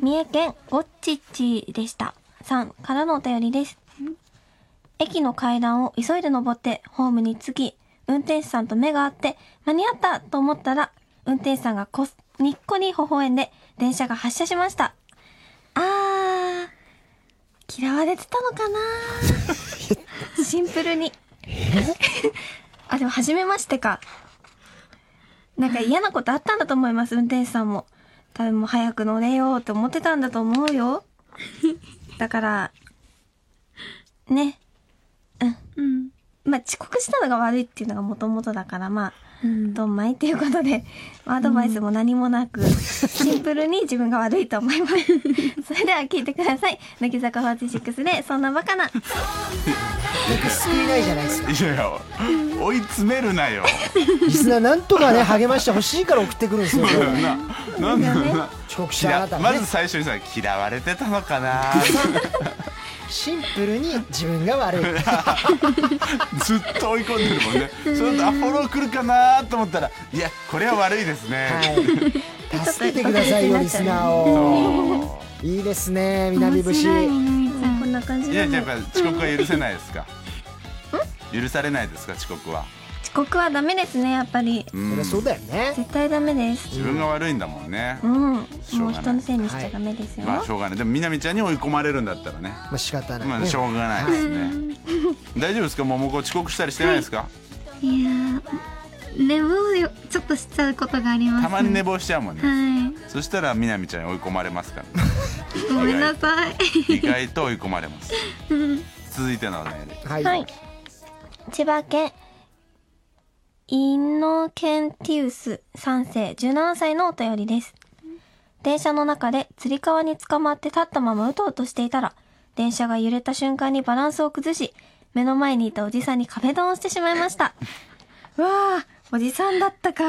Speaker 4: 三重県ごっちっちでした。さんからのお便りです。駅の階段を急いで登ってホームに着き、運転手さんと目が合って、間に合ったと思ったら、運転手さんがこっにっこり微笑んで、電車が発車しました。あー、嫌われてたの [laughs] かなシンプルに。 [laughs] あ、でも、初めましてか。なんか嫌なことあったんだと思います、運転手さんも。多分もう早く乗れようって思ってたんだと思う
Speaker 5: [laughs]
Speaker 4: よ。だから、ね。
Speaker 5: うん。
Speaker 4: まあ、遅刻したのが悪いっていうのがもともとだから、まあ、
Speaker 5: うん
Speaker 4: どんまいっていうことで、アドバイスも何も
Speaker 5: [laughs]
Speaker 4: なく、シンプルに自分が悪いと思います。それでは聞いてください。乃木坂46で、そんなバカな。
Speaker 1: 救いないじゃないですか
Speaker 2: いやいや、追い詰めるなよ。
Speaker 1: リスナーなんとかね励ましてほしいから送ってくるんですよこれ
Speaker 2: [laughs] な、なんだろうな。
Speaker 1: 遅刻したあ
Speaker 2: 嫌
Speaker 1: なたが
Speaker 2: ま
Speaker 1: ね
Speaker 2: ず最初にさ、嫌われてたのかな。
Speaker 1: シンプルに自分が悪い
Speaker 2: [laughs] ずっと追い込んでるもんね。その後、あ、フォロー来るかなと思ったら、いや、これは悪いですね。
Speaker 1: はい助けてくださいよリスナーを
Speaker 2: そ
Speaker 1: いいですね南
Speaker 5: 面
Speaker 1: 節
Speaker 5: 白いみなみちゃ
Speaker 4: こ
Speaker 5: ん。
Speaker 4: んな感じ
Speaker 2: うい
Speaker 4: な
Speaker 2: や、
Speaker 4: の
Speaker 2: やっぱ遅刻は許せないですか。許されないですか、遅刻は。
Speaker 4: 遅刻はダメですね、やっぱり。
Speaker 2: う
Speaker 1: そ
Speaker 2: ん
Speaker 1: りゃそうだよね
Speaker 4: 絶対ダメです。
Speaker 2: 自分が悪いんだもんね
Speaker 4: う。ん。も
Speaker 2: しょうがない
Speaker 4: う人のせいにしちゃダメですよ。
Speaker 2: まあ、しょうがない。でも、みなみちゃんに追い込まれるんだったらね。
Speaker 1: まあ仕方ない
Speaker 2: まあ
Speaker 1: ね
Speaker 2: しょうがないですね。大丈夫ですか、ももこ遅刻したりしてないですか。
Speaker 5: いやー、寝坊をちょっとしちゃうことがあります。
Speaker 2: たまに寝坊しちゃうもんね。
Speaker 5: は
Speaker 2: そしたらみなみちゃんに追い込まれますから、
Speaker 5: い。ごめんなさい。
Speaker 2: 意外と追い込まれます。続いてのお悩み。
Speaker 1: はい、
Speaker 4: はい。千葉県、イノケンティウス3世17歳のお便りです。電車の中で吊り革に捕まって立ったままうとうとしていたら、電車が揺れた瞬間にバランスを崩し、目の前にいたおじさんに壁ドンをしてしまいました。 [laughs] うわあ、おじさんだったか。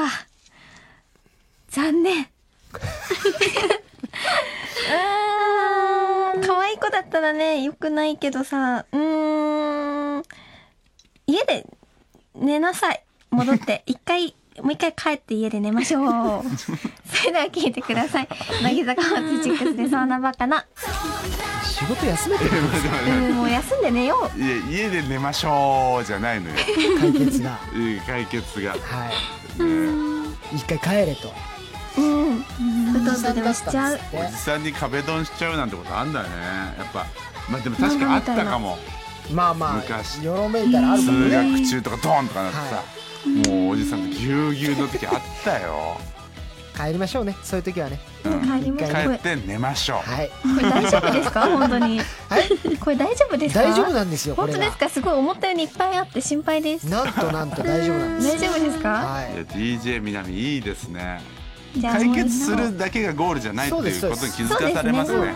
Speaker 4: 残念。うーん、可愛い子だったらね、良くないけどさ、うーん、家で寝なさい。戻って、一回、もう一回帰って家で寝ましょう。それでは聞いてください。乃木坂46でそんなバカな。
Speaker 1: 仕事休めてる
Speaker 4: うん、もう休んで寝よう。
Speaker 2: いや家で寝ましょうじゃないのよ。
Speaker 1: 解決が
Speaker 2: いい解決が。ね
Speaker 1: はい
Speaker 2: お
Speaker 1: 一回帰れと
Speaker 4: うん。うとうとでもしちゃう。
Speaker 2: じさんに壁ドンしちゃうなんてことあんだね。やっぱ。まあでも確かあったかも。
Speaker 1: まあまあ
Speaker 2: 昔
Speaker 1: よろめいたらあるか
Speaker 2: 通
Speaker 1: もね
Speaker 2: 学中とかドンとかなってさ。もうおじさんとぎゅうぎゅうの時あったよ。
Speaker 1: 帰りましょうねそういう時はね
Speaker 2: うん
Speaker 4: 帰りま
Speaker 1: 一
Speaker 4: す。
Speaker 1: 回
Speaker 4: こ
Speaker 2: 帰
Speaker 4: れ
Speaker 2: っ、て寝ましょう。
Speaker 1: はい
Speaker 4: これ大丈夫ですか本当に。
Speaker 1: はい
Speaker 4: これ大丈夫 [laughs] ですか
Speaker 1: 大丈夫なんですよこ
Speaker 4: 本
Speaker 1: れ
Speaker 4: 当
Speaker 1: が
Speaker 4: ですかすごい思ったよりいっぱいあって心配です。
Speaker 1: なんとなんと大丈夫なんです
Speaker 4: 大丈夫 [laughs] ですか
Speaker 1: はい
Speaker 2: いや DJ みなみいいですね
Speaker 4: じゃあ
Speaker 2: 解
Speaker 4: もう
Speaker 2: 決するだけがゴールじゃないっていう
Speaker 1: そう
Speaker 2: こ
Speaker 1: で
Speaker 2: とに
Speaker 1: す
Speaker 2: 気づかされますね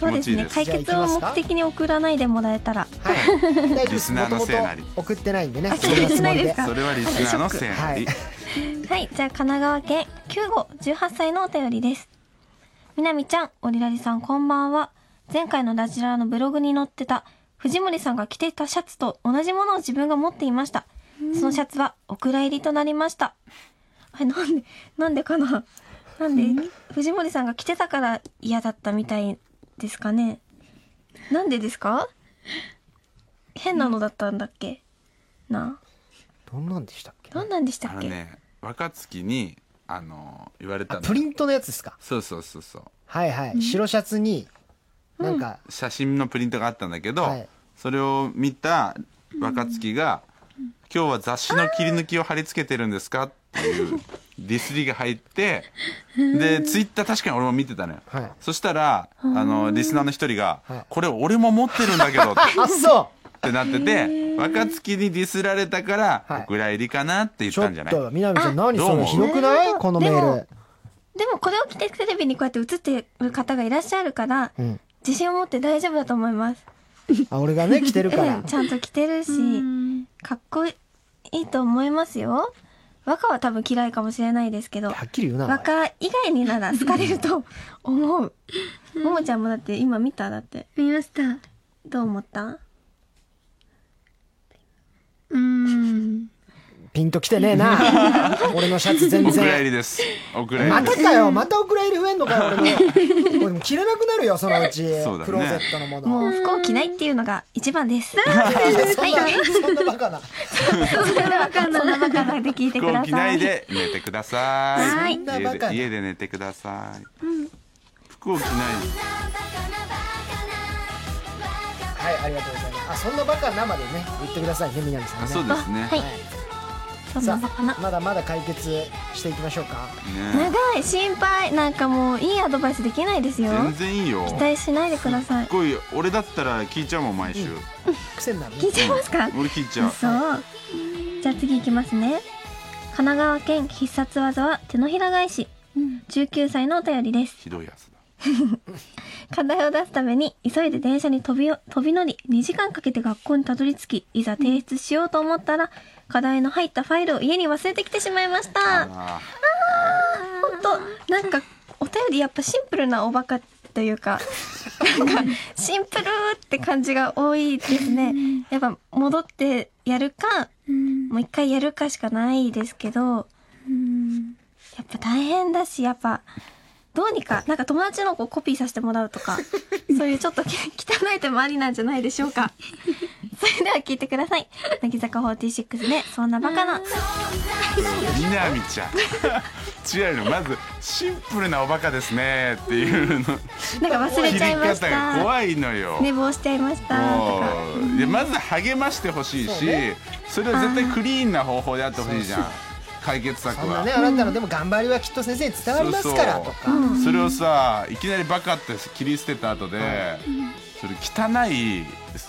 Speaker 4: そうです
Speaker 2: 気
Speaker 4: ね。
Speaker 2: 持
Speaker 4: 解
Speaker 1: ちいいです
Speaker 4: 決を目的に送らないでもらえたら。
Speaker 1: はい大丈夫で
Speaker 2: リ
Speaker 1: す
Speaker 2: スナーのせいなり
Speaker 1: 元々送ってないんでね
Speaker 4: そうです
Speaker 1: そんなつもり
Speaker 4: リスナー
Speaker 2: それはリスナーのせいなり、
Speaker 1: はい
Speaker 4: はい、じゃあ神奈川県9号18歳のお便りです。みなみちゃん、オリラリさんこんばんは。前回のラジラのブログに載ってた藤森さんが着ていたシャツと同じものを自分が持っていました。そのシャツはお蔵入りとなりました。あれ、なんで、なんでかななんで、藤森さんが着てたから嫌だったみたいですかね。なんでですか変なのだったんだっけな
Speaker 1: どんなんでしたっけ
Speaker 4: どんなんでした
Speaker 2: あ
Speaker 4: っ
Speaker 2: の
Speaker 4: け、
Speaker 2: ね若槻にあの言われた
Speaker 1: あ
Speaker 2: の
Speaker 1: プリントのやつですか
Speaker 2: そうそうそうそう
Speaker 1: はいはい、白シャツになんか、
Speaker 2: 写真のプリントがあったんだけど、
Speaker 1: はい
Speaker 2: それを見た若槻が「今日は雑誌の切り抜きを貼り付けてるんですか?」って
Speaker 1: [laughs]
Speaker 2: いうディスりが入ってでツイッター確かに俺も見てたのよ、
Speaker 1: はい
Speaker 2: そしたらあのリスナーの一人が
Speaker 1: はい
Speaker 2: 「これ俺も持ってるんだけど」
Speaker 1: あそ
Speaker 2: ってなってて若槻にディスられたから
Speaker 1: はい
Speaker 2: 「お蔵入りかな?」って言
Speaker 1: う
Speaker 2: っ
Speaker 1: ちょ
Speaker 2: た
Speaker 1: っ
Speaker 2: んじゃない
Speaker 1: と南ちゃん何
Speaker 2: どう
Speaker 1: その
Speaker 2: 思う
Speaker 1: ひどくない
Speaker 4: なるほど
Speaker 1: このメ
Speaker 4: で
Speaker 1: ール
Speaker 4: もでもこれを着てテレビにこうやって映ってる方がいらっしゃるから、
Speaker 1: うん
Speaker 4: 自信を持って大丈夫だと思います、
Speaker 1: あ俺がね着てるか
Speaker 4: う
Speaker 1: ら
Speaker 4: [laughs] ん、ちゃんと着てるし、かっこいいと思いますよ若は多分嫌いかもしれないですけど
Speaker 1: はっきり言うなお前
Speaker 4: 若以外になら好かれると思うももちゃんもだって今見ただって
Speaker 5: 見ました。
Speaker 4: どう思った
Speaker 5: うーん。
Speaker 1: ピンときてねえ
Speaker 4: [laughs]
Speaker 1: な俺のシャツ全
Speaker 2: お蔵入
Speaker 1: 然
Speaker 2: りですお蔵入
Speaker 1: ま
Speaker 2: りで
Speaker 1: た
Speaker 2: す
Speaker 1: かよまたお蔵入り増えんのかよ俺も俺も着れなくなるよそのうち
Speaker 2: そうだね
Speaker 1: クローゼットのもの
Speaker 4: もう服を着ないっていうのが一番です。
Speaker 1: いやそんなそんなバカな
Speaker 4: [laughs] そんなバカな、そんなバカなで聞いて
Speaker 2: 飛
Speaker 4: く
Speaker 2: 行
Speaker 4: だ
Speaker 2: 機ない
Speaker 4: さい。
Speaker 2: で寝てください
Speaker 1: はい
Speaker 2: 家で家で寝てください、服を着ない
Speaker 1: はいありがとうございますあそんなバカなまでね言ってくださいね南さん
Speaker 2: あ
Speaker 1: ね
Speaker 2: そうですね、
Speaker 4: はいそんな
Speaker 1: さ
Speaker 4: バカな
Speaker 1: あ。まだまだ解決していきましょうか
Speaker 2: ね
Speaker 4: 長い心配なんかもういいアドバイスできないですよ
Speaker 2: 全然いいよ
Speaker 4: 期
Speaker 2: すっ
Speaker 4: 待しないでください
Speaker 2: ごい俺だったら聞いちゃうもん毎週、
Speaker 1: 癖になるね
Speaker 4: 聞いちゃいますか
Speaker 2: 俺聞いちゃう
Speaker 4: そうじゃあ次いきますね神奈川県必殺技は手のひら返し、19歳のお便りです
Speaker 2: ひどいやつだ
Speaker 4: 課題を出すために急いで電車に飛びよ飛び乗り2時間かけて学校にたどり着きいざ提出しようと思ったら課題の入ったファイルを家に忘れてきてしまいました
Speaker 2: あ
Speaker 4: ほんとなんかお便りやっぱシンプルなおバカというかなんかシンプルって感じが多いですねやっぱ戻ってやるか
Speaker 5: うん。
Speaker 4: もう一回やるかしかないですけど
Speaker 5: うん。
Speaker 4: やっぱ大変だしやっぱどうにかなんか友達の子をコピーさせてもらうとかそういうちょっとき汚い手もありなんじゃないでしょうかそれでは聞いてください乃木坂46で「そんなバカな」
Speaker 2: ーみなみちゃん違うのまずシンプルなおバカですねっていうの
Speaker 4: なんか忘れ
Speaker 2: 切り
Speaker 4: ちゃいまし
Speaker 2: 方が
Speaker 4: た
Speaker 2: [laughs] 怖いのよ
Speaker 4: 寝坊しちゃいましたとか。
Speaker 2: もういやまず励ましてほしいしそれは絶対クリーンな方法であってほしいじゃん解決策
Speaker 1: そんな
Speaker 2: は
Speaker 1: ねあなたのでも頑張りはきっと先生に伝わりますからとか
Speaker 2: そうそれをさいきなりバカって切り捨てた後で、それ汚い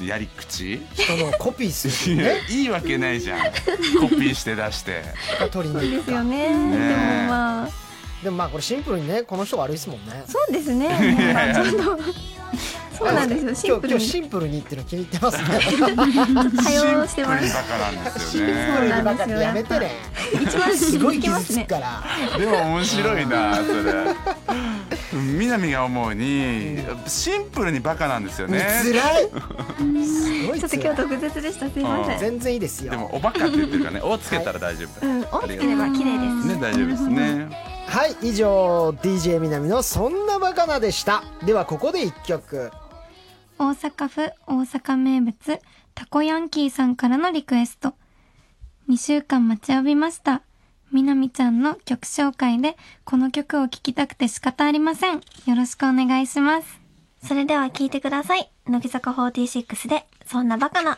Speaker 2: やり口
Speaker 1: 人のコピーす
Speaker 2: い
Speaker 1: る
Speaker 2: や
Speaker 1: ね
Speaker 2: いいわけないじゃんコピーして出して
Speaker 1: とか取りに行
Speaker 4: で
Speaker 1: く
Speaker 4: す
Speaker 1: とか
Speaker 4: よね。
Speaker 2: ねえ
Speaker 4: でもまあ
Speaker 1: でもまあこれシンプルにねこの人が悪いですもんね
Speaker 4: そうですね。なんかちょっとそうなんですよ。シンプル
Speaker 1: 今日今
Speaker 4: に
Speaker 1: 日シンプルにっていうの気に入ってますね
Speaker 4: 対応してま
Speaker 2: シンプルに
Speaker 4: す。
Speaker 2: バカなんです
Speaker 1: シ
Speaker 2: よ
Speaker 1: ンプルに
Speaker 2: ね
Speaker 1: バカってやめてね
Speaker 4: 一番
Speaker 1: すごい
Speaker 4: きま
Speaker 1: 傷
Speaker 4: す
Speaker 1: つく
Speaker 4: ね。
Speaker 1: から
Speaker 2: でも面白いなそれ南が思うにシンプルにバカなんですよ
Speaker 1: 辛
Speaker 2: ね
Speaker 1: いすごい
Speaker 4: [laughs] ちょっ
Speaker 1: 辛
Speaker 4: と
Speaker 1: い
Speaker 4: 今日毒舌でした。すいません。
Speaker 1: 全然いいですよ
Speaker 2: でもおバカって言ってるからね「お」つけたら大丈夫だ
Speaker 4: うん、大きければ綺麗です。
Speaker 2: ね大丈夫ですね
Speaker 1: はい以上 DJ みなみの「そんなバカな」でしたではここで一曲
Speaker 5: 大阪府大阪名物、タコヤンキーさんからのリクエスト。2週間待ちわびました。みなみちゃんの曲紹介で、この曲を聴きたくて仕方ありません。よろしくお願いします。
Speaker 4: それでは聞いてください。乃木坂46で、そんなバカな。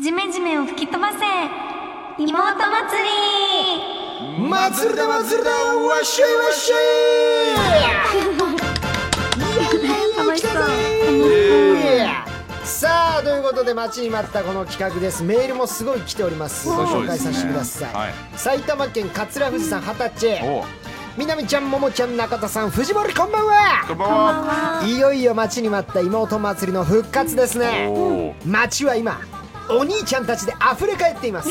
Speaker 5: ジメジメを吹き飛ばせ妹祭り
Speaker 1: 祭るだ祭るだわっしょいわっし
Speaker 4: 楽しそう。
Speaker 1: ょいさあということで待ちに待ったこの企画ですメールもすごい来ておりますご紹介させてください、
Speaker 2: はい
Speaker 1: 埼玉県桂富士さん二十歳
Speaker 2: お
Speaker 1: みなみちゃんももちゃん中田さん藤森こんばんは
Speaker 2: こんばんは。
Speaker 1: いよいよ待ちに待った妹祭りの復活ですね
Speaker 2: おー [laughs]
Speaker 1: 街は今お兄ちゃんたちで溢れ返っています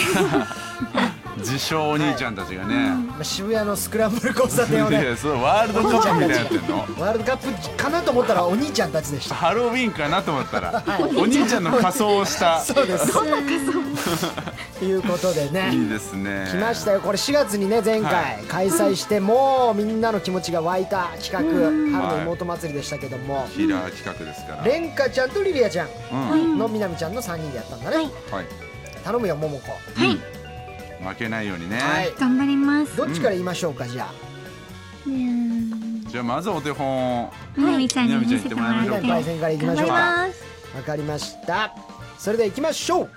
Speaker 2: 自称お兄ちゃんたちがね、
Speaker 1: まあ渋谷のスクランブル交差点を
Speaker 2: い
Speaker 1: ね
Speaker 2: やそれワールドカップみたいなやってんの
Speaker 1: ワールドカップかなと思ったらお兄ちゃんたちでした
Speaker 2: ハロウィンかなと思ったらお兄ちゃんの仮装をした
Speaker 1: そうですどんなということでね
Speaker 2: いいですね
Speaker 1: 来ましたよこれ4月にね前
Speaker 2: は
Speaker 1: 回開催してもうみんなの気持ちが湧いた企画春
Speaker 2: はい
Speaker 1: の妹祭りでしたけども
Speaker 2: ヒーラー企画ですから
Speaker 1: レンカちゃんとリリアちゃん
Speaker 2: うん
Speaker 1: のみなみちゃんの3人でやったんだね、
Speaker 2: はい
Speaker 1: 頼むよ桃子
Speaker 5: はい
Speaker 2: 負けないようにね、
Speaker 1: はい
Speaker 5: 頑張ります。
Speaker 1: どっちから言いましょうかじゃ
Speaker 2: じゃあまずお手本を
Speaker 5: みなみちゃんに見せても
Speaker 1: あ
Speaker 5: らっ
Speaker 1: みんな
Speaker 5: て。
Speaker 1: の対戦からいきましょうか
Speaker 2: 頑
Speaker 1: わかりましたそれではいきましょう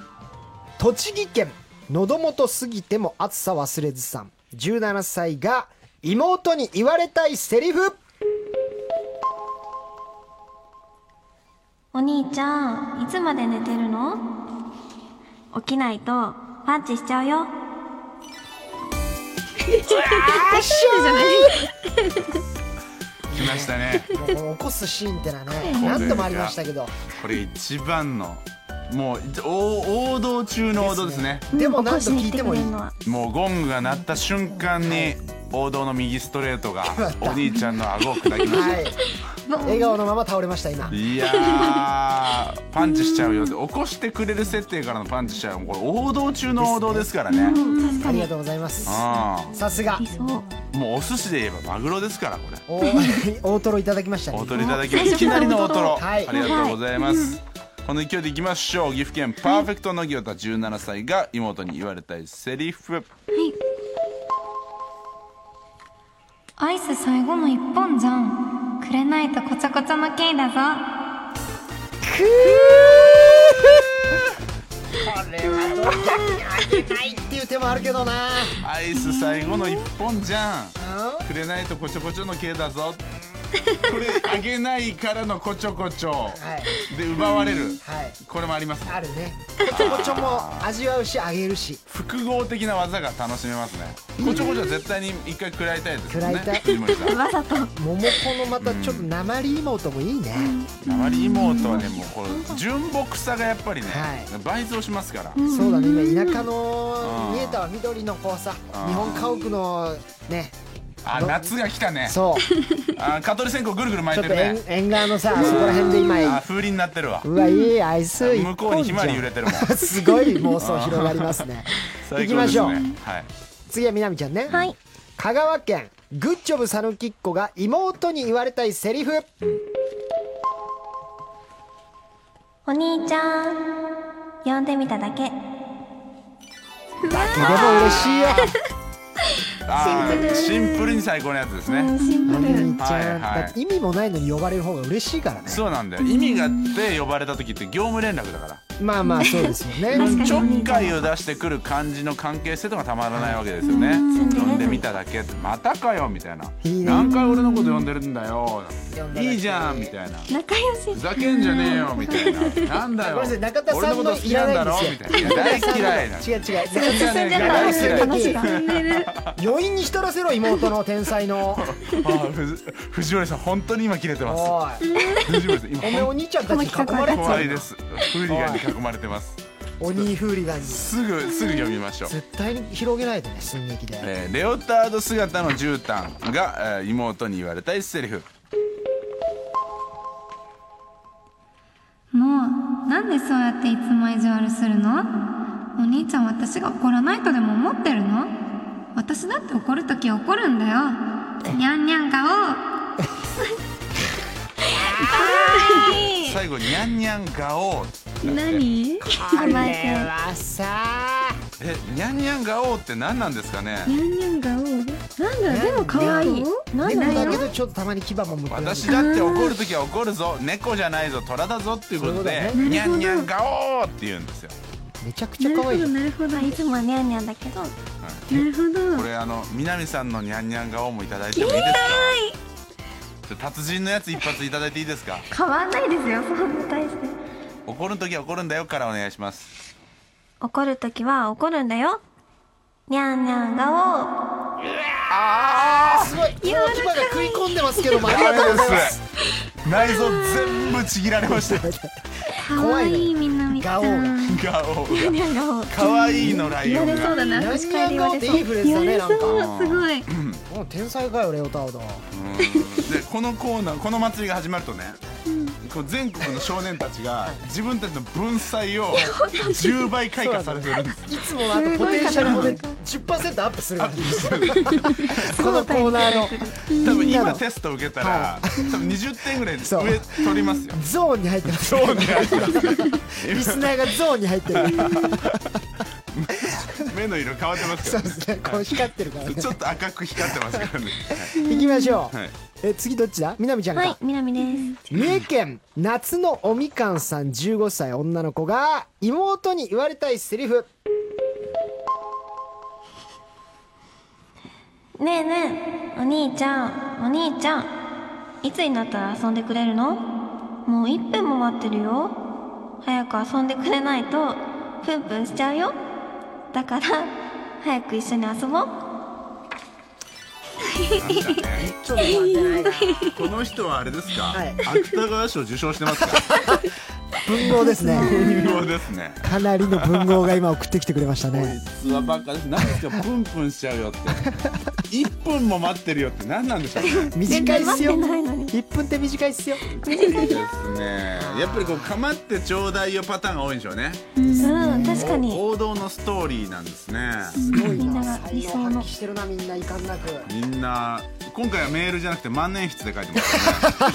Speaker 1: 栃木県喉元過ぎても暑さ忘れずさん17歳が妹に言われたいセリフ
Speaker 4: お兄ちゃん、いつまで寝てるの起きないと、パンチしちゃうよ。
Speaker 2: 来ましたね
Speaker 1: もうこの起こすシーンってのはね
Speaker 2: うん
Speaker 1: 何度もありましたけど
Speaker 2: これ一番のもうお王道中の王道ですね
Speaker 1: でも
Speaker 4: 起こ
Speaker 1: 何
Speaker 4: し
Speaker 1: 度
Speaker 4: に
Speaker 1: 聞い
Speaker 4: 来て
Speaker 1: て
Speaker 4: く
Speaker 1: もい
Speaker 4: れ
Speaker 1: い
Speaker 4: るのは。
Speaker 2: もうゴングが鳴った瞬間に王道の右ストレートがお兄ちゃんの顎を砕きまし
Speaker 1: はい笑顔のまま倒れました今
Speaker 2: たいやーパンチしちゃうよって起こしてくれる設定からのパンチしちゃうこれ王道中の王道ですからね
Speaker 1: ありがとうございます
Speaker 2: あ
Speaker 1: さすが
Speaker 4: 理想。
Speaker 2: あもうお寿司で言えばマグロですからこれ
Speaker 1: お [laughs] 大トロいただきましたね
Speaker 2: 大トロいただきますいきなりの大トロ、
Speaker 1: はい
Speaker 2: ありがとうございます、この勢いでいきましょう岐阜県パーフェクトのぎおた17歳が妹に言われたいセリフ
Speaker 5: アイス最後の一本じゃん。くれないとこちょこちょの刑だぞ。
Speaker 1: っていう手もあるけどな
Speaker 2: アイス最後の一本じゃんくれないとこちょこちょの系だぞこれあげないからのこちょこちょ
Speaker 1: はい
Speaker 2: で奪われる
Speaker 1: はい
Speaker 2: これもあります
Speaker 1: あるねちょこちょも味わうしあげるし
Speaker 2: 複合的な技が楽しめますねこちょこちょは絶対に一回食らいたいですよね
Speaker 1: 食らいた
Speaker 2: い森さん
Speaker 4: わざと。
Speaker 1: 桃子のまたちょっと鉛妹もいいね
Speaker 2: 鉛妹はねもうこの純朴さがやっぱりね、
Speaker 1: は
Speaker 2: 倍増しますから、
Speaker 1: そうだね今田舎
Speaker 2: う
Speaker 1: の
Speaker 2: ん
Speaker 1: 見えたわ緑のこうさ
Speaker 2: うん
Speaker 1: 日本家屋のね
Speaker 2: あ夏が来たね
Speaker 1: そう
Speaker 2: [laughs]
Speaker 1: ち
Speaker 2: あ蚊取り線香ぐるぐる巻
Speaker 1: ょ
Speaker 2: い
Speaker 1: ってと
Speaker 2: るね
Speaker 1: 縁縁側のさそこら辺で
Speaker 2: あ
Speaker 1: 今
Speaker 2: 風鈴になってるわ
Speaker 1: うわいいアイス一
Speaker 2: 向こうに
Speaker 1: 本
Speaker 2: ひ
Speaker 1: じ
Speaker 2: まわり揺
Speaker 1: ゃ
Speaker 2: れ
Speaker 1: ん
Speaker 2: てるもん
Speaker 1: [laughs] すごい妄想広がりますね行
Speaker 2: 最
Speaker 1: き
Speaker 2: 高
Speaker 1: ま
Speaker 2: です
Speaker 1: し
Speaker 2: ね
Speaker 1: ょう
Speaker 2: はい
Speaker 1: 次はみなみちゃんね
Speaker 4: はい。
Speaker 1: 香川県グッジョブサヌキッコが妹に言われたいセリフ
Speaker 4: お兄ちゃん、呼んでみただけ。
Speaker 1: でも嬉しいよ
Speaker 2: あーシンプルに最高のやつですね、
Speaker 1: お兄ち
Speaker 2: はい
Speaker 1: ゃん
Speaker 2: はい
Speaker 1: だって意味もないのに呼ばれる方が嬉しいからね
Speaker 2: そうなんだよ意味があって呼ばれた時って業務連絡だから
Speaker 1: まあまあそうですよね
Speaker 2: ちょっかいを出してくる感じの関係性とかたまらないわけですよね呼んでみただけってまたかよみたいない
Speaker 1: いね
Speaker 2: 何回俺のこと呼んでるんだよ
Speaker 1: 呼んだだけ
Speaker 2: いいじゃんみたいな
Speaker 4: 仲良し
Speaker 2: ふ。ざけんじゃねえよみたいななんだよ
Speaker 1: ごめんなさい中田さん
Speaker 2: 俺の
Speaker 1: の
Speaker 2: こと好
Speaker 1: い
Speaker 2: きな
Speaker 1: ら
Speaker 2: んだろ
Speaker 1: ないん
Speaker 2: み
Speaker 1: で
Speaker 2: た
Speaker 1: すよ
Speaker 2: いな大嫌いな
Speaker 1: 違う違う
Speaker 2: 進んじゃった
Speaker 1: 大嫌い
Speaker 4: 話が。
Speaker 1: 余韻に浸らせろ妹の天才
Speaker 2: [laughs]
Speaker 1: の
Speaker 2: あーふじ藤森さん本当に今切れてます
Speaker 1: おい
Speaker 2: 藤森さん今
Speaker 1: おめえお
Speaker 2: 本
Speaker 1: 兄ちゃんたちに囲ま
Speaker 2: 当
Speaker 1: れ
Speaker 2: に怖い
Speaker 1: て
Speaker 2: で
Speaker 1: る
Speaker 2: すフーリガンに囲まれてます
Speaker 1: お兄フーリガンに
Speaker 2: すぐすぐ呼びましょう
Speaker 1: 絶対に広げないでね寸劇で
Speaker 2: えーレオタード姿の絨毯が、えー妹に言われたいセリフ
Speaker 5: もう、なんでそうやっていつも意地悪するのお兄ちゃん私が怒らないとでも思ってるの私だって怒るとき怒るんだよ。にゃんにゃん顔
Speaker 2: 最後にゃんにゃん顔
Speaker 6: 何
Speaker 1: あれはさ
Speaker 2: えにゃんにゃん顔って何なんですかね
Speaker 6: ニャンニャン顔なんだでも可愛い
Speaker 1: で
Speaker 6: 何
Speaker 1: も
Speaker 6: な
Speaker 1: だ
Speaker 6: の
Speaker 1: けどちょっとたまに牙も向くように
Speaker 2: 私だって怒るときは怒るぞ猫じゃないぞ虎だぞっていうことで
Speaker 1: そうだ
Speaker 2: にゃんにゃん顔って言うんですよ
Speaker 1: めちゃくち
Speaker 6: な
Speaker 1: ゃ
Speaker 6: る
Speaker 1: 可
Speaker 6: ほ
Speaker 1: 愛いじ
Speaker 6: ど
Speaker 1: ゃん
Speaker 6: なるほど
Speaker 4: まあいつもはニャンニャンだけど、
Speaker 6: なるほ
Speaker 2: こ
Speaker 6: ど
Speaker 2: れあの南さんのにゃんにゃん顔もいただいてもいいですかちょ達人のやつ一発いただいていいで
Speaker 6: [laughs]
Speaker 2: すか
Speaker 4: 変わんないですよ、そんな大して。
Speaker 2: 怒るときは怒るんだよからお願いします
Speaker 4: 怒るときは怒るんだよ。ニャンニャン顔。
Speaker 1: すごいこの牙が食い込んでますけどもありがとうございます
Speaker 2: 内臓全部ちぎられました
Speaker 5: かわいいみなみちゃ
Speaker 1: 顔が
Speaker 5: ん。
Speaker 2: 顔
Speaker 6: ニャ
Speaker 2: が
Speaker 6: ンニャン顔
Speaker 2: 可愛いのライ
Speaker 6: 言
Speaker 2: オ
Speaker 6: わ
Speaker 2: ン
Speaker 6: れそう
Speaker 2: が
Speaker 6: だな
Speaker 1: 何
Speaker 6: 腰替えで言わ
Speaker 1: っ
Speaker 6: れ
Speaker 1: て
Speaker 6: そう
Speaker 1: いいフレーズ
Speaker 6: 言
Speaker 1: だ
Speaker 6: わ
Speaker 1: ね
Speaker 6: れ
Speaker 1: な
Speaker 6: そ
Speaker 1: んか
Speaker 6: うすごい
Speaker 1: もう天才かよレオタウド
Speaker 2: うんでこのコーナーこの祭りが始まるとね、こう全国の少年たちが自分たちの文才を10倍開花されてるんです
Speaker 1: いつもはあとポテンシャルもね10%アップするからこのコーナーの
Speaker 2: 多分
Speaker 1: みんな
Speaker 2: 今
Speaker 1: の
Speaker 2: テスト受けたら多分20点ぐらい上
Speaker 1: そう
Speaker 2: 取りますよ
Speaker 1: ゾーンに入ってます
Speaker 2: そうね
Speaker 1: リスナーがゾーンに入ってる
Speaker 2: 目の色変わってます
Speaker 1: そう
Speaker 2: か
Speaker 1: ですねこう光ってるから
Speaker 2: らね
Speaker 1: ね
Speaker 2: ちょっと赤く光ってますからね
Speaker 1: 行きましょう
Speaker 2: はい
Speaker 1: え次どっちだみなみちゃん
Speaker 4: はい
Speaker 1: か、
Speaker 4: 南です。
Speaker 1: 三重県夏のおみかんさん15歳女の子が妹に言われたいセリフ
Speaker 4: ねえねえ、お兄ちゃん、お兄ちゃん。いつになったら遊んでくれるのもう一分も待ってるよ。早く遊んでくれないと、プンプンしちゃうよ。だから、早く一緒に遊ぼう。
Speaker 1: ちょっと待ってない
Speaker 2: この人はあれですか、
Speaker 1: はい
Speaker 2: 芥川賞受賞してますから
Speaker 1: 文豪ですね
Speaker 2: 文豪ですね
Speaker 1: かなりの文豪が今送ってきてくれました
Speaker 2: こい
Speaker 1: ね
Speaker 2: つはバカです何ですかプンプンしちゃうよって1分も待ってるよって何なんでしょうね
Speaker 1: 短いっすよ
Speaker 4: 全然待ってないのに
Speaker 1: 1分って短いっすよ
Speaker 2: いいですねやっぱりこう構ってちょうだいよパターンが多いんでしょうね
Speaker 4: うん、確かに。
Speaker 2: 王道のストーリーなんですね
Speaker 4: みんなが理想の。
Speaker 1: してるなみんないかんなく
Speaker 2: みんな今回はメールじゃなくて万年筆で書いてま す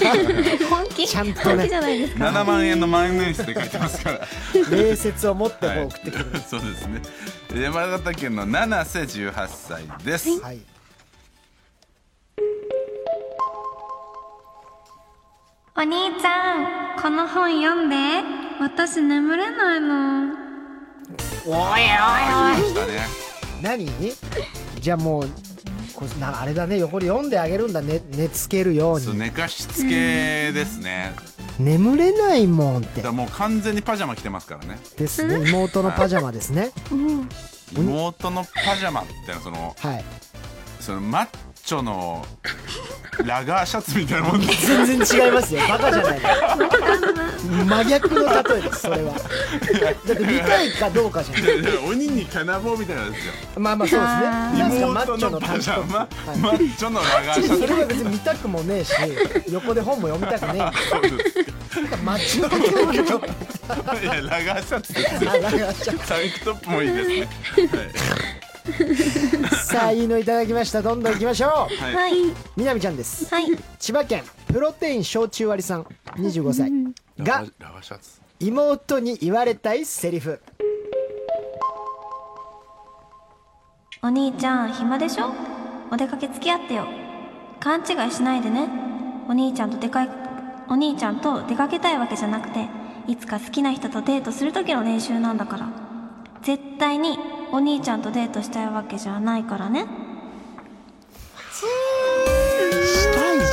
Speaker 1: [laughs]
Speaker 2: ね
Speaker 4: 本気
Speaker 1: ちゃんとね
Speaker 4: 本気じゃないですか。
Speaker 2: 7万円の万年筆で書いてますから
Speaker 1: 礼節を持ってこ
Speaker 2: は
Speaker 1: う
Speaker 2: い
Speaker 1: 送ってくる、
Speaker 2: [laughs] そうですね山形県の七瀬18歳です、
Speaker 1: はい
Speaker 5: お兄ちゃん、この本読んで。私眠れないの。
Speaker 2: 来ましたね
Speaker 1: 何じゃあもうこうなあれだね横に読んであげるんだね寝つけるよう
Speaker 2: そう
Speaker 1: に
Speaker 2: 寝かしつけですね、
Speaker 1: 眠れないもんっ
Speaker 2: だ
Speaker 1: て
Speaker 2: からもう完全にパジャマ着てますからね
Speaker 1: ですね妹のパジャマですね
Speaker 2: 妹のパジャマってのはその
Speaker 1: はい
Speaker 2: そのマッチョのラガーシャツみたいなもんです
Speaker 1: 全然違いますよバカじゃないの真逆の例えですそれはだって見たいかどうかじゃない
Speaker 2: 鬼に金棒みたいなんですよ
Speaker 1: まあまあそうですねなんかマ
Speaker 2: 妹
Speaker 1: ッチョの
Speaker 2: の
Speaker 1: タ
Speaker 2: パ
Speaker 1: ンク
Speaker 2: ジ
Speaker 1: ト
Speaker 2: ャ
Speaker 1: ップ
Speaker 2: マ
Speaker 1: はい
Speaker 2: マッチョのラガーシャ
Speaker 1: そ
Speaker 2: ツ
Speaker 1: れは別に見たくもねえし横で本も読みたくね
Speaker 2: そうです
Speaker 1: えなんかマッチの時もちょっと
Speaker 2: いやラガーシャツですよ
Speaker 1: あなんかちょっ
Speaker 2: タンクトップもいいですね
Speaker 1: とさあいいのいただきましたどんどん行きましょう
Speaker 2: はい、
Speaker 4: はい。
Speaker 1: みなみちゃんです
Speaker 4: はい。
Speaker 1: 千葉県プロテイン焼酎割りさん25歳
Speaker 2: ラガ
Speaker 1: が
Speaker 2: ラガーシャツ
Speaker 1: 妹に言われたいセリフ
Speaker 4: お兄ちゃん暇でしょお出かけ付き合ってよ勘違いしないでねお兄ちゃんと出かいお兄ちゃんと出かけたいわけじゃなくていつか好きな人とデートする時の練習なんだから絶対にお兄ちゃんとデートしたいわけじゃないからね
Speaker 1: したいじ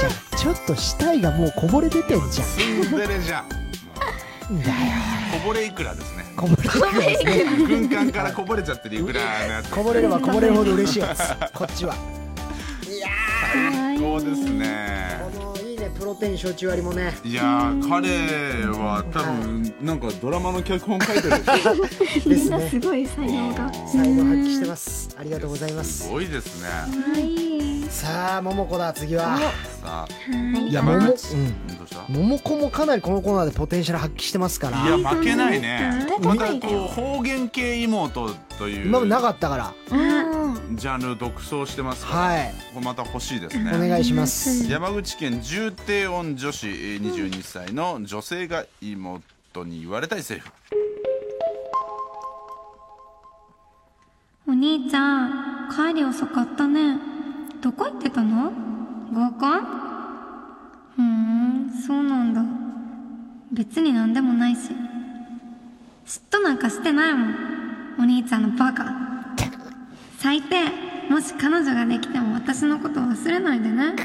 Speaker 1: ゃんちょっとしたいがもうこぼれ出てんじゃん
Speaker 2: ツンデレじゃんも
Speaker 1: んだよ
Speaker 2: うこぼれいくらですね
Speaker 1: こぼれてくるやつね
Speaker 2: 軍艦からこぼれちゃってるいくらのやつ
Speaker 1: こぼれればこぼれるほど嬉しいやつこっちは
Speaker 2: そうですね
Speaker 1: このいいねプロテイン焼酎割りもね
Speaker 2: いやー彼は多分なんかドラマの脚本書いてる
Speaker 1: [laughs] ですね
Speaker 6: すごい才能が
Speaker 1: 才能発揮してますありがとうございますす
Speaker 2: ごいですね
Speaker 1: さあ桃子だ次は
Speaker 2: さあ
Speaker 1: い
Speaker 2: 山
Speaker 1: 桃
Speaker 2: 口どうした
Speaker 1: 桃子もかなりこのコーナーでポテンシャル発揮してますから
Speaker 2: いや負けないね
Speaker 4: 絶
Speaker 2: ま
Speaker 4: 対
Speaker 2: た
Speaker 4: ないんだ
Speaker 2: こう
Speaker 4: よ
Speaker 2: 方言系妹という
Speaker 1: 今までなかったから
Speaker 4: うん
Speaker 2: ジャンル独走してますから、
Speaker 1: はい
Speaker 2: これまた欲しいです
Speaker 1: お
Speaker 2: ね
Speaker 1: 願いします
Speaker 2: 山口県重低音女子えー22歳の女性が妹に言われたいセ
Speaker 1: [laughs]
Speaker 2: リフ
Speaker 5: お兄ちゃん、帰り遅かったね。どこ行ってたの合コンふーん、そうなんだ。別になんでもないし。嫉妬なんかしてないもん。お兄ちゃんのバカ。最低、もし彼女ができても私のこと忘れないでね。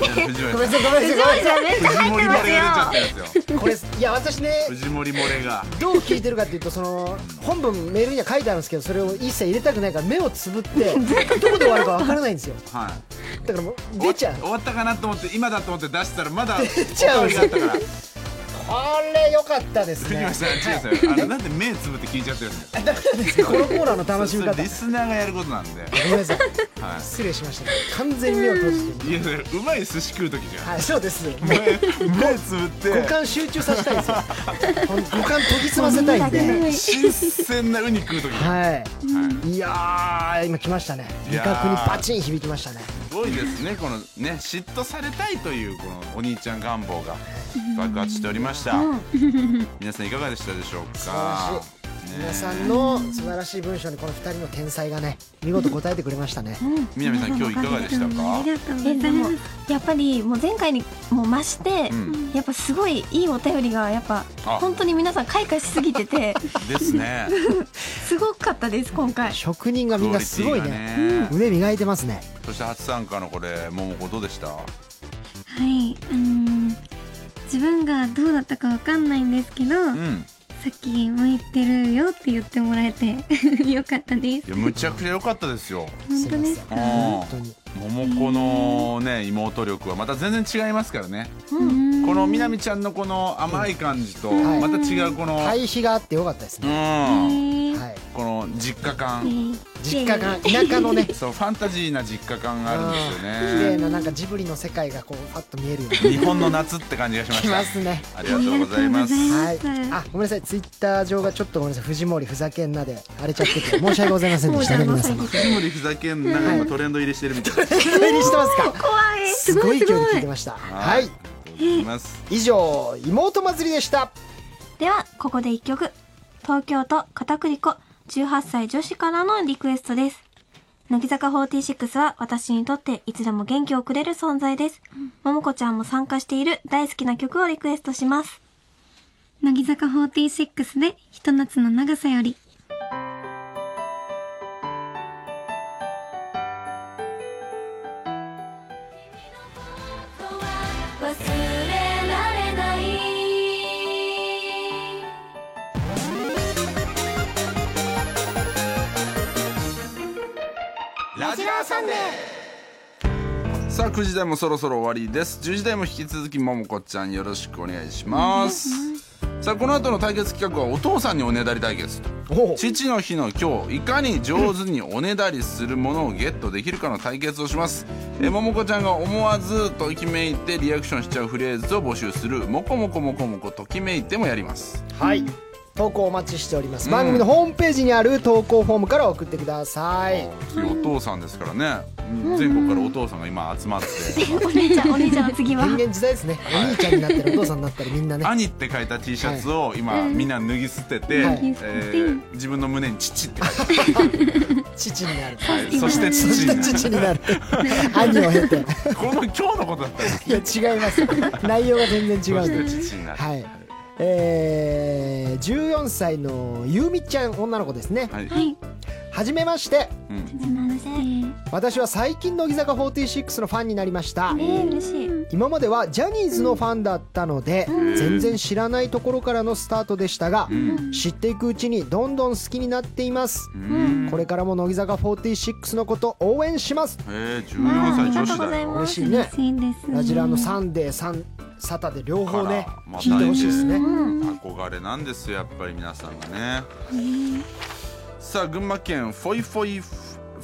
Speaker 2: いや藤森
Speaker 1: ごめん
Speaker 2: さ
Speaker 1: なさいごめんなさいごめんなさ
Speaker 4: めっ
Speaker 2: ん藤森漏れが出ちゃってるんですよ
Speaker 1: いこれいや私ね
Speaker 2: 藤森漏れが
Speaker 1: どう聞いてるかっていうとその本文メールには書いてあるんですけどそれを一切入れたくないから目をつ [laughs] ぶってどこで終わるかわからないんですよ
Speaker 2: はい
Speaker 1: だ [laughs] からもう出ちゃう
Speaker 2: 終わったかなと思って今だと思って出したらまだ出
Speaker 1: ちゃうんで
Speaker 2: が
Speaker 1: す
Speaker 2: あ
Speaker 1: よ
Speaker 2: ったから
Speaker 1: あれ良かったです
Speaker 2: で
Speaker 1: [laughs]
Speaker 2: き
Speaker 1: ね
Speaker 2: ました違う違うあのなんで目つぶって聞いちゃってるんですか
Speaker 1: このコーナーの [laughs] 楽しみ
Speaker 2: そ
Speaker 1: 方
Speaker 2: れそれリスナーがやることなんでは
Speaker 1: ごめんなさい
Speaker 2: い
Speaker 1: 失礼しました完全に目を閉じて
Speaker 2: いやそれうまい寿司食う時じゃん
Speaker 1: はいそうです
Speaker 2: 目目つぶって
Speaker 1: 五感集中させたいんですよほん五感研ぎ澄ませたいんで
Speaker 2: 新鮮なウニ食う時じゃん
Speaker 1: は
Speaker 2: はい
Speaker 1: いいやー今来ましたね
Speaker 2: い
Speaker 1: 味
Speaker 2: やー
Speaker 1: 覚にバチン響きましたね
Speaker 2: すごいですねこのね嫉妬されたいというこのお兄ちゃん願望が爆発しておりました、皆さんいかがでしたでしょう
Speaker 1: 素晴
Speaker 2: から
Speaker 1: しい皆さんの素晴らしい文章にこの二人の天才がね見事答えてくれましたね
Speaker 2: 南さん今日いかがでした
Speaker 6: あ
Speaker 2: か
Speaker 6: りがとうござ
Speaker 4: え
Speaker 6: い
Speaker 4: で
Speaker 6: ま
Speaker 4: も
Speaker 6: す
Speaker 4: やっぱりもう前回にも増して、
Speaker 2: うん
Speaker 4: やっぱすごいいいお便りがやっぱ
Speaker 2: あ
Speaker 4: 本当に皆さん開花しすぎてて
Speaker 2: ですね
Speaker 4: すごかったです今
Speaker 1: [laughs]
Speaker 4: 回
Speaker 1: 職人がみんなすごいね
Speaker 2: クオリティがね
Speaker 1: 腕磨いてますね
Speaker 2: そして初参加のこれ桃子どうでした
Speaker 5: はい、あのー自分がどうだったかわかんないんですけど、
Speaker 2: うん
Speaker 5: さっき向いてるよって言ってもらえて [laughs] よかったです
Speaker 2: い。やむちゃくちゃ良かったですよ
Speaker 5: 本当ですか。
Speaker 1: 本当に
Speaker 2: 桃子のね妹力はまた全然違いますからね
Speaker 5: うん
Speaker 2: この南ちゃんのこの甘い感じと
Speaker 1: はい
Speaker 2: また違うこの
Speaker 1: 対比があってよかったです
Speaker 2: う
Speaker 1: ね
Speaker 2: ん
Speaker 5: えー
Speaker 1: はい
Speaker 2: この実家
Speaker 5: え
Speaker 2: 感
Speaker 5: ー
Speaker 1: 実家が田舎のね
Speaker 2: そうファンタジーな実家感があるん
Speaker 1: 綺
Speaker 2: ですよ
Speaker 1: 麗
Speaker 2: ね
Speaker 1: ななんかジブリの世界がこうパッと見えるよう
Speaker 2: 日本の夏って感じがしま
Speaker 1: に
Speaker 2: し
Speaker 1: きますね
Speaker 2: たありがとうございます
Speaker 5: ありがとうございま
Speaker 1: はいあごめんなさいツイッター上がちょっとごめんなさい藤森ふざけんなで荒れちゃってて申し訳ございませんでした [laughs] ね皆様
Speaker 2: 藤森ふざけんなが今トレンド入りしてるみたいです
Speaker 1: 何してますか怖いすごい勢いで
Speaker 6: すごい
Speaker 1: 聞いてましたは
Speaker 2: あ
Speaker 1: い
Speaker 2: りがとうございます
Speaker 1: 以上妹祭りでした
Speaker 4: ではここで一曲東京都片栗粉18歳女子からのリクエストです乃木坂46は私にとっていつでも元気をくれる存在です桃子ちゃんも参加している大好きな曲をリクエストします
Speaker 5: 乃木坂46でひと夏の長さより
Speaker 4: 忘れられない
Speaker 2: ラジラーサンデーさあ9時台もそろそろ終わりです10時台も引き続きももこちゃんよろしくお願いしますさあこの後の対決企画はお父さんにおねだり対決
Speaker 1: おお
Speaker 2: 父の日の今日いかに上手におねだりするものをゲットできるかの対決をします、えー、ももこちゃんが思わずときめいてリアクションしちゃうフレーズを募集する「もこもこもこもこときめいて」もやります
Speaker 1: はい投稿お待ちしております番組のホームページにある投稿フォームから送ってください
Speaker 2: 次お父さんですからね、うん全国からお父さんが今集まって
Speaker 4: お姉ちゃんお姉ちゃんの次は
Speaker 1: 人間時代ですねお兄ちゃんになったりお父さんになったりみんなね
Speaker 2: 兄って書いた T シャツを今、みんな脱ぎ捨てて、
Speaker 1: はい
Speaker 2: えー自分の胸に父って書いて、
Speaker 1: 父になる
Speaker 2: そして
Speaker 1: そ
Speaker 2: 父
Speaker 1: し
Speaker 2: に
Speaker 1: て
Speaker 2: な
Speaker 1: 父になる兄を経て
Speaker 2: るこの今日のことだったんです
Speaker 1: いや [laughs] 違います内容が全然違
Speaker 2: そ
Speaker 1: うん
Speaker 2: して
Speaker 1: で
Speaker 2: 父になる
Speaker 1: はい、えー、14歳のゆうみちゃん女の子ですね
Speaker 2: はい、
Speaker 1: はじめまして
Speaker 2: うん、
Speaker 1: 私は最近乃木坂46のファンになりました
Speaker 4: えー、嬉しい
Speaker 1: 今まではジャニーズのファンだったので全然知らないところからのスタートでしたが
Speaker 2: ん
Speaker 1: 知っていくうちにどんどん好きになっています
Speaker 2: うん
Speaker 1: これからも乃木坂46のこと応援します
Speaker 2: えー、14歳女子だよ
Speaker 1: 嬉しいね
Speaker 5: 嬉しいです。
Speaker 1: ラジラのサンデーサンサタで両方ね
Speaker 2: からまた
Speaker 1: 聞いてほしいですね
Speaker 2: 憧れなんですよやっぱり皆さんがね、さあ群馬県フォイフォイフ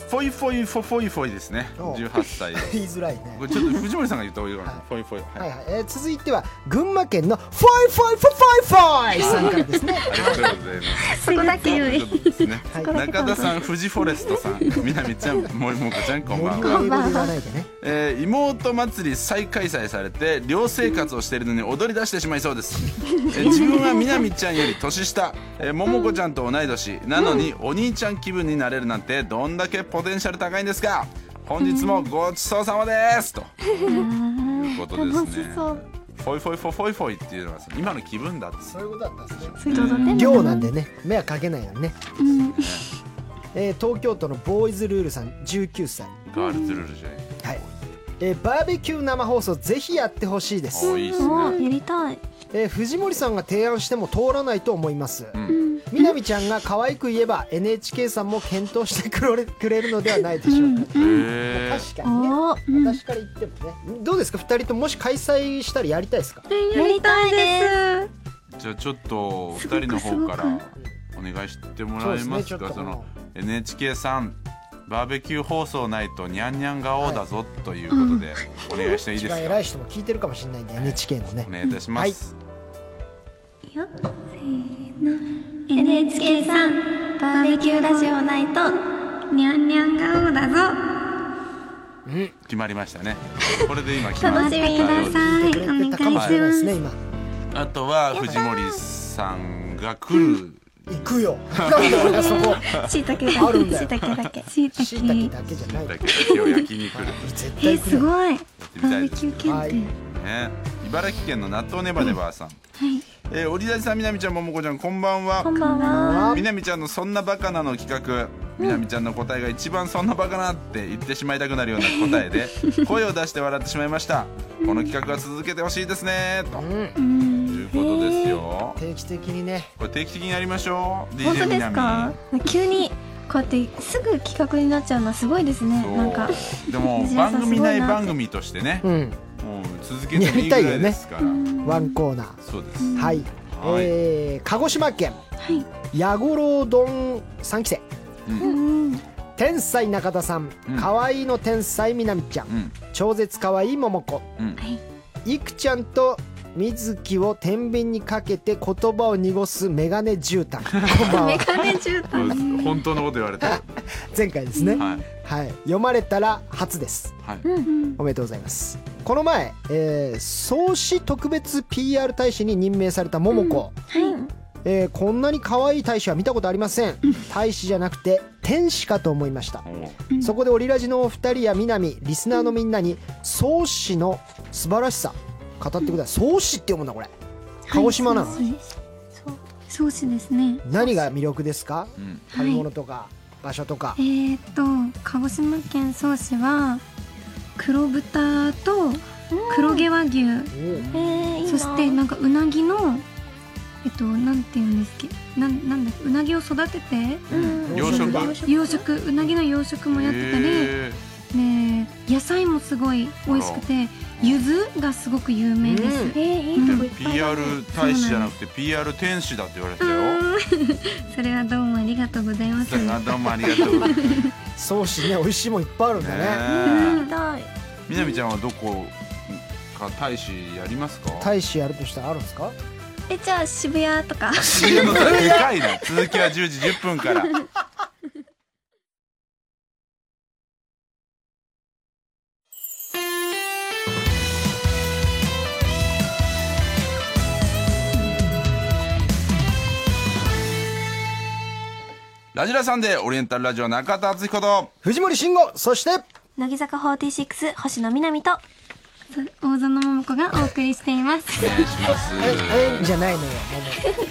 Speaker 2: フォイフォイフォフォイフォイですね
Speaker 1: お
Speaker 2: 18歳
Speaker 1: 言いづらいね
Speaker 2: これちょっと藤森さんが言った方がいいかなフォイフォイはい、
Speaker 1: はいはい、えー続いては群馬県のフォイフォイフォイフォイフォイさんからですね
Speaker 2: ありがとうございます
Speaker 5: そこだけ
Speaker 2: と
Speaker 5: 良
Speaker 2: いう
Speaker 5: い。
Speaker 2: ことですね
Speaker 1: はい
Speaker 2: 中田さん、富士フォレストさん、南ちゃん、森もこちゃん、こんばん
Speaker 1: 英
Speaker 2: は。
Speaker 1: 語で言わないでね
Speaker 2: えー妹祭り再開催されて、寮生活をしているのに踊り出してしまいそうです。えー自分は南ちゃんより年下、えー、ももこちゃんと同い年、なのにお兄ちゃん気分になれるなんて、どんだけポテンシャル高いんですか本日もごちそうさまですということですね。フォイフォイフォフォイフォイっていうのは今の気分だっつ
Speaker 1: そういうことだったんですよ
Speaker 4: そういうことね
Speaker 1: 量なんでね目はかけないようにね、えー東京都のボーイズルールさん19歳、
Speaker 2: ガールズルールじゃない。
Speaker 1: はいえーバーベキュー生放送ぜひやってほしいです
Speaker 2: お、いいですね。
Speaker 4: もうやりたい
Speaker 1: えー藤森さんが提案しても通らないと思います、
Speaker 2: ん
Speaker 1: みなみちゃんが可愛く言えば NHK さんも検討してくれくれるのではないで
Speaker 6: う
Speaker 1: しょうんか、
Speaker 6: うん
Speaker 2: え
Speaker 1: 確かにね
Speaker 4: お
Speaker 6: うん
Speaker 1: 私から言ってもねどうですか2人とももし開催したらやりたいですか
Speaker 4: やりたいです
Speaker 2: ー、じゃあちょっと
Speaker 6: す
Speaker 2: 二
Speaker 6: ごく
Speaker 2: 人の方から
Speaker 6: すごく
Speaker 2: お願いしてもらえますかそ
Speaker 1: あ
Speaker 2: の
Speaker 1: の
Speaker 2: NHK さんバーベキュー放送ないとニャンニャンが王だぞということで、お願いしていい
Speaker 1: 一
Speaker 2: で
Speaker 1: 番
Speaker 2: すか
Speaker 1: 偉い人も聞いてるかもしれないんで NHK のね
Speaker 2: お願いいたします、
Speaker 5: NHK さんバーベキューラジオないとにゃんにゃん顔だぞ
Speaker 2: 決まりましたねこれで今決ま
Speaker 5: 楽
Speaker 2: っ
Speaker 5: しみくだ
Speaker 2: た
Speaker 5: さい
Speaker 1: くれ
Speaker 5: お願い
Speaker 1: て
Speaker 5: した
Speaker 1: かもしれない
Speaker 5: ま
Speaker 1: です
Speaker 5: す
Speaker 1: ね今
Speaker 2: あとは藤森さんが来る
Speaker 1: 行くよなんで俺がそこ
Speaker 4: しいたけだ
Speaker 1: あるんだ
Speaker 4: し
Speaker 1: よ
Speaker 4: いたけだけ
Speaker 5: しいた
Speaker 1: しいたけ
Speaker 5: け
Speaker 1: だけじゃない
Speaker 2: だけど今日焼きに来る
Speaker 1: 絶
Speaker 5: え
Speaker 1: 対来
Speaker 5: す
Speaker 1: るよ
Speaker 5: ごい
Speaker 2: みた
Speaker 5: バー
Speaker 2: い
Speaker 5: ベ
Speaker 2: です
Speaker 5: キュー検定
Speaker 2: ね茨城県の納豆ネバネバーさん、
Speaker 5: はい
Speaker 2: えー、織田さんみなみちゃんももこちゃんこんばんは
Speaker 4: こんばんは
Speaker 2: みなみちゃんの「そんなバカな」の企画みなみちゃんの答えが一番「そんなバカな」って言ってしまいたくなるような答えで
Speaker 4: [laughs]
Speaker 2: 声を出して笑ってしまいましたこの企画は続けてほしいですねと
Speaker 1: うん
Speaker 2: いうことですよ
Speaker 1: 定期的にね
Speaker 2: これ定期的にやりましょう
Speaker 4: 本
Speaker 2: DJ
Speaker 4: 当
Speaker 2: み
Speaker 4: で
Speaker 2: な
Speaker 4: す
Speaker 2: み
Speaker 4: か急にこうやってすぐ企画になっちゃうのはすごいですね
Speaker 2: そう
Speaker 4: なんか
Speaker 2: でも
Speaker 4: 藤原さん
Speaker 2: 番組ない
Speaker 4: すごいな
Speaker 2: 番組としてね
Speaker 1: うん
Speaker 2: もう続けてもいいぐらいですから、
Speaker 1: ワンコーナー
Speaker 2: そうです
Speaker 1: はい、
Speaker 2: はい
Speaker 1: えー鹿児島県
Speaker 5: はい
Speaker 1: 八五郎丼3期生
Speaker 4: うん
Speaker 1: 天才中田さん
Speaker 2: うん
Speaker 1: 可愛いの天才みなみちゃん
Speaker 2: うん
Speaker 1: 超絶可愛い桃子
Speaker 2: うん
Speaker 1: いくちゃんと水木を天秤にかけて言葉を濁すメガネ絨毯こんばんは
Speaker 2: そうです本当のこと言われてる
Speaker 1: [laughs] 前回ですね
Speaker 2: はい
Speaker 1: はい読まれたら初です
Speaker 2: はい
Speaker 1: おめでとうございますこの前、えー創始特別 PR 大使に任命された桃子、えーこんなに可愛い大使は見たことありません大使じゃなくて天使かと思いました
Speaker 2: おう
Speaker 1: そこでオリラジのお二人や南リスナーのみんなに創始の素晴らしさ語ってください創始って読むんだこれ鹿児島なの、
Speaker 5: そうしですね
Speaker 1: 何が魅力ですか
Speaker 2: うん
Speaker 1: 食べ物とか場所とか
Speaker 5: えー、っと鹿児島県曽於市は黒豚と黒毛和牛、
Speaker 1: おう
Speaker 4: えーいいな
Speaker 5: そしてなんかうなぎのえっとなんて言うんですっけなんなんだっけうなぎを育てて
Speaker 2: うん養殖
Speaker 1: 養
Speaker 5: 養殖うなぎの養殖もやってたり、
Speaker 2: へ
Speaker 5: で野菜もすごい美味しくて柚子がすごく有名です、
Speaker 1: うん
Speaker 4: えーいいとこいっ
Speaker 2: ー
Speaker 4: ぱいだ
Speaker 2: PR 大使じゃなくて PR 天使だって言われてたよ
Speaker 5: うーんそれはどうもありがとうございます
Speaker 2: だからどうもありがとうございます
Speaker 1: 創始ね美味しいもんいっぱいあるんだね
Speaker 2: ね
Speaker 4: 行きたい
Speaker 2: えみなみちゃんはどこか大使やりますか
Speaker 1: 大使やるとしたらあるんですか
Speaker 4: えじゃあ渋谷とか
Speaker 2: CM がでかいな続きは10時10分からラジラさんでオリエンタルラジオ中田敦彦と
Speaker 1: 藤森慎吾そして
Speaker 4: 乃木坂46星野みなみと
Speaker 5: 大園桃子がお送りしています
Speaker 2: [laughs]
Speaker 5: ち
Speaker 2: お願いします
Speaker 1: ええじゃないのよ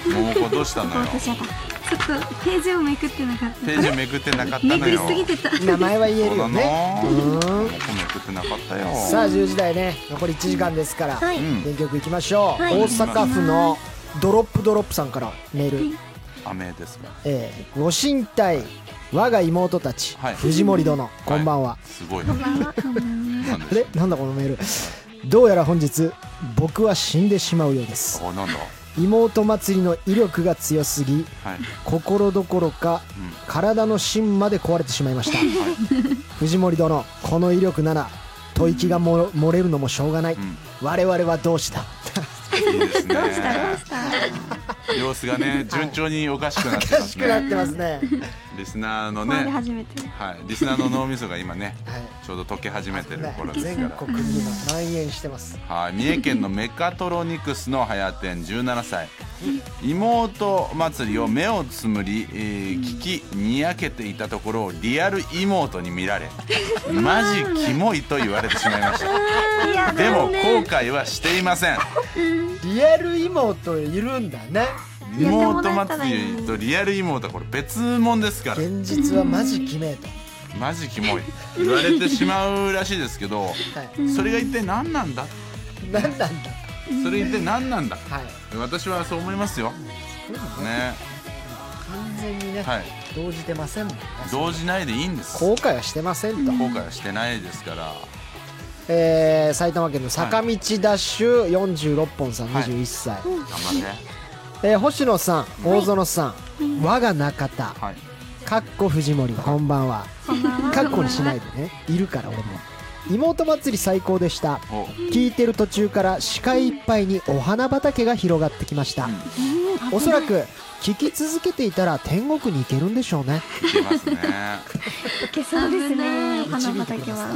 Speaker 1: も
Speaker 2: 桃子どうしたのよ
Speaker 4: 私はだ
Speaker 5: ょっとページをめくってなかっ
Speaker 2: ページめくってなかった
Speaker 5: ため
Speaker 2: の
Speaker 5: くり
Speaker 2: よ
Speaker 5: すぎてた
Speaker 1: う名前は言え
Speaker 2: そう
Speaker 1: るよ
Speaker 2: な
Speaker 1: ねう
Speaker 2: の
Speaker 1: ーん
Speaker 2: 桃子めくってなかったよ
Speaker 1: さあ10時台ね残り1時間ですから、
Speaker 4: はい
Speaker 2: うん
Speaker 1: 電極いきましょう、
Speaker 4: はい
Speaker 1: 大阪府のドロップドロップさんからメール、
Speaker 2: 雨ですか
Speaker 1: えーご神体我が妹たち、
Speaker 2: はい
Speaker 1: 藤森殿、こんばんは、
Speaker 2: すごいななん
Speaker 1: あ
Speaker 2: で
Speaker 1: れなんだこのメールどうやら本日僕は死んでしまうようです
Speaker 2: あなんだ
Speaker 1: 妹祭りの威力が強すぎ
Speaker 2: はい
Speaker 1: 心どころか、
Speaker 2: ん
Speaker 1: 体の芯まで壊れてしまいました、藤森殿この威力なら吐息がも漏れるのもしょうがない、
Speaker 2: ん
Speaker 1: 我々は同志だ
Speaker 2: いいですねどうしたどうした様子がね順調におかしくなってます
Speaker 1: くなっ
Speaker 2: ね
Speaker 1: てますね、
Speaker 2: リスナーの
Speaker 4: 回り
Speaker 2: ね
Speaker 4: 始めて
Speaker 2: はいリスナーの脳みそが今ね
Speaker 1: はい
Speaker 2: ちょうど溶け始めてる頃です
Speaker 1: 全
Speaker 2: か
Speaker 1: 国に今蔓延してます
Speaker 2: らはい三重県のメカトロニクスの早店17歳妹祭りを目をつむり、えー聞きにやけていたところをリアル妹に見られマジキモいと言われてしまいましたでも後悔はしていません
Speaker 1: リアル妹いるんだね
Speaker 2: 妹祭りとリアル妹はこれ別物ですから
Speaker 1: 現実はマジキメと、
Speaker 2: マジキモい言われてしまうらしいですけど
Speaker 1: はい、
Speaker 2: それが一体何なんだ
Speaker 1: 何なんだ
Speaker 2: それ一体何なんだ
Speaker 1: はい
Speaker 2: 私はそう思いますよね
Speaker 1: 完全にね、
Speaker 2: はい
Speaker 1: 動じてませんもんね
Speaker 2: 動じないでいいんです後
Speaker 1: 後悔はしてませんと、
Speaker 2: 悔はしてないですから
Speaker 1: えー埼玉県の坂道ダッシュ46本さん21歳、
Speaker 2: 頑張って
Speaker 1: えー星野さん大園さん、我が中田
Speaker 2: はい
Speaker 1: かっこ藤森こんばんは
Speaker 4: こんばんは
Speaker 1: かっこにしないでねいるから俺も妹祭り最高でした
Speaker 2: お
Speaker 1: 聞いてる途中から視界いっぱいにお花畑が広がってきました、おそらく聞き続けていたら天国に行けるんでしょうね
Speaker 2: いけますね
Speaker 4: いけそうですね
Speaker 1: 危
Speaker 4: お
Speaker 1: ない
Speaker 4: 花畑は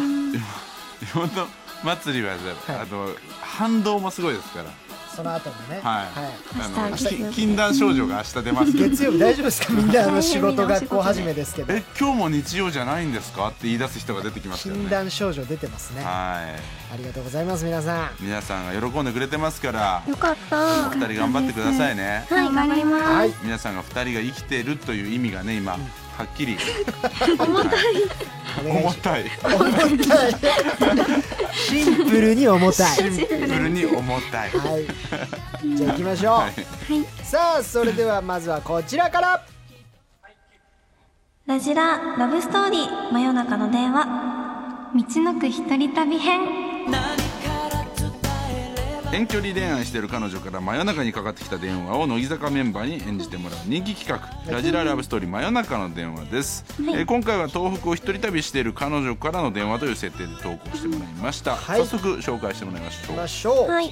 Speaker 2: 本当祭りはじゃあ,、あの反動もすごいですから
Speaker 1: その後もね
Speaker 2: はい、あの
Speaker 4: 明日
Speaker 2: き禁断症状が明日出ますけど
Speaker 1: 月曜日大丈夫ですかみんなあの仕事
Speaker 4: 大変なお
Speaker 1: 学
Speaker 4: 仕事で
Speaker 1: 校始めですけど
Speaker 2: え今日も日曜じゃないんですかって言い出す人が出てきますよ
Speaker 1: 禁
Speaker 2: ね
Speaker 1: 断症状出てますねあ
Speaker 2: は
Speaker 1: りがとうございます皆さん
Speaker 2: い皆さんが喜んでくれてますから
Speaker 4: よかった
Speaker 2: お二人頑張ってくださいね
Speaker 4: はい、頑張ります。
Speaker 1: はい
Speaker 2: 皆さんが二人が生きてるという意味がね今はっきり
Speaker 1: お願い
Speaker 2: 重
Speaker 1: した
Speaker 2: い
Speaker 1: 重たいシンプルに重たい
Speaker 2: シンプルに重たい
Speaker 1: はい [laughs] じゃあ行きましょう、
Speaker 2: はい
Speaker 1: さあそれではまずはこちらから
Speaker 4: ラジラ、ラブストーリー、真夜中の電話。
Speaker 5: 道のく一人旅編
Speaker 2: 遠距離恋愛してる彼女から真夜中にかかってきた電話を乃木坂メンバーに演じてもらう人気企画「ラジララブストーリー真夜中の電話」です、えー今回は東北を一人旅している彼女からの電話という設定で投稿してもらいました、
Speaker 1: はい
Speaker 2: 早速紹介してもらいまし
Speaker 1: 行
Speaker 2: ょう
Speaker 1: きましょう、
Speaker 4: はい、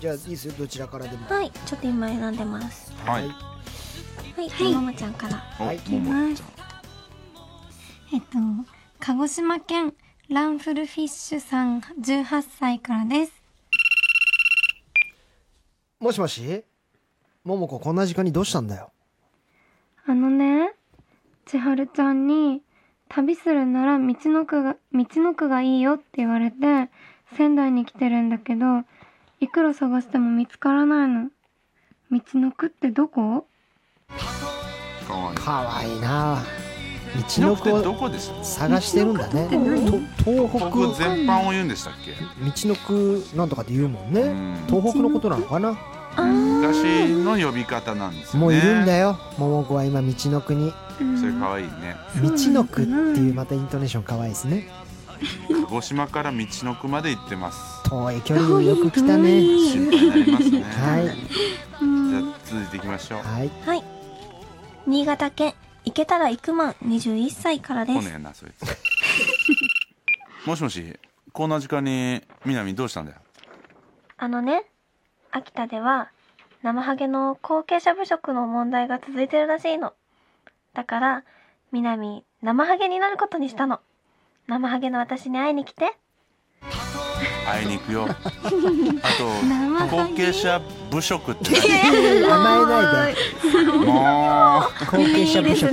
Speaker 1: じゃあいいですよどちらからでも
Speaker 4: はい、ちょっと今選んでます。
Speaker 2: はい、
Speaker 4: はい、はい、ももちゃんから。
Speaker 2: お、
Speaker 1: はい
Speaker 2: ももち
Speaker 5: えっと鹿児島県ランフルフィッシュさん18歳からです
Speaker 1: もしもし桃子こんな時間にどうしたんだよ
Speaker 5: あのね千春ちゃんに旅するなら道のくが道のくがいいよって言われて仙台に来てるんだけどいくら探しても見つからないの道のくってどこ
Speaker 2: ゃんかわいい
Speaker 1: かわいいな道
Speaker 2: の
Speaker 1: の
Speaker 2: って
Speaker 1: 子
Speaker 2: ど
Speaker 1: を
Speaker 2: こでした
Speaker 1: 探してるんだね
Speaker 6: 道の子
Speaker 1: と東
Speaker 2: 東北
Speaker 1: 北
Speaker 2: 全般を言うんでしたっけ
Speaker 1: 道のくなんとかって言うもんね、
Speaker 2: ん
Speaker 1: 東北のことなのかな
Speaker 2: 昔の呼び方なんですよね
Speaker 1: もういるんだ
Speaker 2: よ
Speaker 1: よ桃子は今道のくに
Speaker 2: それかわいいね
Speaker 1: 道のくっていうまたイントネーションかわいいですね
Speaker 2: 鹿児島から道のくまで行ってます
Speaker 1: 遠い距離によく来たね
Speaker 2: 心配になりますね
Speaker 1: はい
Speaker 2: じゃあ続いていきましょう
Speaker 1: はい
Speaker 4: はい。新潟県、行けたら行くまん、21歳からで
Speaker 2: 来
Speaker 4: す
Speaker 2: ね。えなそいつ [laughs] もしもしこんな時間に南どうしたんだよ
Speaker 4: あのね、秋田では、生ハゲの後継者不足の問題が続いてるらしいの。だから、みなみ、生ハゲになることにしたの。生ハゲの私に会いに来て。
Speaker 2: 会いに行
Speaker 6: [laughs]
Speaker 2: くよあと
Speaker 5: 生ハゲ
Speaker 2: 後継者部職って
Speaker 1: 甘えないで
Speaker 2: 何も
Speaker 1: 後継者部署
Speaker 2: う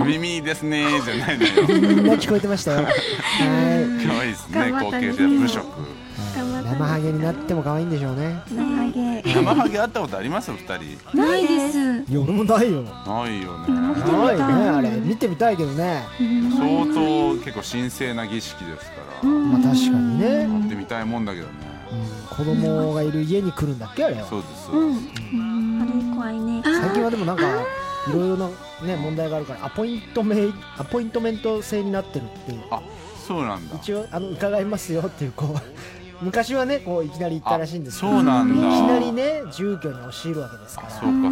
Speaker 2: お耳いいですねじゃないのよ
Speaker 1: み
Speaker 6: [laughs]
Speaker 1: んな聞こえてましたよはい
Speaker 2: 可愛いですね
Speaker 6: 頑張
Speaker 2: 後
Speaker 6: ったね
Speaker 2: 継者部職
Speaker 1: 生ハゲになっても可愛いんでしょうね
Speaker 4: 生ハゲ。
Speaker 2: 生ハゲ会ったことあります二人
Speaker 6: ないです。
Speaker 1: いや俺もないよ
Speaker 2: ないよね
Speaker 1: ないねあれ見てみたいけどね
Speaker 2: 相当結構神聖な儀式ですから
Speaker 1: まあ確かにね、
Speaker 2: 会ってみたいもんだけどね
Speaker 1: 子供がいる家に来るんだっけあれは
Speaker 2: そうですそうです
Speaker 4: あれ怖いね。
Speaker 1: 最近はでもなんかいろいろな、ね、問題があるからアポイントメイアポイントメント制になってるっていう
Speaker 2: あそうなんだ
Speaker 1: 一応あの伺いますよっていうこう [laughs] 昔はねこういきなり行ったらしいんですけど
Speaker 2: あそうなんだ
Speaker 1: いきなりね住居に押し入るわけですから
Speaker 2: そうかそうか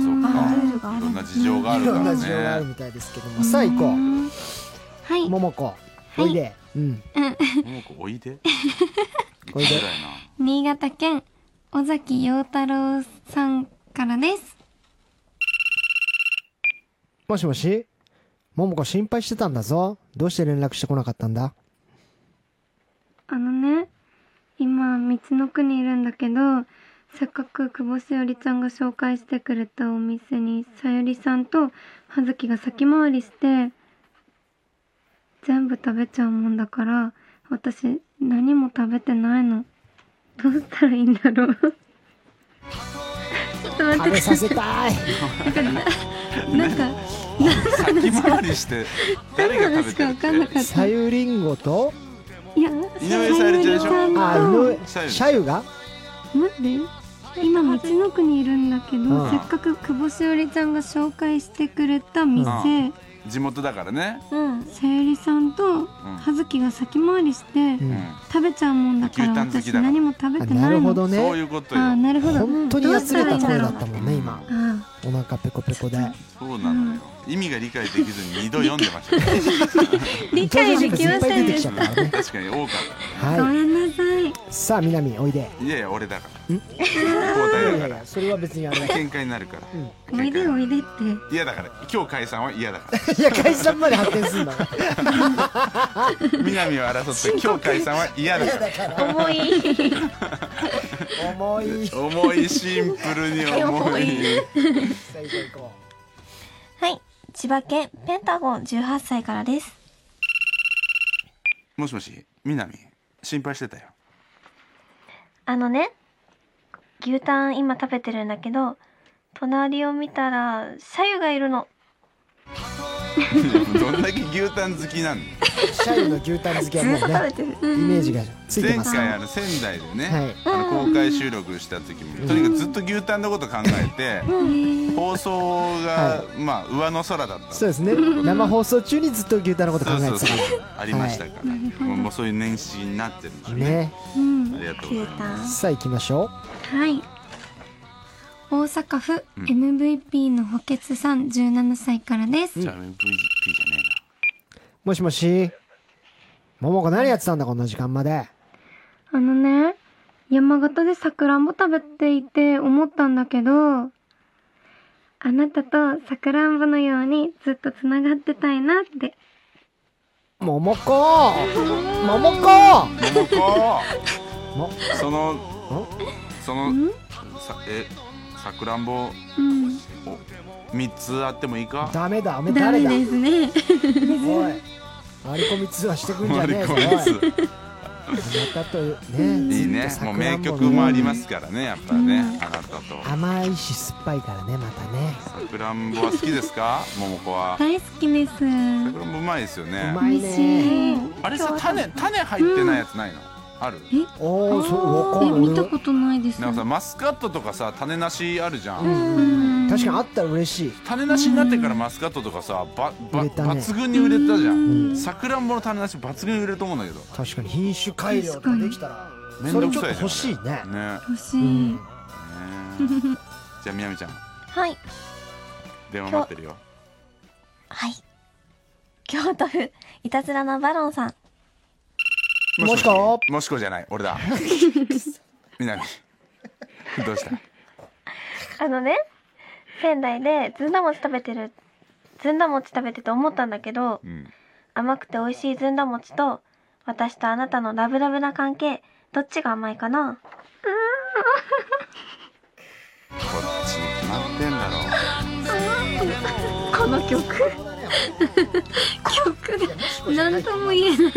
Speaker 2: いろんな事情がある
Speaker 1: い
Speaker 2: か
Speaker 1: ろん
Speaker 2: ら
Speaker 1: な事情がある
Speaker 2: ね
Speaker 1: みたいですけどもさあ行こう
Speaker 5: はい
Speaker 1: 桃子おいで、うん
Speaker 2: もうこおいで
Speaker 1: おいで
Speaker 2: 行きづらいな
Speaker 5: 新潟県尾崎陽太郎さんからです
Speaker 1: もしもし桃子心配してたんだぞどうして連絡してこなかったんだ
Speaker 5: あのね今道のくにいるんだけどせっかく久保しおりちゃんが紹介してくれたお店にさゆりさんと葉月が先回りして全部食べちゃうもんだから私何も食べてないのどうしたらいいんだろう [laughs] ちょっと待っ
Speaker 1: 食
Speaker 5: て
Speaker 1: べさせたい
Speaker 5: なんか
Speaker 2: 先回りして誰が食べてる
Speaker 5: 何の話か分かんな
Speaker 2: っ
Speaker 5: かった
Speaker 1: さ
Speaker 5: い
Speaker 1: ゆりんごと
Speaker 5: や
Speaker 2: 井上さゆりちゃんでしょ
Speaker 5: さゆりちゃん
Speaker 1: あ
Speaker 5: と
Speaker 1: の
Speaker 2: シャユ
Speaker 1: シャユが
Speaker 5: 待って
Speaker 6: 今道のくにいるんだけ
Speaker 1: うん
Speaker 6: どせっかく久保しおりちゃんが紹介してくれた店
Speaker 2: 地元だからね
Speaker 4: うん
Speaker 6: さゆりさんと葉月が先回りして
Speaker 1: うん
Speaker 2: うん
Speaker 6: 食べちゃうもんだから
Speaker 2: 牛タン好き
Speaker 6: 私
Speaker 2: だから
Speaker 6: 何も食べ
Speaker 1: あ
Speaker 6: てな
Speaker 1: ないるほ
Speaker 6: の
Speaker 1: ど
Speaker 2: そう
Speaker 1: ね
Speaker 2: いうこと
Speaker 6: あ
Speaker 2: よ
Speaker 6: あなるほど
Speaker 1: 本当にやつれた
Speaker 6: どうした
Speaker 1: 声
Speaker 6: らいいんろ
Speaker 1: だ
Speaker 6: う
Speaker 1: ったもんね今
Speaker 6: あ
Speaker 1: お腹ペコペコで
Speaker 2: そうなのよ意味が理解できずに2度読んでましたね
Speaker 6: 理解できませんでし
Speaker 1: 登場人物いっぱい出てきちゃったからね
Speaker 2: 確かに多かっ
Speaker 6: ご
Speaker 1: は
Speaker 6: めんなさい
Speaker 1: いさあ南おいで
Speaker 2: たいやいや俺だから交代だから
Speaker 1: それは別にあれ
Speaker 2: 喧嘩になるから
Speaker 6: おいでおいでって
Speaker 2: 嫌だから今日解散は嫌だから
Speaker 1: いや解散まで発展すんの
Speaker 2: 南を争って今日解散は嫌だから
Speaker 4: 重い
Speaker 1: 重い
Speaker 2: 重いシンプルに重い
Speaker 1: 最初行こ
Speaker 4: はい千葉県ペンタゴン18歳からです
Speaker 2: もしもし南心
Speaker 1: [laughs]
Speaker 2: 配してたよ
Speaker 4: あのね牛タン今食べてるんだけど隣を見たら左右がいるの
Speaker 2: どんだけ牛タン好きなんだよ
Speaker 1: うシャイの牛タン好きはもうね
Speaker 4: てる
Speaker 1: イメージがついて
Speaker 2: 前
Speaker 1: ます
Speaker 2: 回あの仙台でね、
Speaker 1: はい
Speaker 2: あの公開収録した時もとにかくずっと牛タンのこと考えて、放送が、まあ上の空だった
Speaker 1: そうですね生放送中にずっと牛タンのこと考
Speaker 2: そう
Speaker 1: え
Speaker 2: そう
Speaker 1: て
Speaker 2: そう
Speaker 1: た
Speaker 2: ありましたから、もうもうそういう年始になってるんだね
Speaker 1: ね
Speaker 2: ありがとうござい
Speaker 4: 牛
Speaker 2: ま
Speaker 4: タン
Speaker 1: さあ行きましょ
Speaker 5: はい大阪府
Speaker 2: うん
Speaker 5: MVP の補欠さん17歳からです
Speaker 2: すじゃあ MVP じゃね
Speaker 1: うもしもし桃子何やってたんだこの時間まで
Speaker 6: あのね山形でさくらんぼ食べていて思ったんだけどあなたとさくらんぼのようにずっとつながってたいなって
Speaker 1: 桃子桃子
Speaker 2: えな桃子
Speaker 1: も
Speaker 2: その
Speaker 1: お
Speaker 2: そのさえさくらんぼ
Speaker 6: うん
Speaker 2: お三つあってもいいか
Speaker 1: ダメだおめえ
Speaker 6: ダ
Speaker 1: 誰
Speaker 6: メ
Speaker 1: だ
Speaker 6: ですね
Speaker 1: おい割り込みツアーしてくんじゃ
Speaker 2: マ
Speaker 1: ね
Speaker 2: リ
Speaker 1: えぞ
Speaker 2: コ
Speaker 1: おい
Speaker 2: で
Speaker 1: ますたとね
Speaker 2: いいね
Speaker 1: ずっと
Speaker 2: もう
Speaker 1: 桜
Speaker 2: 名曲もあり
Speaker 1: ね
Speaker 2: ますからねやっぱねあなたと
Speaker 1: 甘いし酸っぱいからねまたね
Speaker 2: さくらんぼは好きですか桃子は
Speaker 6: 大好きです
Speaker 2: さくらんぼうまいですよ
Speaker 1: う
Speaker 2: ね
Speaker 1: まいね
Speaker 2: あれさ種種入ってないやつないのある
Speaker 1: おおそうわか
Speaker 6: え
Speaker 1: る
Speaker 6: 見たことないです
Speaker 2: なんかさマスカットとかさ種なしあるじゃん
Speaker 1: うん確かにあったら嬉しい
Speaker 2: 種なしになってからマスカットとかさばば
Speaker 1: 売れたね
Speaker 2: 抜群に売れたじゃ
Speaker 1: うん
Speaker 2: さくらんぼの種なし抜群に売れると思うんだけど
Speaker 1: 確かに品種改良とかできたら
Speaker 2: に
Speaker 1: それちょっと欲しいね [laughs]
Speaker 2: ね
Speaker 6: 欲し
Speaker 1: う
Speaker 6: い、
Speaker 1: ん
Speaker 2: ねじゃあみなみちゃん
Speaker 4: はい
Speaker 2: 電話待ってるよ
Speaker 4: はい京都府いたずらのバロンさん
Speaker 1: もしこ
Speaker 2: もしこじゃない
Speaker 1: [laughs]
Speaker 2: 俺だみなみどうした
Speaker 4: あのね仙台でずんだ餅食べてるずんだ餅食べてて思ったんだけど
Speaker 2: うん
Speaker 4: 甘くて美味しいずんだ餅と私とあなたのラブラブな関係どっちが甘いかな
Speaker 2: こっちに決まってんだろ
Speaker 6: この曲曲で何とも言えない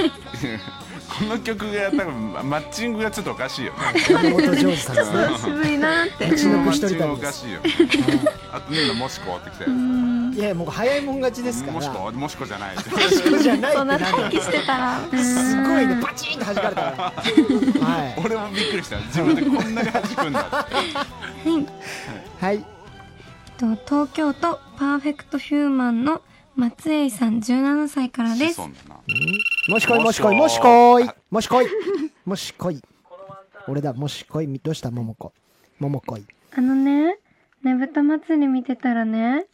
Speaker 2: この曲が多分マッチングがちょっとおかしいよね。
Speaker 1: 山本ジョージさんですね
Speaker 6: 渋いなって
Speaker 1: うちの子
Speaker 2: マ
Speaker 1: 一人
Speaker 2: ッチングがお
Speaker 1: 旅で
Speaker 2: か
Speaker 1: す
Speaker 2: しいよ。あとねもしこってきたよ。
Speaker 1: いやもう早いもん勝ちですから
Speaker 2: もしこもしこじゃない。
Speaker 1: そうじゃないって
Speaker 4: そ
Speaker 1: なんん
Speaker 4: な
Speaker 1: だ
Speaker 4: 待機してたら
Speaker 1: すごいねパチンと弾かれたからは
Speaker 2: 俺もびっくりした。自分でこんなに弾くんだって。
Speaker 1: いはい
Speaker 5: と東京都パーフェクトヒューマンの松江さん17歳からで
Speaker 2: 子
Speaker 5: す
Speaker 2: 孫だな。
Speaker 1: もしこいもしこいもしこいもしこいもしこい俺だもしこいどうした桃子桃子い
Speaker 6: あのね、ねぶた祭り見てたらね、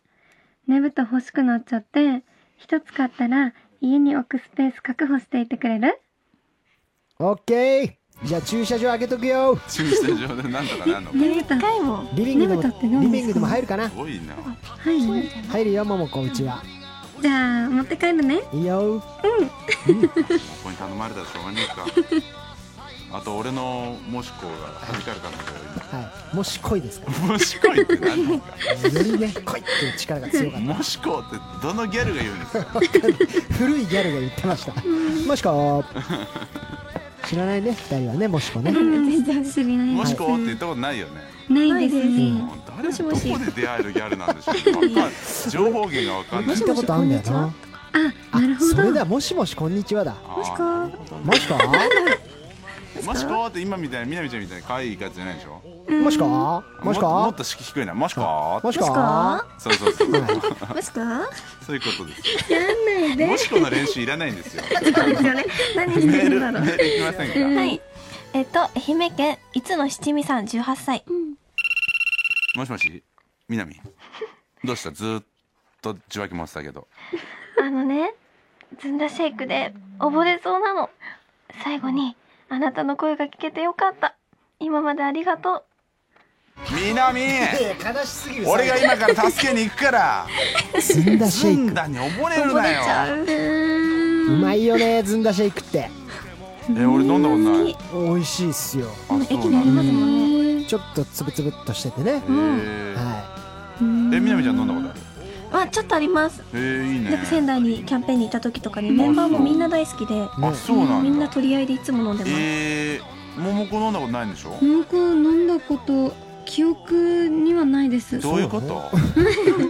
Speaker 6: ねぶた欲しくなっちゃって、一つ買ったら家に置くスペース確保していてくれる
Speaker 1: オッケーじゃあ駐車場開けとくよ
Speaker 2: 駐車場でなんとかなんの。す
Speaker 6: ねぶた、
Speaker 4: 一回も
Speaker 1: リビングでも
Speaker 6: ねぶたって何です
Speaker 1: リ
Speaker 6: か
Speaker 1: ビングでも入るかな
Speaker 2: ごいな。
Speaker 6: はい。
Speaker 1: 入るよ桃子うちは
Speaker 6: じゃあ、持って帰るね。
Speaker 1: いいよ
Speaker 2: ここに頼まれたらしょうがねえか。あと俺のもしこが弾かれたんだけ
Speaker 1: はいもしこいですか
Speaker 2: ど。もしこいって何ですから
Speaker 1: よりねこいっていう力が強かっ
Speaker 2: もしこってどのギャルが言うんですか。
Speaker 1: た古いギャルが言ってましたもしこ知らないね二人はねもしこね
Speaker 6: 全然知りない。
Speaker 2: もしこって言ったことないよね。
Speaker 6: ないですね。
Speaker 2: 誰どこで出会えるギャルなんでしょうね。わかん情報源がわかんない
Speaker 1: 聞い。たことあるんだよな
Speaker 6: あ、なるほ
Speaker 1: それ
Speaker 6: ど。
Speaker 1: だもしもしこんにちはだ
Speaker 2: もしこ。
Speaker 1: もしこ
Speaker 6: です
Speaker 2: もし
Speaker 6: か
Speaker 2: こーって今みたいなみなみちゃんみたいな可愛い言い方じゃないでしょ
Speaker 1: もしかもし
Speaker 2: もっともっ
Speaker 1: か
Speaker 2: と敷居低いなもしこー
Speaker 1: もしか
Speaker 2: そうそうそう
Speaker 4: もしか
Speaker 2: そういうことですやんないでもしこの練習いらないんですよ
Speaker 6: そうですよね何し
Speaker 2: メ
Speaker 6: てる
Speaker 2: ール
Speaker 6: んだろう
Speaker 2: メールいきませんか、
Speaker 4: はいえっと愛媛県いつの七味さん18歳
Speaker 2: もしもしみなみどうしたずーっと受話器持ってたけど
Speaker 6: あのねずんだシェイクで溺れそうなの最後にあなたの声が聞けてよかった今までありがとう
Speaker 2: みなみ
Speaker 1: 悲しすぎる
Speaker 2: 俺が今から助けに行くから
Speaker 1: ずんだシ
Speaker 2: ず
Speaker 1: ェイ
Speaker 2: ん
Speaker 1: ク
Speaker 2: だに溺れるなよ
Speaker 1: うまいよねずんだシェイクって
Speaker 2: え俺飲んだことない
Speaker 1: 美味しいっすよ
Speaker 2: あそうな
Speaker 4: あり
Speaker 2: んだ
Speaker 4: ますもんね
Speaker 1: ちょっとつぶつぶっとしててね
Speaker 2: へ
Speaker 1: は
Speaker 2: ーえみなみちゃん飲んだことある
Speaker 4: まあちょっとあります
Speaker 2: えー、いい
Speaker 4: なん
Speaker 2: ね
Speaker 4: か仙台にキャンペーンに行った時とかにメンバーもみんな大好きで
Speaker 1: い、
Speaker 2: あ
Speaker 1: ね、
Speaker 2: そうなんだ
Speaker 4: みんな取り合いでいつも飲んでます
Speaker 2: えー、桃子飲んだことないんでしょ
Speaker 5: ももこ飲んだこと記憶にはないです
Speaker 2: どういうこと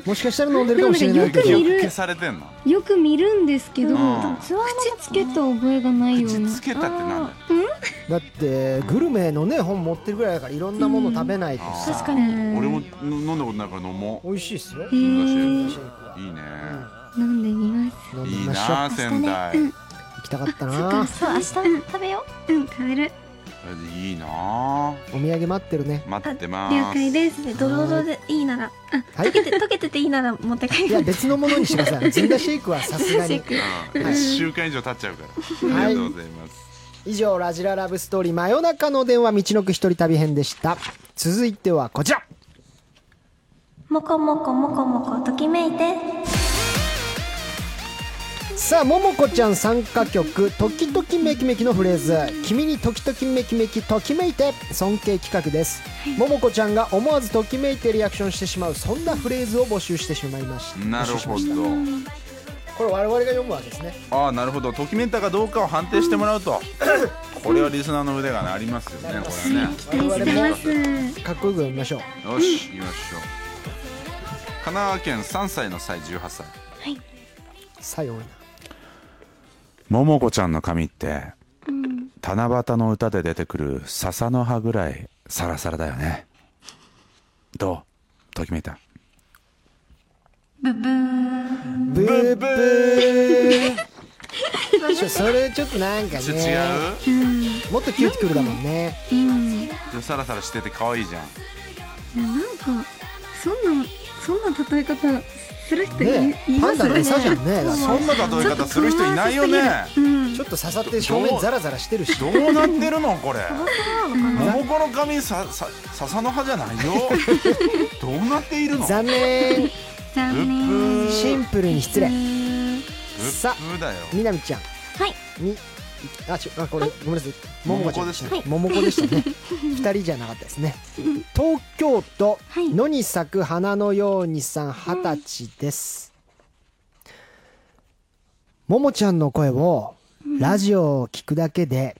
Speaker 1: もしかしたら飲んでるかもしれないけ
Speaker 5: なんか
Speaker 1: ど
Speaker 5: よ
Speaker 2: 記
Speaker 5: く見
Speaker 2: 憶
Speaker 5: る
Speaker 2: 消されてんの
Speaker 5: よく見るんですけ
Speaker 2: う
Speaker 5: ど、
Speaker 2: ん
Speaker 5: 口つけた覚えがないよう
Speaker 2: 口
Speaker 5: な
Speaker 2: つけたってなんだよ
Speaker 1: だってグルメのね本持ってるぐらいだからいろんなもの食べないとさ、
Speaker 2: 確
Speaker 5: かに
Speaker 2: 俺も飲んだことないから飲もう
Speaker 1: 美味しいっすよ
Speaker 5: へ
Speaker 2: 飲ん
Speaker 5: ー
Speaker 2: だしいいね
Speaker 5: 飲んでみます
Speaker 1: 飲
Speaker 2: い
Speaker 1: み
Speaker 2: い
Speaker 1: ましょう
Speaker 2: なあ仙台
Speaker 1: 行きたかったな
Speaker 4: そう明日食べよ
Speaker 6: うん食べる
Speaker 2: いいなあ
Speaker 1: お土産待ってるね
Speaker 2: 待ってま
Speaker 6: 了解
Speaker 2: す
Speaker 6: です
Speaker 4: うでドロドロでいいなら
Speaker 1: はい
Speaker 4: 溶けて溶けてていいなら持って帰
Speaker 1: いや
Speaker 4: る
Speaker 1: 別のものにしてくださいずんだシェイクはさすがに
Speaker 2: うん
Speaker 1: はい
Speaker 2: 一週間以上経っちゃうから
Speaker 1: はい
Speaker 2: ありがとうございます
Speaker 1: 以上ラジララブストーリー真夜中の電話道のく一人旅編でした続いてはこちら
Speaker 4: もこもこもこもこときめいて
Speaker 1: さあももこちゃん参加曲「ときときめきめき」のフレーズ「君にときときめきめきときめいて」尊敬企画です、ももこちゃんが思わずときめいてリアクションしてしまうそんなフレーズを募集してしまいました
Speaker 2: なる
Speaker 1: 募
Speaker 2: ほ
Speaker 1: 集しまし
Speaker 2: ど
Speaker 1: たこれ我々が読むわけですね
Speaker 2: ああなるほどときめいたかどうかを判定してもらう [coughs] とこれはリスナーの腕がありますよねこれはね
Speaker 1: 我々
Speaker 6: してま
Speaker 1: も
Speaker 6: す
Speaker 1: かっこよく読みましょう
Speaker 2: よし、行きましょう。神奈川県3歳の歳18歳。
Speaker 1: 最後に
Speaker 2: 桃子ちゃんの髪って、七夕の歌で出てくる笹の葉ぐらいサラサラだよね。どうときめいた。
Speaker 1: ブーブーちょそれちょっとなんか
Speaker 2: ちょ違う
Speaker 1: ねもっとキューティクルだもんね
Speaker 2: でサラサラしてて可愛いじゃん。
Speaker 6: いやなんかそんなそんな例え方する人い,、
Speaker 1: ね
Speaker 6: い
Speaker 1: パ
Speaker 6: ま
Speaker 1: ンダ
Speaker 6: す
Speaker 1: の餌じゃんねだって
Speaker 2: そんな例え方する人いないよね。
Speaker 1: ちょっと刺さって正面ザラザラしてるし
Speaker 2: どうなってるのこれ。桃子の髪ささ笹の葉じゃないよ。 [laughs] どうなっているの？
Speaker 1: 残念
Speaker 2: ブッブー。
Speaker 1: シンプルに失礼
Speaker 2: ブッ
Speaker 1: さ
Speaker 2: ブーだよ。
Speaker 1: みなみちゃん
Speaker 4: はい
Speaker 1: みあちょあこれごめんなさいももこちゃん
Speaker 2: 桃子でした
Speaker 1: ももこでしたね [laughs] 二人じゃなかったですね東京都野に咲く花のようにさん二十歳ですももちゃんの声をラジオを聞くだけで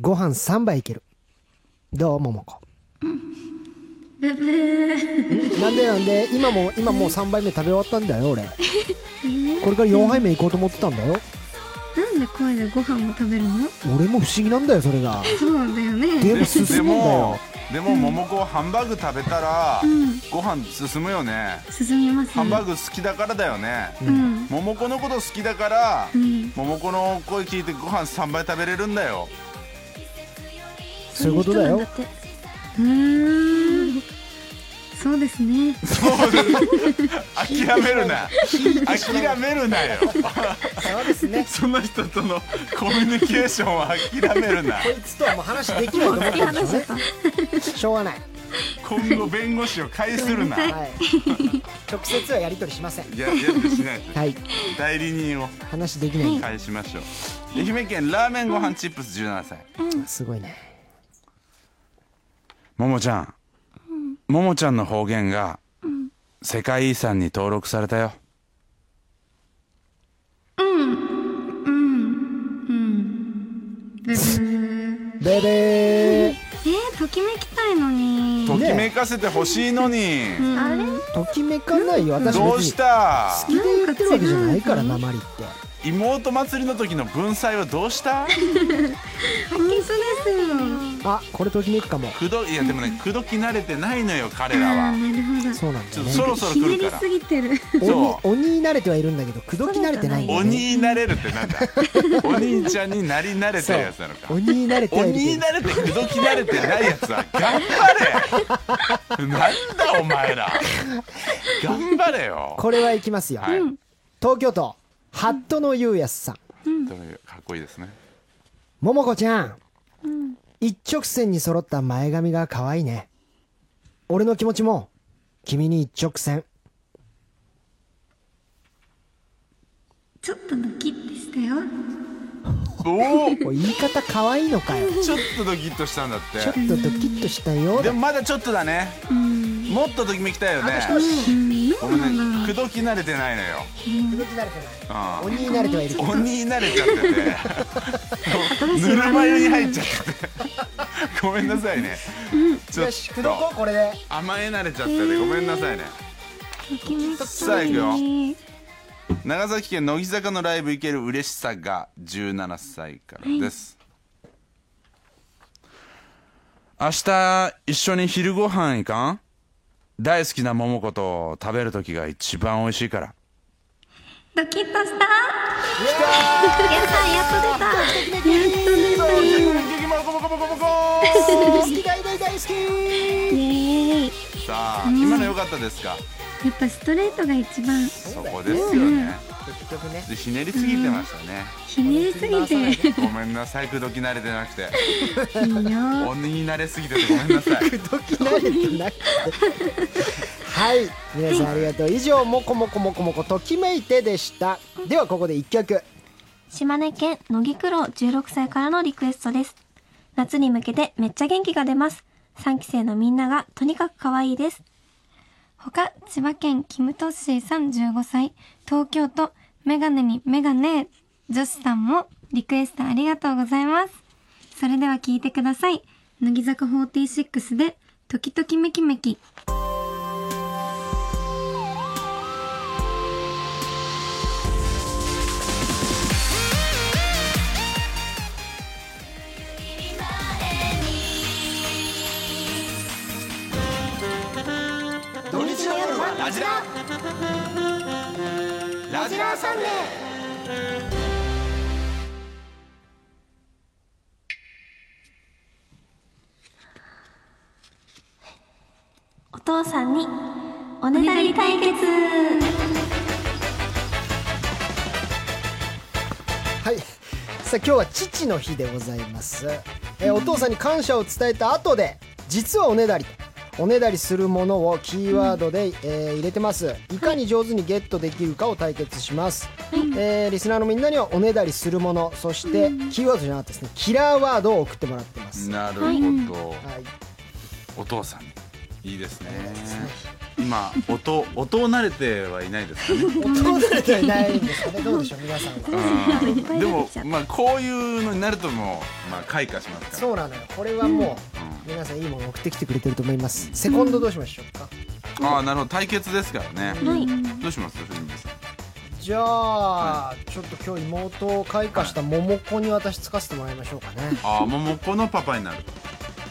Speaker 1: ご飯三杯いけるどうももこんなんでなんで今も今もう3杯目食べ終わったんだよ俺これから4杯目行こうと思ってたんだよ
Speaker 6: なんで声でご飯を食べるの
Speaker 1: 俺も不思議なんだよそれ
Speaker 2: [laughs]
Speaker 1: が
Speaker 6: そうだよね
Speaker 1: でも
Speaker 2: で
Speaker 1: 進むんだよ
Speaker 2: もでも桃子はハンバーグ食べたら、ご飯進むよね
Speaker 6: 進みます
Speaker 2: ハンバーグ好きだからだよね、
Speaker 6: うん
Speaker 2: 桃子のこと好きだから、
Speaker 6: うん
Speaker 2: 桃子の声聞いてご飯3杯食べれるんだよ
Speaker 1: そういうことだ
Speaker 4: 人な
Speaker 1: よ
Speaker 4: んって
Speaker 6: うーんそうですね
Speaker 2: 諦めるな諦めるなよ
Speaker 1: そうです [laughs] ね
Speaker 2: その人とのコミュニケーションは諦めるな
Speaker 1: こいつとはもう話できないと思ったんでしょうね [laughs] しょうがない、
Speaker 2: 今後弁護士を介するな
Speaker 1: はい、直接はやり取りしません
Speaker 2: いややってしな
Speaker 1: [laughs]
Speaker 2: いと
Speaker 1: はい
Speaker 2: 代理人を
Speaker 1: 話できないんだ
Speaker 2: 返しましょう愛媛県ラーメンご飯チップス17歳
Speaker 1: すごいね
Speaker 2: ももちゃん、ももちゃんの方言が世界遺産に登録されたよ
Speaker 1: ベベー
Speaker 6: えー、ときめきたいのに
Speaker 2: ときめかせてほしいのに、
Speaker 1: ときめかないよ私別
Speaker 2: どう
Speaker 1: に
Speaker 2: し
Speaker 1: 好
Speaker 2: た
Speaker 1: きで言ってるわけじゃないからなまりって
Speaker 2: 妹祭りの時の文才はどうした
Speaker 6: 当ですよ
Speaker 1: あこれときめくかも
Speaker 2: くどいやでもね口説き慣れてないのよ彼らは
Speaker 6: あーなるほど
Speaker 1: そうなんだ
Speaker 2: ちょ
Speaker 1: よ
Speaker 2: っ
Speaker 1: ね
Speaker 2: とそろそろ
Speaker 6: ひ
Speaker 2: 来
Speaker 6: ね
Speaker 2: る
Speaker 6: り
Speaker 2: か
Speaker 6: すぎてる
Speaker 1: 鬼
Speaker 2: そ
Speaker 1: 鬼に慣れてはいるんだけど口説き慣れてないんだ
Speaker 2: ら
Speaker 1: よ
Speaker 2: 鬼
Speaker 1: ね
Speaker 2: になれるってなんだお兄ちゃんになり慣れたやつなのか
Speaker 1: 鬼に慣れてはい
Speaker 2: 鬼
Speaker 1: るけ
Speaker 2: に
Speaker 1: ど
Speaker 2: なれて口説き慣れてないやつは頑張れなんだお前ら頑張れよ
Speaker 1: これはいきますよ、
Speaker 2: はい、
Speaker 1: 東京都ハットのゆうやすさん
Speaker 2: どれかっこいいですね
Speaker 1: ももこちゃん、一直線に揃った前髪が可愛いね俺の気持ちも君に一直線
Speaker 6: ちょっとドキッてしたよ
Speaker 2: おお
Speaker 1: これ言い方可愛いのかよ
Speaker 2: ちょっとドキッとしたんだって
Speaker 1: ちょっとドキッとしたよ
Speaker 2: でもまだちょっとだねもっとときめきたいよねごめんね口説き慣れてないのようん
Speaker 1: 鬼に慣れてはいるけど
Speaker 2: 鬼に慣れちゃっててぬるま湯に入っちゃっててごめんなさいねちょ
Speaker 1: よ
Speaker 2: っ
Speaker 1: し口説こう
Speaker 2: と
Speaker 1: これで
Speaker 2: 甘え慣れちゃっててごめんなさいねさあ行くよ長崎県乃木坂のライブ行ける嬉しさが17歳からです、明日一緒に昼ご飯行かん大好きな桃子と食べる時が一番美味しいから
Speaker 6: ドキッとした
Speaker 4: [laughs] やったやっと出た
Speaker 1: 好き大大大好
Speaker 6: イ
Speaker 1: き
Speaker 6: エーイ
Speaker 2: さあ今の良かったですか
Speaker 6: やっぱストレートが一番
Speaker 2: そこですよね
Speaker 1: 結局ね
Speaker 2: でひねりすぎてましたね
Speaker 6: ひねりすぎていい
Speaker 2: ごめんなさい口説き慣れてなくて
Speaker 6: よ
Speaker 2: 鬼に慣れすぎててごめんなさ
Speaker 1: 口
Speaker 2: い
Speaker 1: 説き慣れてなくてはい皆さんありがとう以上「もこもこもこもこときめいて」でしたではここで1曲
Speaker 4: 島根県野木九郎16歳からのリクエストです。夏に向けてめっちゃ元気が出ます。3期生のみんながとにかく可愛いです。
Speaker 5: 他、千葉県キムトッシーさん15歳、東京都メガネにメガネ女子さんもリクエストありがとうございます。それでは聞いてください。乃木坂46で、ときときめきめき。
Speaker 2: 土日の夜はラジララジラサンデ
Speaker 4: お父さんにおねだり対決
Speaker 1: はいさあ今日は父の日でございます、えーお父さんに感謝を伝えた後で実はおねだりおねだりするものをキーワードで、えー入れてますいかに上手にゲットできるかを対決します、えーリスナーのみんなにはおねだりするものそして、キーワードじゃなかったですねキラーワードを送ってもらってます、
Speaker 2: なるほど、
Speaker 1: はい
Speaker 2: お父さんいいですね
Speaker 1: [laughs]
Speaker 2: 今音音慣れてはいないですか [laughs] ね
Speaker 1: お父さんじゃないんですかねどうでしょう皆さんは
Speaker 2: うんでもまあこういうのになるともうまあ開花しますから
Speaker 1: そうなのよこれはもう、皆さんいいもの送ってきてくれてると思いますセコンドどうしましょうか、
Speaker 2: ああなるほど対決ですからね、どうします藤本さん
Speaker 1: じゃあ、ちょっと今日妹を開花した桃子に私つかせてもらいましょうかね
Speaker 2: ああ桃子のパパになると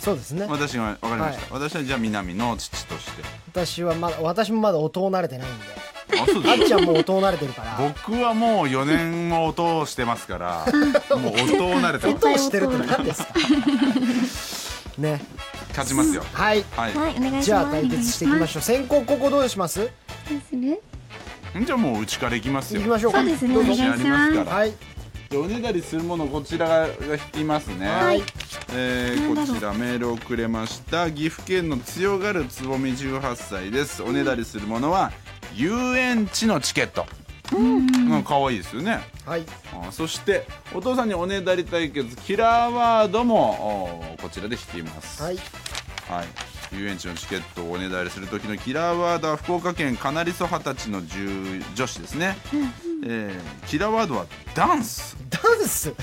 Speaker 1: そうですね
Speaker 2: 私がわかりました、私はじゃあ南の父として
Speaker 1: 私はまだ私もまだ音を慣れてないんで
Speaker 2: あそう
Speaker 1: あっ
Speaker 2: で
Speaker 1: ち
Speaker 2: す
Speaker 1: ゃんも音を慣れてるから
Speaker 2: 僕はもう4年を音をしてますからもう音を慣れてます
Speaker 1: 音をしてるって何ですか [laughs] ね
Speaker 2: 勝ちますよ
Speaker 1: はい
Speaker 2: はい
Speaker 4: はい、お願いし
Speaker 1: じゃあ
Speaker 4: ま
Speaker 1: 対決していきましょう先攻ここどうします
Speaker 2: じゃあもううちからいきます
Speaker 1: 行
Speaker 2: よ
Speaker 1: きましょうか
Speaker 6: そうですね
Speaker 1: どう
Speaker 6: お
Speaker 1: ぞ
Speaker 6: 願
Speaker 2: う
Speaker 6: い
Speaker 2: ち
Speaker 6: し
Speaker 2: や
Speaker 6: ます
Speaker 2: りますから
Speaker 1: はい
Speaker 2: でおねだりするものこちらが引きますね、
Speaker 1: はい
Speaker 2: えーこちらメールをくれました岐阜県の強がるつぼみ18歳ですおねだりするものは遊園地のチケットうん、かわいいですよね
Speaker 1: はい
Speaker 2: あーそしてお父さんにおねだり対決キラーワードもおーこちらで引きます、
Speaker 1: はい
Speaker 2: はい、遊園地のチケットをおねだりする時のキラーワードは福岡県カナリソ二十歳の10女子ですね、えーキラーワードはダンス
Speaker 1: ダンスこ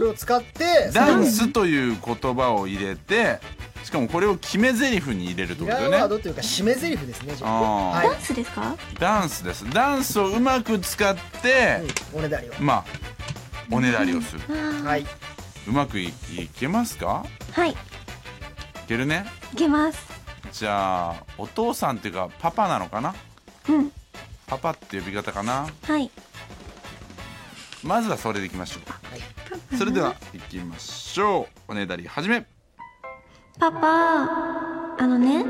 Speaker 1: れを使って
Speaker 2: ダンスという言葉を入れてしかもこれを決め台詞に入れるってこ
Speaker 1: 裏
Speaker 2: と
Speaker 1: ワ
Speaker 2: だ
Speaker 1: ー
Speaker 2: よね
Speaker 1: ドというか締め台詞ですねじゃあ
Speaker 2: あ
Speaker 1: は
Speaker 2: ー
Speaker 1: い
Speaker 4: ダンスですか
Speaker 2: ダンスですダンスをうまく使って、
Speaker 1: うんおねだりを
Speaker 2: まあおねだりをする、
Speaker 4: は
Speaker 1: はい
Speaker 2: うまくいいけますか
Speaker 4: はいい
Speaker 2: いけるね
Speaker 4: けます
Speaker 2: じゃあお父さんっていうかパパなのかな
Speaker 4: うん
Speaker 2: パパって呼び方かな
Speaker 4: はい
Speaker 2: まずはそれでいきましょうそれではいきましょうおねだり始め
Speaker 4: パパあのね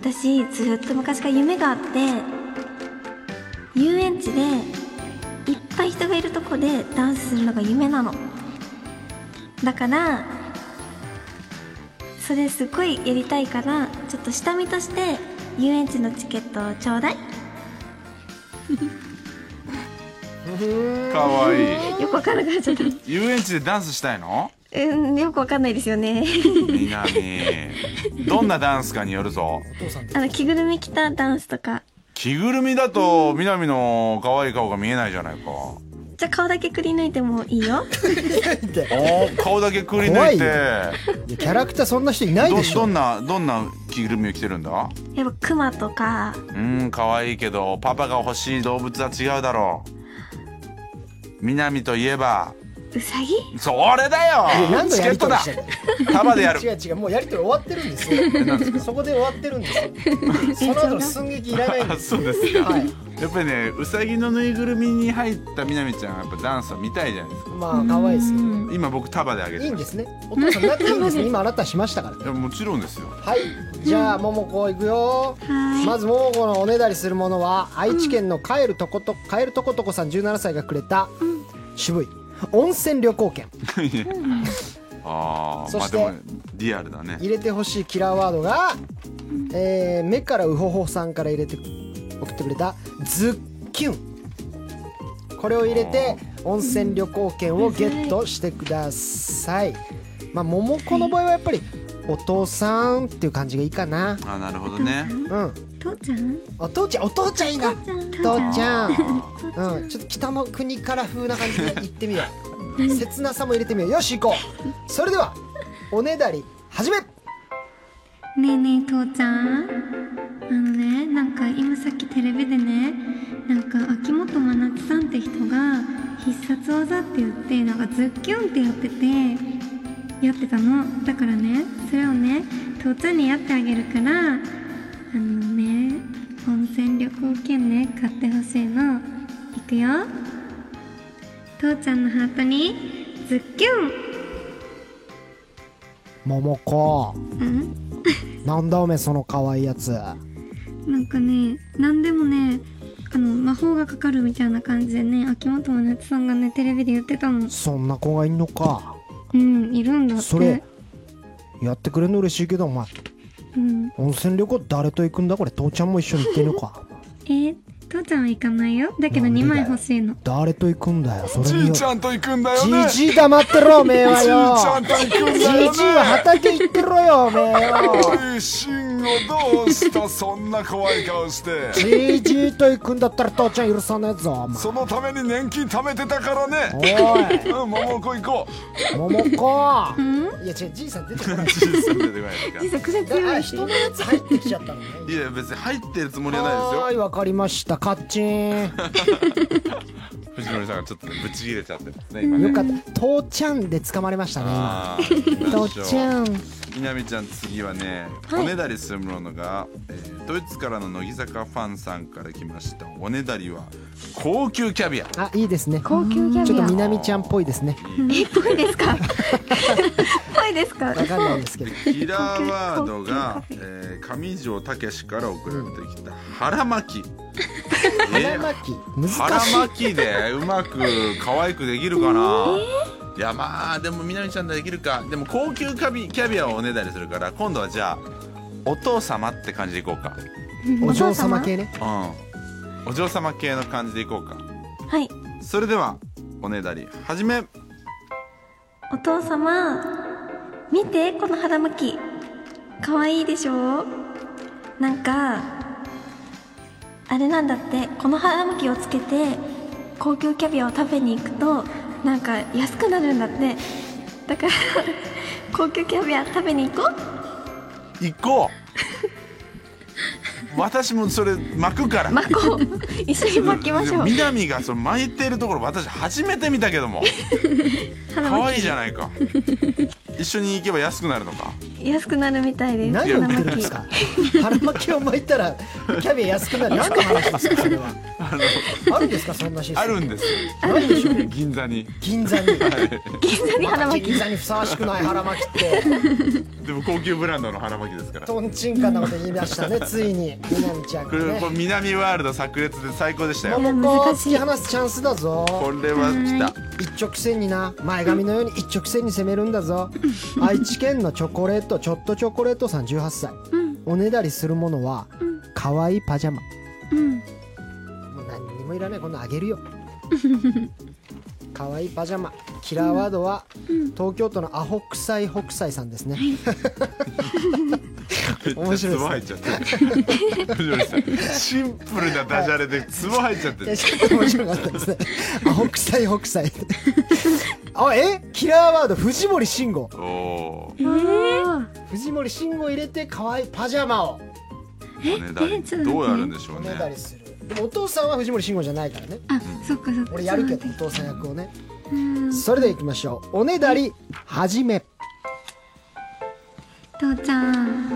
Speaker 4: 私ずっと昔から夢があって遊園地でいっぱい人がいるとこでダンスするのが夢なのだからそれすごいやりたいからちょっと下見として遊園地のチケットをちょうだい
Speaker 2: かわいい
Speaker 4: よくわからなくなっちゃった
Speaker 2: 遊園地でダンスしたいの
Speaker 4: うんよくわかんないですよね
Speaker 2: みなみどんなダンスかによるぞ
Speaker 1: お父さんで
Speaker 4: [laughs] あの着ぐるみ着たダンスとか
Speaker 2: 着ぐるみだとみなみの可愛い顔が見えないじゃないかお
Speaker 4: じゃあ顔だけくり抜いてもいいよ
Speaker 1: [laughs]
Speaker 2: ー顔だけくり抜いて
Speaker 1: いやキャラクターそんな人いないで
Speaker 2: ど
Speaker 1: し
Speaker 2: ど
Speaker 1: ょ
Speaker 2: んなどんな着ぐるみを着てるんだ
Speaker 4: やっぱクマとか
Speaker 2: うん可愛いけどパパが欲しい動物は違うだろうみなみといえば
Speaker 4: ウサギ
Speaker 2: それだよ
Speaker 1: いや何の
Speaker 2: チ
Speaker 1: や
Speaker 2: ケッ
Speaker 1: りと
Speaker 2: ト
Speaker 1: り
Speaker 2: だ
Speaker 1: してる
Speaker 2: 束でやる
Speaker 1: [laughs] 違う違うもうやりとり終わってるんです
Speaker 2: [laughs]
Speaker 1: よそこで終わってるんですよその後の寸劇いらないん
Speaker 2: あ
Speaker 1: です
Speaker 2: そうですか、
Speaker 1: はい
Speaker 2: やっぱりねうさぎのぬいぐるみに入ったみなみちゃんはやっぱダンスは見たいじゃないですか
Speaker 1: まあ可愛いですけどね
Speaker 2: 今僕束であげ
Speaker 1: い
Speaker 2: て
Speaker 1: いん
Speaker 2: ま
Speaker 1: ですすねお父さんなっていいんですね今あなたしましたから
Speaker 2: いやもちろんですよ
Speaker 1: はいじゃあ桃子いくよまず桃子のおねだりするものは愛知県の帰るとこと帰るとことこさん17歳がくれた渋い温泉旅行券
Speaker 2: ああ
Speaker 1: そ
Speaker 2: まあ
Speaker 1: して
Speaker 2: でもリアルだね
Speaker 1: 入れてほしいキラーワードが、えー目からウホホさんから入れて送ってくれたズッキュンこれを入れて温泉旅行券をゲットしてください、まあ桃子の場合はやっぱりお父さんっていう感じがいいかな
Speaker 2: あーなるほどね
Speaker 1: うん
Speaker 6: 父ちゃん
Speaker 1: お父ちゃんお父ちゃんいいな
Speaker 6: 父
Speaker 1: 父ちゃ
Speaker 2: あ
Speaker 1: ん
Speaker 2: ー
Speaker 1: うん、ちょっと北の国から風な感じで行ってみよう切なさも入れてみようよし行こうそれではおねだり始め
Speaker 5: ねえねえ父ちゃんあのねなんか今さっきテレビでねなんか秋元真夏さんって人が必殺技って言ってなんかズッキュンってやっててやってたのだからねそれをね父ちゃんにやってあげるからあのね温泉旅行券ね買ってほしいのいくよ父ちゃんのハートにズッキュン
Speaker 1: 桃子なんだおめえその可愛いやつ
Speaker 5: なんかね何でもねあの魔法がかかるみたいな感じでね秋元真夏さんがねテレビで言ってたの
Speaker 1: そんな子がいんのか
Speaker 5: うんいるんだって
Speaker 1: それやってくれるの嬉しいけどお前
Speaker 5: うん、
Speaker 1: 温泉旅行誰と行くんだこれ父ちゃんも一緒に行ってんのか [laughs]
Speaker 5: えー、父ちゃんは行かないよだけど
Speaker 1: なんで
Speaker 5: 2
Speaker 1: だよ
Speaker 5: 枚欲しいの
Speaker 1: 誰と行くんだよそれ
Speaker 2: じ
Speaker 1: に
Speaker 2: い
Speaker 1: よ
Speaker 2: ちゃんと行くんだよね
Speaker 1: じじい黙ってろおめえは
Speaker 2: じいちゃ
Speaker 1: よ
Speaker 2: んと行くん
Speaker 1: じ
Speaker 2: だよ
Speaker 1: じいは畑行ってろよおめえよ
Speaker 2: ねシンをどうしたそんな怖い顔 [laughs] して
Speaker 1: じじいと行くんだったら父ちゃん許さねえぞお前
Speaker 2: そのために年金貯めてたからね [laughs]
Speaker 1: おい
Speaker 2: うん桃子行こ
Speaker 1: 桃子、いや違うじいさん出てこな
Speaker 2: う
Speaker 1: い
Speaker 2: じいさん出てこないですか
Speaker 1: だあ人のやつ入ってきちゃったのね
Speaker 2: いや別に入ってるつもりはな
Speaker 1: はい
Speaker 2: で
Speaker 1: いわかりましたカッチン
Speaker 2: すよ藤森さんがちょっとねぶち切れちゃってますね今
Speaker 1: よか
Speaker 2: ね
Speaker 1: った父ちゃんで捕まれましたね今
Speaker 2: あーどう
Speaker 1: 父
Speaker 2: しよう
Speaker 1: ちゃん
Speaker 2: みなみちゃん次はね、おねだりするものが、えードイツからの乃木坂ファンさんから来ましたおねだりは高級キャビア
Speaker 1: あいいですね
Speaker 4: 高級キャ
Speaker 1: ちょっ
Speaker 4: ビ
Speaker 1: と
Speaker 4: ア
Speaker 1: みなみちゃんっぽいですね
Speaker 4: えっぽいですかぽいですか
Speaker 1: わかんないですけど
Speaker 2: キラーワードが、えー、上条武史から送られてきた腹巻き、え
Speaker 1: [laughs] 腹
Speaker 2: ー
Speaker 1: 巻き難しい
Speaker 2: 腹巻きでうまく可愛くできるかな、いやまあでもみなみちゃんならできるかでも高級キャビキャビアをおねだりするから今度はじゃあお父様って感じでいこうか
Speaker 1: お嬢様系ね
Speaker 2: うんお嬢様系の感じでいこうか
Speaker 4: はい
Speaker 2: それではおねだり始め
Speaker 4: お父様見てこの腹巻きかわいいでしょなんかあれなんだってこの腹巻きをつけて高級キャビアを食べに行くとなん [laughs] か安くなるんだってだから高級キャビア食べに行こう
Speaker 2: 行こう [laughs] 私もそれ巻くから
Speaker 7: 巻こう一緒に巻きましょ
Speaker 4: [laughs]
Speaker 7: う
Speaker 2: 南がその巻いてるところ私初めて見たけ
Speaker 7: [laughs]
Speaker 2: ども可愛いじゃないか一緒に行けば安くなる
Speaker 7: [laughs]
Speaker 2: のか
Speaker 7: 安くなるみたいです
Speaker 1: 何を言ってるんですか腹巻きを巻いたらキャビア安くなる何の話ですかそれはあるんですかそんなシステム
Speaker 2: あるんですよ
Speaker 1: 何でしょう
Speaker 2: 銀座に
Speaker 1: 銀座に
Speaker 7: 銀座に腹巻き
Speaker 1: 銀座にふさわしくない腹巻きって
Speaker 2: でも高級ブランドの腹巻きですから
Speaker 1: とんちんかんなこと言いましたねついにみなみちゃん
Speaker 2: こ
Speaker 1: が
Speaker 2: れこ
Speaker 1: ね
Speaker 2: れ南ワールド炸裂で最高でしたよ
Speaker 1: 桃子を
Speaker 7: 難しい
Speaker 1: 突き放すチャンスだぞ
Speaker 2: これは来た
Speaker 1: 一直線にな前髪のように一直線に攻めるんだぞ愛知県のチョコレートちょっとチョコレートさん18歳、おねだりするものは可愛いパジャマ、もう何にもいらないこんなんあげ [laughs] るよ可愛いパジャマキラーワードは、東京都のアホ臭い北斎さんですね、面白いですね
Speaker 2: ツボ入っちゃってるシンプルなダジャレでツボ入っちゃって
Speaker 1: いや
Speaker 2: る
Speaker 1: ちょっと面白かったです [laughs] ねアホ臭い北斎あえキラーワード藤森慎吾
Speaker 2: おおー
Speaker 1: 藤森慎吾入れて可愛いパジャマを
Speaker 2: おねだりどうやるんでしょう
Speaker 1: お
Speaker 2: ね
Speaker 1: ねだりするでもお父さんは藤森慎吾じゃないからね
Speaker 5: あ、そっかそっか。
Speaker 1: 俺やるけどお父さん役をねそれでいきましょうおねだりはじめ
Speaker 5: 父ちゃん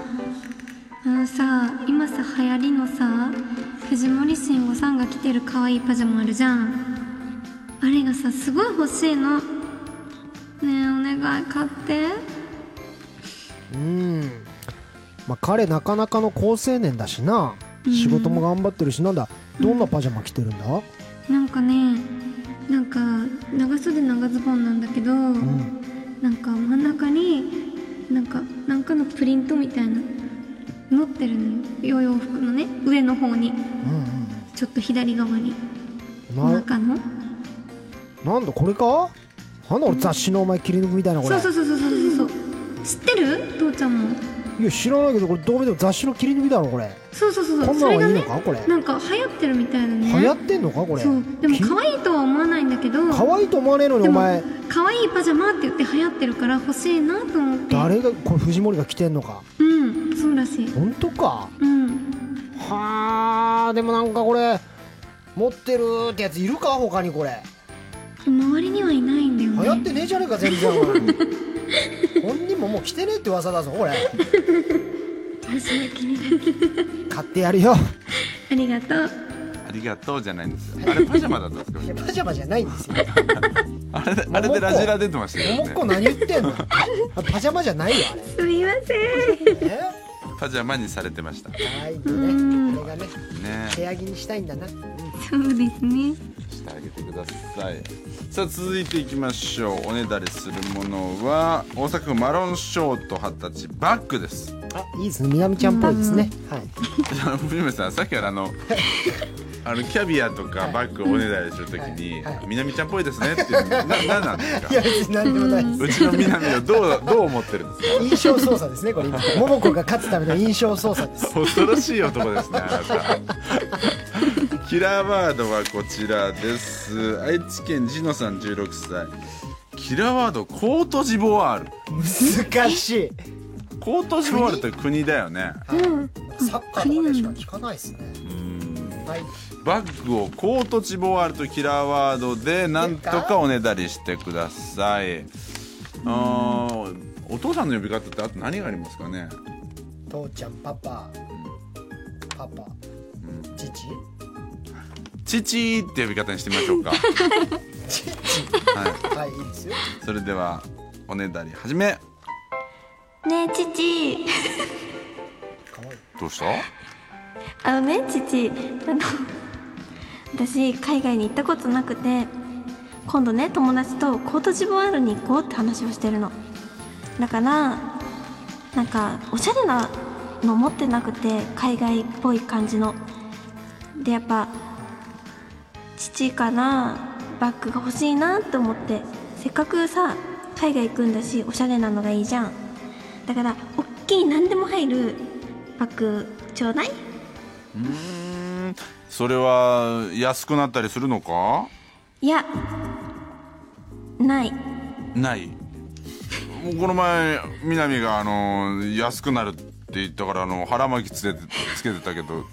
Speaker 5: あのさ今さ流行りのさ藤森慎吾さんが着てる可愛いパジャマあるじゃんあれがさすごい欲しいのねえお願い買って
Speaker 1: うんまあ彼なかなかの好青年だしな仕事も頑張ってるしなんだどんなパジャマ着てるんだ
Speaker 5: なんかねなんか長袖長ズボンなんだけど、なんか真ん中になんかなんかのプリントみたいな乗ってるのよ洋服のね上の方に
Speaker 1: うん
Speaker 5: ちょっと左側に
Speaker 1: うんうんな
Speaker 5: 中の
Speaker 1: なんだこれかなんだ俺雑誌のお前切り抜くみたいなこれ
Speaker 5: そうそうそうそうそうそう知ってる父ちゃんも
Speaker 1: いや知らないけどこれどう見ても雑誌の切り抜きだろこれ
Speaker 5: そうそうそうそ
Speaker 1: こ
Speaker 5: うんそ
Speaker 1: な
Speaker 5: れ
Speaker 1: んは
Speaker 5: が
Speaker 1: いいの
Speaker 5: ね
Speaker 1: かこれ
Speaker 5: なんか流行ってるみたいだね
Speaker 1: 流行ってんのかこれ
Speaker 5: そうでも可愛いとは思わないんだけど
Speaker 1: 可愛いと思わねえのに
Speaker 5: で
Speaker 1: お
Speaker 5: も
Speaker 1: 前
Speaker 5: 可愛いパジャマって言って流行ってるから欲しいなと思って
Speaker 1: 誰がこれ藤森が着てんのか
Speaker 5: うんそうらしい
Speaker 1: 本当か
Speaker 5: うん
Speaker 1: はあでもなんかこれ持ってるってやついるか他にこれ
Speaker 5: 周りにはいないんだよ
Speaker 1: 流行っ
Speaker 5: ね
Speaker 1: てねえじゃねえか全 [laughs] 然本人ももう着てねえって噂だぞこれ買ってやるよ
Speaker 5: ありがとう
Speaker 2: ありがとうじゃないんですよあれパジャマだったんですか
Speaker 1: いやパジャマじゃないんですよ
Speaker 2: あれであれでラジラ出てましたよ
Speaker 1: もっこ
Speaker 2: ね
Speaker 1: 何言ってんのあパジャマじゃないよあれ
Speaker 5: すみません
Speaker 1: え
Speaker 2: パジャマにされてましたね
Speaker 1: 可愛いんだねこれがね部
Speaker 2: え
Speaker 1: 屋着にしたいんだな
Speaker 5: そうですね
Speaker 2: してあげてくださいさあ続いていきましょうおねだりするものは大阪府マロンショート二十歳バッグです
Speaker 1: あいいですね南ちゃんっぽいですねはい
Speaker 2: あの藤森さんさっきからあ
Speaker 1: [laughs]
Speaker 2: のあのキャビアとかバッグをおねだりするときに
Speaker 1: はいはい
Speaker 2: 「南ちゃんっぽいですね」っていうななんなんですか
Speaker 1: いや別に何でもないです
Speaker 2: うちの南をどうどう思ってるんです
Speaker 1: 印象操作ですねこれ今桃子が勝つための印象操作です
Speaker 2: か恐ろしい男ですねあなたキラーワードはこちらです愛知県ジノさん16歳キラーワードコートジボワール
Speaker 1: 難しい
Speaker 2: コートジボワールって国だよね
Speaker 1: サッカーとかでしか聞かないですねはい
Speaker 2: バッグをコートチボワールとキラーワードでなんとかおねだりしてくださいあーお父さんの呼び方ってあと何がありますかね
Speaker 1: 父ちゃんパパパパ父
Speaker 2: 父って呼び方にしてみましょう [laughs] かはい
Speaker 1: はいいいですよ
Speaker 2: それではおねだり始め
Speaker 7: ねえ父
Speaker 1: かわいい
Speaker 2: どうした
Speaker 7: あのね父あの私海外に行ったことなくて今度ね友達とコートジボワールに行こうって話をしてるのだからなんかおしゃれなの持ってなくて海外っぽい感じのでやっぱ父からバッグが欲しいなって思ってせっかくさ海外行くんだしおしゃれなのがいいじゃんだからおっきい何でも入るバッグちょうだいう
Speaker 2: ーんそれは安くなったりするのか
Speaker 7: いやない
Speaker 2: ないこの前南があの安くなるってだからあの腹巻きつけてつけてたけど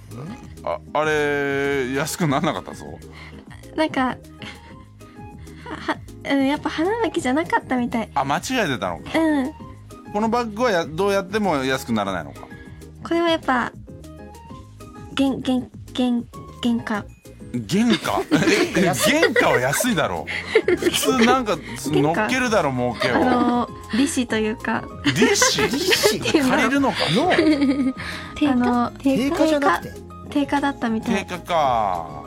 Speaker 2: ああれ安くなんなかったぞ
Speaker 7: なんかはうんやっぱ花巻きじゃなかったみたい
Speaker 2: あ間違えてたのか
Speaker 7: うん
Speaker 2: このバッグはやどうやっても安くならないのか
Speaker 7: これはやっぱ原原原原価
Speaker 2: 原価ええ原価は安いだろう普通なんか乗っけるだろ儲け
Speaker 7: あ
Speaker 2: を
Speaker 7: の利子というか
Speaker 2: 利子
Speaker 1: 利
Speaker 2: 借りるのか
Speaker 1: の
Speaker 7: あの
Speaker 1: 定価じゃなくて
Speaker 7: 定価だったみた
Speaker 2: 定
Speaker 7: い
Speaker 2: 価か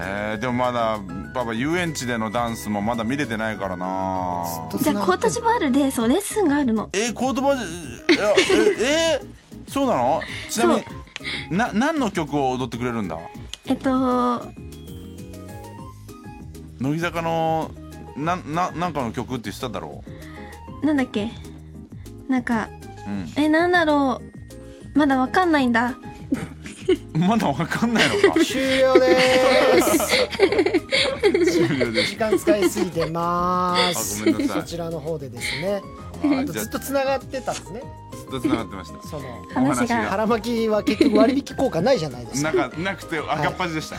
Speaker 2: えー、でもまだパパ遊園地でのダンスもまだ見れてないからな
Speaker 7: じゃあコートジボワールでそうレッスンがあるの
Speaker 2: えー、コートバジいやええー、そうなのちなみにな何の曲を踊ってくれるんだ
Speaker 7: えっと
Speaker 2: 乃木坂のなななんかの曲って言ってただろう、
Speaker 7: なんだっけなんか
Speaker 2: うん、
Speaker 7: えなんだろうまだわかんないんだ
Speaker 2: まだわかんないの
Speaker 1: [laughs]
Speaker 2: か
Speaker 1: 終了でー
Speaker 2: [laughs]
Speaker 1: す
Speaker 2: 終了です
Speaker 1: 時間使いすぎてまーす
Speaker 2: あごめんなさい
Speaker 1: そちらの方でですね
Speaker 2: あ
Speaker 1: あと
Speaker 2: じゃ
Speaker 1: ずっ
Speaker 2: あず
Speaker 1: と繋がってたんですね
Speaker 2: っと繋がってました
Speaker 1: その
Speaker 7: 話
Speaker 2: お
Speaker 7: が
Speaker 1: 腹巻きは結局割引効果ないじゃないですか
Speaker 2: なんかなくて赤っ端でした、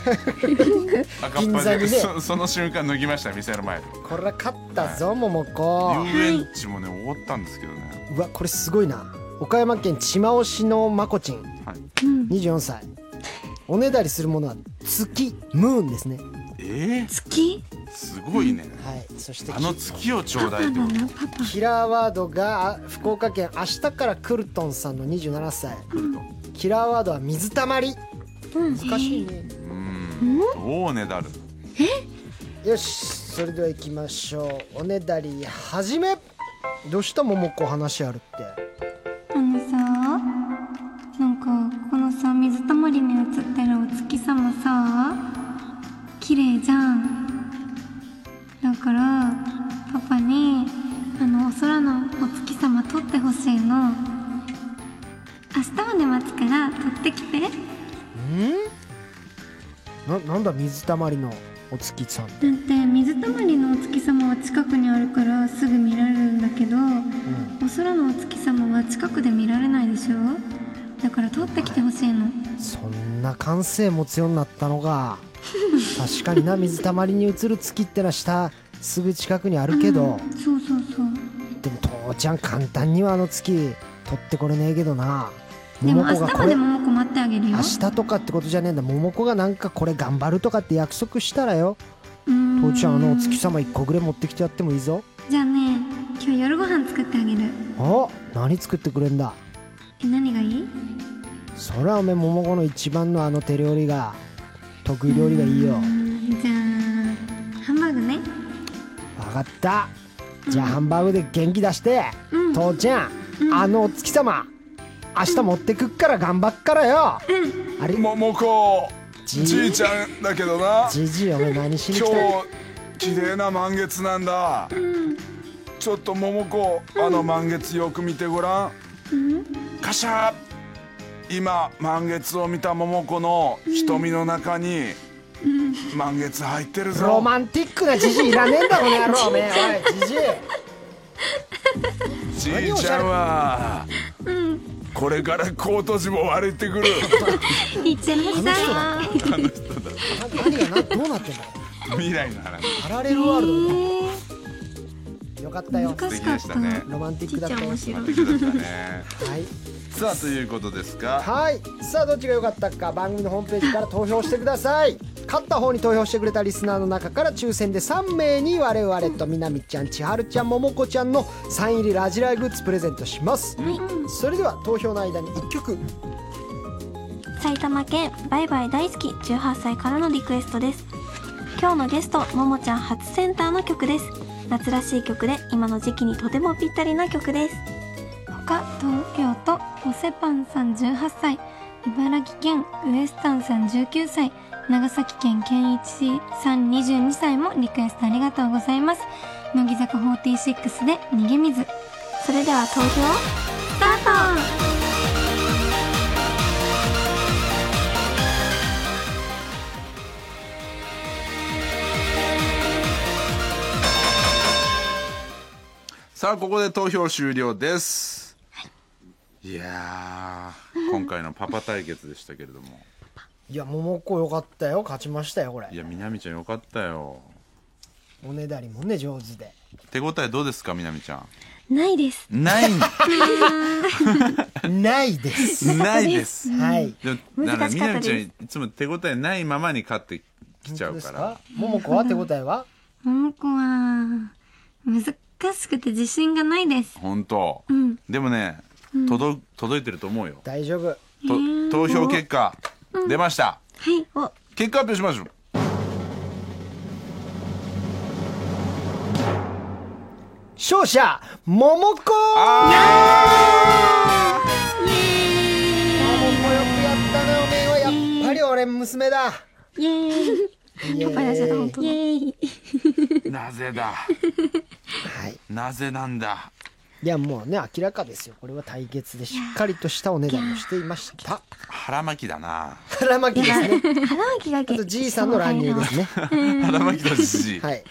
Speaker 2: 赤っ
Speaker 1: 銀座
Speaker 2: 端
Speaker 1: に
Speaker 2: で
Speaker 1: ね
Speaker 2: そその瞬間脱ぎました店の前で
Speaker 1: これは勝ったぞ桃子
Speaker 2: 遊園地もね終わったんですけどね
Speaker 1: うわこれすごいな岡山県千葉市のまこちん
Speaker 2: はい
Speaker 1: 24歳おねだりするものは月ムーンですね
Speaker 2: えー、
Speaker 7: 月
Speaker 2: すごいね、
Speaker 1: はいそして
Speaker 2: あの月をちょうだいってこと
Speaker 1: キラーワードがあ福岡県明日からクルトンさんの27歳キラーワードは水たまり難しいね
Speaker 2: うんどうねだる
Speaker 1: よしそれでは行きましょうおねだりはじめどうした桃子話あるって
Speaker 5: あのさなんかこのさ水たまりに映ってるお月様さ綺麗じゃんだからパパにあのお空のお月様撮ってほしいの明日まで待つから撮ってきてだ
Speaker 1: ななんだ水たまりのお月さんって、
Speaker 5: って水たまりのお月様は近くにあるからすぐ見られるんだけど
Speaker 1: うん、
Speaker 5: お空のお月様は近くで見られないでしょだから撮ってきてほしいの
Speaker 1: そんな感性持つようになったのが確かにな水たまりに映る月ってのは下すぐ近くにあるけど、
Speaker 5: そうそうそう
Speaker 1: でも父ちゃん簡単にはあの月取ってこれねえけどな
Speaker 5: でも
Speaker 1: 桃子
Speaker 5: 明
Speaker 1: が
Speaker 5: 日
Speaker 1: こ
Speaker 5: ま
Speaker 1: れ
Speaker 5: で桃子待ってあげるよ
Speaker 1: 明日とかってことじゃねえんだ桃子がなんかこれ頑張るとかって約束したらよ父ちゃんあのお月様1個ぐらい持ってきてやってもいいぞ
Speaker 5: じゃあね今日夜ご飯作ってあげる
Speaker 1: お何作ってくれんだ
Speaker 5: え何がいい
Speaker 1: そらおめえ桃子の一番のあの手料理が得意料理がいいよ
Speaker 5: じゃあハンバーグね
Speaker 1: 分かったじゃあハンバーグで元気出して、
Speaker 5: うん
Speaker 1: 父ちゃん、あのお月様明日持ってくっから頑張っからよ、あれ
Speaker 2: 桃子
Speaker 1: じ
Speaker 2: じいちゃんだけどな
Speaker 1: じじいおめえ何しに来
Speaker 2: 今
Speaker 1: た
Speaker 2: 日綺麗な満月なんだ、ちょっと桃子あの満月よく見てごらん、カシャー今満月を見た桃子の瞳の中に満月入ってるぞ
Speaker 1: ロマンティックなじじいいらねえんだこの野郎おめえおいじじい
Speaker 2: じいちゃんは、これからコート地も悪いってくる
Speaker 5: いってらっしゃい
Speaker 1: 何がなどうなってんだ
Speaker 2: 未来の話
Speaker 1: パラレルワールドみたいなよかったよ
Speaker 2: 素敵でしたね
Speaker 1: ロマンティックだったよ
Speaker 2: 素敵だったね
Speaker 1: はい
Speaker 2: さあということですか
Speaker 1: はいさあどっちが良かったか番組のホームページから投票してください勝った方に投票してくれたリスナーの中から抽選で3名に我々とみなみちゃんちはるちゃんももこちゃんのサイン入りラジラグッズプレゼントします、それでは投票の間に1曲
Speaker 7: 埼玉県バイバイ大好き18歳からのリクエストです今日のゲストももちゃん初センターの曲です夏らしい曲で今の時期にとてもぴったりな曲です
Speaker 5: 他東京都おせパンさん18歳茨城県ウエスタンさん19歳長崎県健一さん22歳もリクエストありがとうございます乃木坂46で逃げ水
Speaker 7: それでは投票スタート
Speaker 2: さあここで投票終了ですいやー今回のパパ対決でしたけれども
Speaker 1: いや桃子よかったよ勝ちましたよこれ
Speaker 2: いやみなみちゃんよかったよ
Speaker 1: おねだりもね上手で
Speaker 2: 手応えどうですかみなみちゃ
Speaker 7: ないです
Speaker 2: んない
Speaker 1: ない
Speaker 2: [laughs]
Speaker 1: です
Speaker 2: ないです
Speaker 1: はい
Speaker 2: でもだから
Speaker 7: [laughs] 難し
Speaker 2: み
Speaker 7: かっ
Speaker 2: な
Speaker 7: たです
Speaker 2: みちゃんいつも手応えないままに勝ってきちゃ
Speaker 1: どう
Speaker 2: う
Speaker 1: です
Speaker 2: から
Speaker 1: か桃子は手応えは
Speaker 5: 桃子は、難しくて自信がないです。
Speaker 2: 本当、でもね届届いてると思うよ
Speaker 1: 大丈夫
Speaker 2: と投票結果出ました、
Speaker 7: はいお
Speaker 2: 結果発表しましょう
Speaker 1: 勝者桃子
Speaker 2: あ
Speaker 1: 桃子よくやったなおめえはやっぱり俺娘だ
Speaker 7: イエーイ
Speaker 1: イエーイ
Speaker 7: イエーイ
Speaker 2: ー [laughs] なぜだ
Speaker 1: はい
Speaker 2: なぜなんだ
Speaker 1: いやもうね明らかですよこれは対決でしっかりとしたお値段をしていました
Speaker 2: 腹巻きだな
Speaker 1: 腹巻きですね
Speaker 7: 腹巻きが
Speaker 1: あとじいさんの乱入ですね
Speaker 2: 腹巻きとじじい
Speaker 1: はい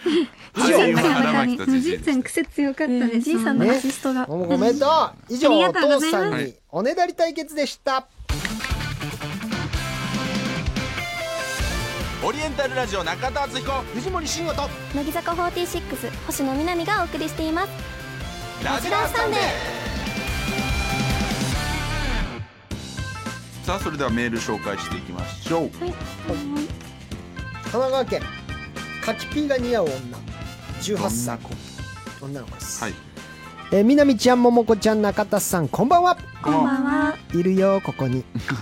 Speaker 2: 俳優は腹巻きとじじいですね
Speaker 5: 癖強かった
Speaker 7: うんじいさんのアシストが、
Speaker 1: 桃子おめでとう以上
Speaker 5: あ
Speaker 1: お
Speaker 5: りがとうご
Speaker 1: 父
Speaker 5: ざ
Speaker 1: さ
Speaker 5: います
Speaker 1: んにおねだり対決でした
Speaker 2: オリエンタルラジオ中田敦彦
Speaker 1: 藤森慎吾と
Speaker 4: 乃木坂46星野みなみがお送りしています
Speaker 2: ラジラーサンデーさあそれではメール紹介していきましょう
Speaker 1: 神奈川県柿ピーが似合う女
Speaker 2: ど
Speaker 1: 18
Speaker 2: んな
Speaker 1: 歳
Speaker 2: 子
Speaker 1: 女の子です、
Speaker 2: はい
Speaker 1: えー、みなみちゃん桃子ちゃん中田さんこんばんは
Speaker 2: こんばんはい
Speaker 1: るよここ [laughs] に
Speaker 2: そ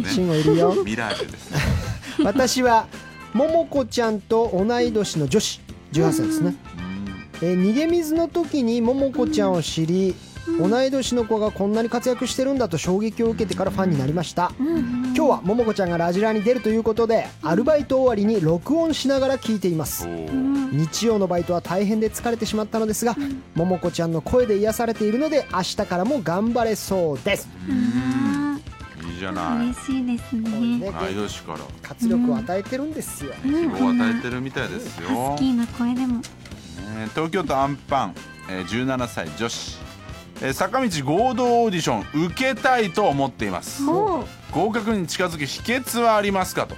Speaker 2: う
Speaker 1: 慎吾いるよ
Speaker 2: ねミラージュですね
Speaker 1: 私は桃子ちゃんと同い年の女子18歳ですね、えー逃げ水の時に桃子ちゃんを知り、同い年の子がこんなに活躍してるんだと衝撃を受けてからファンになりました、今日は桃子ちゃんがラジラに出るということでアルバイト終わりに録音しながら聞いています
Speaker 2: おー
Speaker 1: 日曜のバイトは大変で疲れてしまったのですが、桃子ちゃんの声で癒されているので明日からも頑張れそうです、
Speaker 2: いいじゃない
Speaker 5: 嬉しいです
Speaker 1: こういう
Speaker 5: ね。
Speaker 1: ね
Speaker 2: 同い年から
Speaker 1: 活力を与えてるんですよ、
Speaker 2: 希望を与えてるみたいですよ
Speaker 5: ハスキーな声でも。
Speaker 2: えー東京都アンパン、えー17歳女子、えー坂道合同オーディション受けたいと思っています
Speaker 7: おー
Speaker 2: 合格に近づく秘訣はありますかと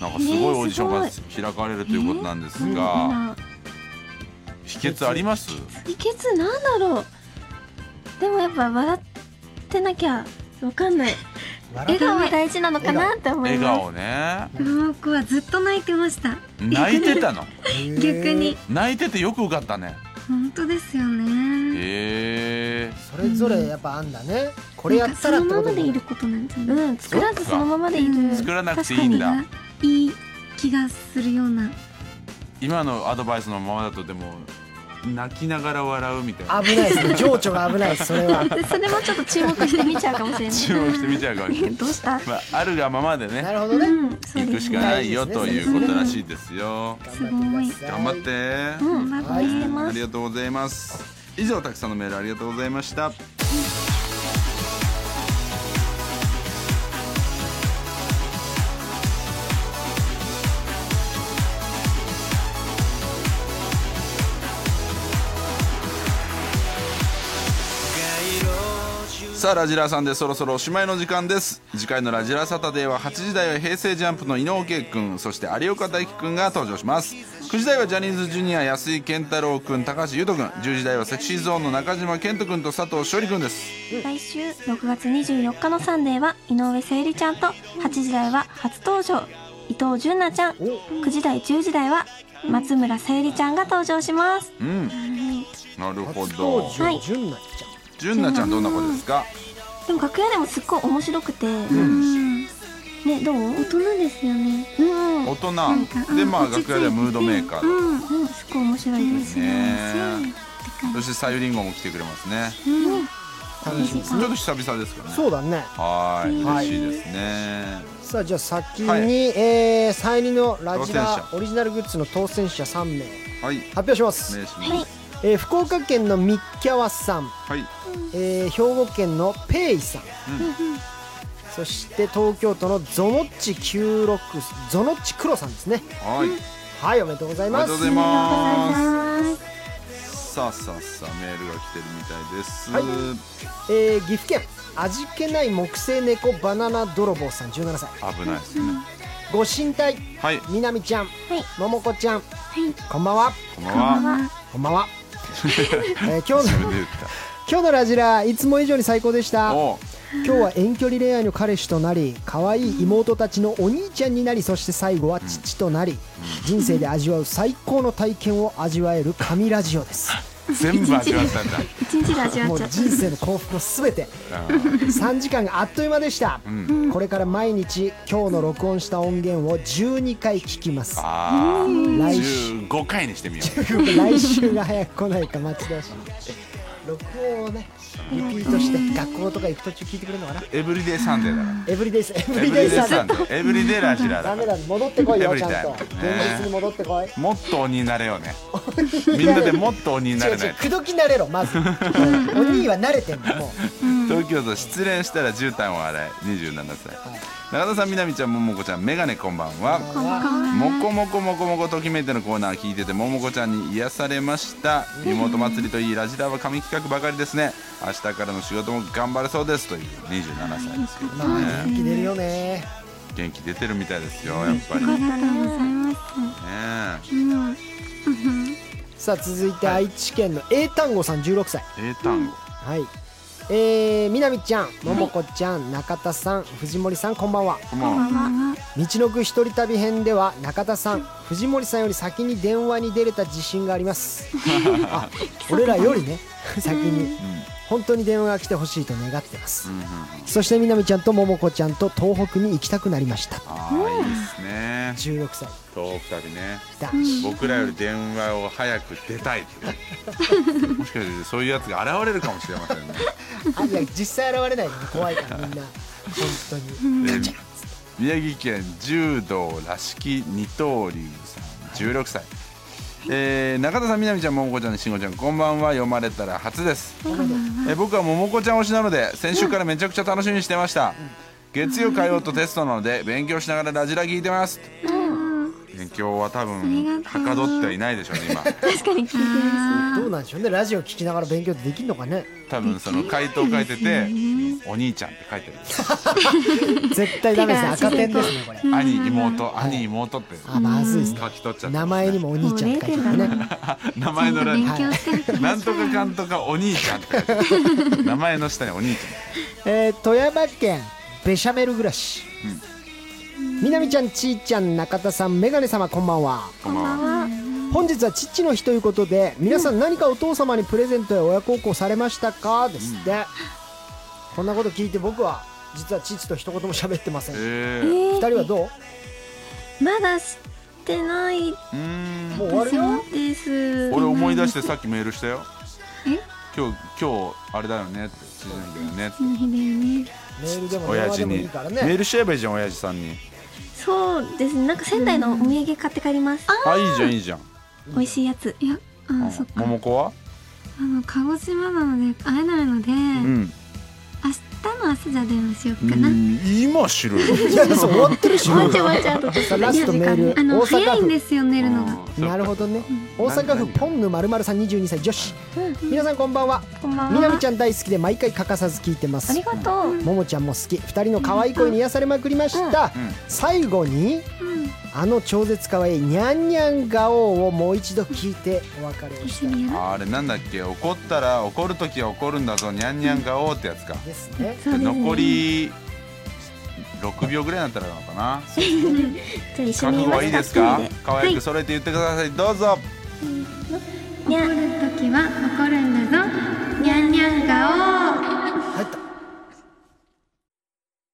Speaker 2: なんかすごいオーディショ
Speaker 7: えー
Speaker 2: ンが開かれるということなんですが、
Speaker 7: あら
Speaker 2: 秘訣あります
Speaker 7: 秘訣なんだろうでもやっぱ笑ってなきゃわかんない
Speaker 1: 笑
Speaker 7: 笑
Speaker 1: ってる
Speaker 7: 顔が大事なのかなって思い
Speaker 2: 笑
Speaker 7: ます
Speaker 2: 顔ね
Speaker 5: 桃子はずっと泣いてました。
Speaker 2: 泣いてたの
Speaker 5: 逆に。
Speaker 2: 泣いててよく受かったね
Speaker 5: 本当ですよね。
Speaker 2: へえー
Speaker 1: それぞれやっぱあんだね、これやったら
Speaker 5: な
Speaker 1: っ
Speaker 5: ん
Speaker 1: てこと
Speaker 5: かそのままで
Speaker 1: に
Speaker 5: い
Speaker 1: なる
Speaker 5: ることなんじゃない
Speaker 7: うん作らずそのままでいる、
Speaker 5: うん
Speaker 2: 作らなくていいんだ
Speaker 5: 確かにいい気がするような。
Speaker 2: 今のアドバイスのままだとでも泣きながら笑うみたいな
Speaker 1: 危ないですね情緒が危ないですそれ
Speaker 5: [laughs]
Speaker 1: は
Speaker 7: でそれもちょっと注目して見ちゃうかもしれ
Speaker 2: 注目してみちゃうかもしれ
Speaker 7: な
Speaker 2: ないい
Speaker 7: どうした
Speaker 2: まあ、あるがままでね
Speaker 1: なるほどね、
Speaker 7: うんそう
Speaker 2: 行
Speaker 7: で
Speaker 2: く
Speaker 7: す
Speaker 2: し
Speaker 7: ね
Speaker 2: かないよ
Speaker 1: そう
Speaker 2: と
Speaker 1: ですね
Speaker 2: いうことらしいですよ。
Speaker 1: 頑張ってください
Speaker 2: 頑張って。
Speaker 7: うん
Speaker 5: まあ
Speaker 1: はい
Speaker 7: してま
Speaker 2: あ
Speaker 7: す
Speaker 2: りがとうございます。以上たくさんのメールありがとうございました。さあラジラーさんでそろそろおしまいの時間です次回のラジラーサタデーは8時台は平成ジャンプの伊野尾くんそして有岡大輝くんが登場します9時台はジャニーズジュニア安井健太郎くん高橋優斗くん10時台はセクシーゾーンの中島健人くんと佐藤勝利くんです
Speaker 7: 来週6月24日のサンデーは井上さゆりちゃんと8時台は初登場伊藤純奈ちゃん9時台10時台は松村さゆりちゃんが登場します
Speaker 2: うんなるほ
Speaker 1: 初
Speaker 2: ど
Speaker 1: 登
Speaker 7: は
Speaker 1: 場
Speaker 7: い
Speaker 1: 純奈ちゃん
Speaker 2: 純奈ちゃんどんな子ですか
Speaker 7: でも楽屋でもすっごい面白くて、ねどう
Speaker 6: 大人ですよね
Speaker 7: うん
Speaker 2: 大人でまあ楽屋ではムードメーカー
Speaker 7: うん、うん、すごい面白いです
Speaker 2: だねそしてさゆりんごも来てくれますね
Speaker 1: 楽しみです
Speaker 2: ちょっと久々ですけどね
Speaker 1: そうだね
Speaker 2: はーい
Speaker 1: は
Speaker 2: 嬉
Speaker 1: い
Speaker 2: しいですね
Speaker 1: さあじゃあ先に、
Speaker 2: はい
Speaker 1: えー、再入りのラジ
Speaker 2: 当選
Speaker 1: ラ
Speaker 2: 者
Speaker 1: オリジナルグッズの当選者3名
Speaker 2: はい
Speaker 1: 発表しま
Speaker 2: お
Speaker 1: す、
Speaker 2: 願いします
Speaker 1: えー福岡県のみっきゃわさん、
Speaker 2: はい
Speaker 1: えー兵庫県のペイさん、そして東京都のゾノッチ96ゾノッチ黒さんですね
Speaker 2: はい
Speaker 1: はいおめでとうござい
Speaker 2: ありが
Speaker 1: ま
Speaker 2: とう
Speaker 1: す
Speaker 2: ございます。さあさあさあメールが来てるみたいです、
Speaker 1: はいえー岐阜県味気ない木製猫バナナ泥棒さん17歳
Speaker 2: 危ないですね、
Speaker 1: ご神体
Speaker 2: はい
Speaker 1: みなみちゃん、
Speaker 4: い
Speaker 1: ももこちゃん、こんばんは
Speaker 2: こんばんは
Speaker 1: こんばんは、えー今日
Speaker 2: 自
Speaker 1: の
Speaker 2: 分で言っ
Speaker 1: 今日のラジラいつも以上に最高でした
Speaker 2: たおう
Speaker 1: 今日は遠距離恋愛の彼氏となり可愛い妹たちのお兄ちゃんになりそして最後は父となり人生で味わう最高の体験を味わえる神ラジオです
Speaker 2: 全部味わったん [laughs] だ
Speaker 7: 一日で味わ
Speaker 1: も
Speaker 7: っ
Speaker 1: う
Speaker 7: ちゃった
Speaker 1: 人生の幸福を全て3時間があっという間でした、
Speaker 2: ん
Speaker 1: これから毎日今日の録音した音源を12回聞きます
Speaker 2: あー
Speaker 1: 来週
Speaker 2: 15回にしてみよ [laughs] う
Speaker 1: [laughs] 来週が早く来ないか待ち遠しい録音をねリピートして学校とか行く途中聞いてくれるのかな
Speaker 2: エブリデイサンデーだか
Speaker 1: エブリデイスエブ
Speaker 2: ら
Speaker 1: リデイさん
Speaker 2: エブリデイサンデーエブリデイラジラ [laughs]
Speaker 1: ダ
Speaker 2: だ
Speaker 1: メ
Speaker 2: か
Speaker 1: だ
Speaker 2: ら
Speaker 1: 戻ってこい
Speaker 2: エ
Speaker 1: よ
Speaker 2: ブリ
Speaker 1: ちゃ
Speaker 2: デイ
Speaker 1: んと
Speaker 2: ね
Speaker 1: 現実に戻ってこい
Speaker 2: もっと鬼にな [laughs] れよねみんなでもっと鬼にな
Speaker 1: 違う
Speaker 2: れ
Speaker 1: 違
Speaker 2: な
Speaker 1: う
Speaker 2: い
Speaker 1: 口説き慣れろまずお兄は慣れてんだも
Speaker 2: 東京都失恋したら絨毯を洗え27歳中田さんみなみちゃんももこちゃんメガネこんばんは
Speaker 1: うあ
Speaker 2: もこもこもこもこときめいてのコーナー聞いててももこちゃんに癒されました妹祭りといいラジラは神企画ばかりですね明日からの仕事も頑張れそうですという27歳ですけど
Speaker 1: まあ元気出るよね
Speaker 2: 元気出てるみたいですよやっぱり
Speaker 5: あ
Speaker 2: ね
Speaker 5: りがとうございます。
Speaker 2: え
Speaker 1: さあ続いて愛知県の英単語さん16歳
Speaker 2: 英単語
Speaker 1: はいえー、みなみちゃん、ももこちゃん、中田さん、藤森さん、こんばんは。
Speaker 2: こんばんは
Speaker 1: 道のく一人旅編では中田さん藤森さんより先に電話に出れた自信があります
Speaker 2: [laughs]
Speaker 1: あ俺らよりね先に本当に電話が来てほしいと願ってます
Speaker 2: うんうんうん
Speaker 1: そしてみなみちゃんとももこちゃんと東北に行きたくなりました
Speaker 2: ああいいですね
Speaker 1: 16歳
Speaker 2: [laughs] 東北旅ね
Speaker 1: だ、
Speaker 2: 僕らより電話を早く出たいっていうもしかしてそういうやつが現れるかもしれませんね
Speaker 1: あいや実際現れないので怖いからみんな本当に
Speaker 2: えー宮城県柔道らしき二刀流さん16歳、えー中田さんみなみちゃんももこちゃんしんごちゃんこんばんは読まれたら初です、えー僕はももこちゃん推しなので先週からめちゃくちゃ楽しみにしてました、月曜火曜とテストなので勉強しながらラジラ聞いてます、勉強は多分はかどってはいないでしょうね今
Speaker 1: どうなんでしょうねラジオ聞きながら勉強できるのかね
Speaker 2: 多分その回答書いてて「お兄ちゃん」って書いてる
Speaker 1: 絶対ダメですね赤点ですねこれ
Speaker 2: 兄妹兄妹って
Speaker 1: あまずいですね
Speaker 2: 書き取っちゃってますね
Speaker 1: 名前にもお兄ちゃんって書いてあるね
Speaker 2: 名前の欄に
Speaker 1: はい
Speaker 2: なんとかかんとかお兄ちゃんって書いてある名前の下にお兄ち
Speaker 1: えー富山県ベシャメル暮らし、みなみちゃんちーちゃん中田さんメガネ様こんばんは
Speaker 2: ゃんこんばんは
Speaker 1: 本日は父の日ということで皆さん何かお父様にプレゼントや親孝行されましたかですって、こんなこと聞いて僕は実は父と一言も喋ってません、
Speaker 2: え
Speaker 7: え
Speaker 2: ー
Speaker 1: 二
Speaker 7: ー
Speaker 1: 人はど
Speaker 7: まだ知ってないう
Speaker 2: ー
Speaker 1: うんもう終わるよ
Speaker 7: です
Speaker 2: 俺思い出してさっきメールしたよ今日今日あれだよねって父の日だよねって
Speaker 1: メールでも電
Speaker 2: 親
Speaker 1: 話
Speaker 2: 父
Speaker 1: でも
Speaker 2: に
Speaker 1: いいから
Speaker 2: メー
Speaker 1: ね
Speaker 2: ルしちゃえばいいじゃん親父さんに
Speaker 7: そうですねなんか仙台のお土産買って帰ります
Speaker 2: あいいじゃんいいじゃん
Speaker 7: 美味しいやつ
Speaker 5: いや、
Speaker 2: うん
Speaker 5: あ、そっか。
Speaker 2: 桃子は
Speaker 5: あの、鹿児島なので会えないので、
Speaker 2: う
Speaker 5: 明
Speaker 2: ん
Speaker 5: 日の朝じゃ電話しようかな。
Speaker 2: 今知る
Speaker 1: いやそう終わってるし
Speaker 7: ワンちゃんワンちゃんと
Speaker 1: さあラストメール
Speaker 5: あの、
Speaker 1: 大
Speaker 5: 早いん
Speaker 1: 阪
Speaker 5: ですよ、寝るのが。
Speaker 2: う
Speaker 1: 府
Speaker 2: ん
Speaker 1: なるほどね
Speaker 2: うん
Speaker 1: 大阪府
Speaker 2: 何
Speaker 1: ポンヌ丸々さん22歳女子皆さんこんばんは
Speaker 7: こんばん
Speaker 1: みなみ
Speaker 7: は
Speaker 1: ちゃん大好きで毎回欠かさず聞いてます
Speaker 7: ありがとう
Speaker 1: ももちゃんも好き2人の可愛い声に癒されまくりました、
Speaker 2: うん
Speaker 1: 最後に、あの超絶可愛いにゃんにゃん顔をもう一度聞いてお別れをしたい
Speaker 2: あれなんだっけ怒ったら怒るときは怒るんだぞにゃんにゃんがおーってやつか
Speaker 1: ですね
Speaker 2: 残り6秒ぐらいになったらなのかな
Speaker 7: じゃあ一緒
Speaker 2: 覚
Speaker 7: に言い
Speaker 2: 悟
Speaker 7: ま
Speaker 2: はい
Speaker 7: し
Speaker 2: い
Speaker 7: た
Speaker 2: ですか
Speaker 7: 二人で
Speaker 2: 可愛く揃えて言ってくださいどうぞ
Speaker 5: 怒るときは怒るんだぞ。にゃんにゃん顔。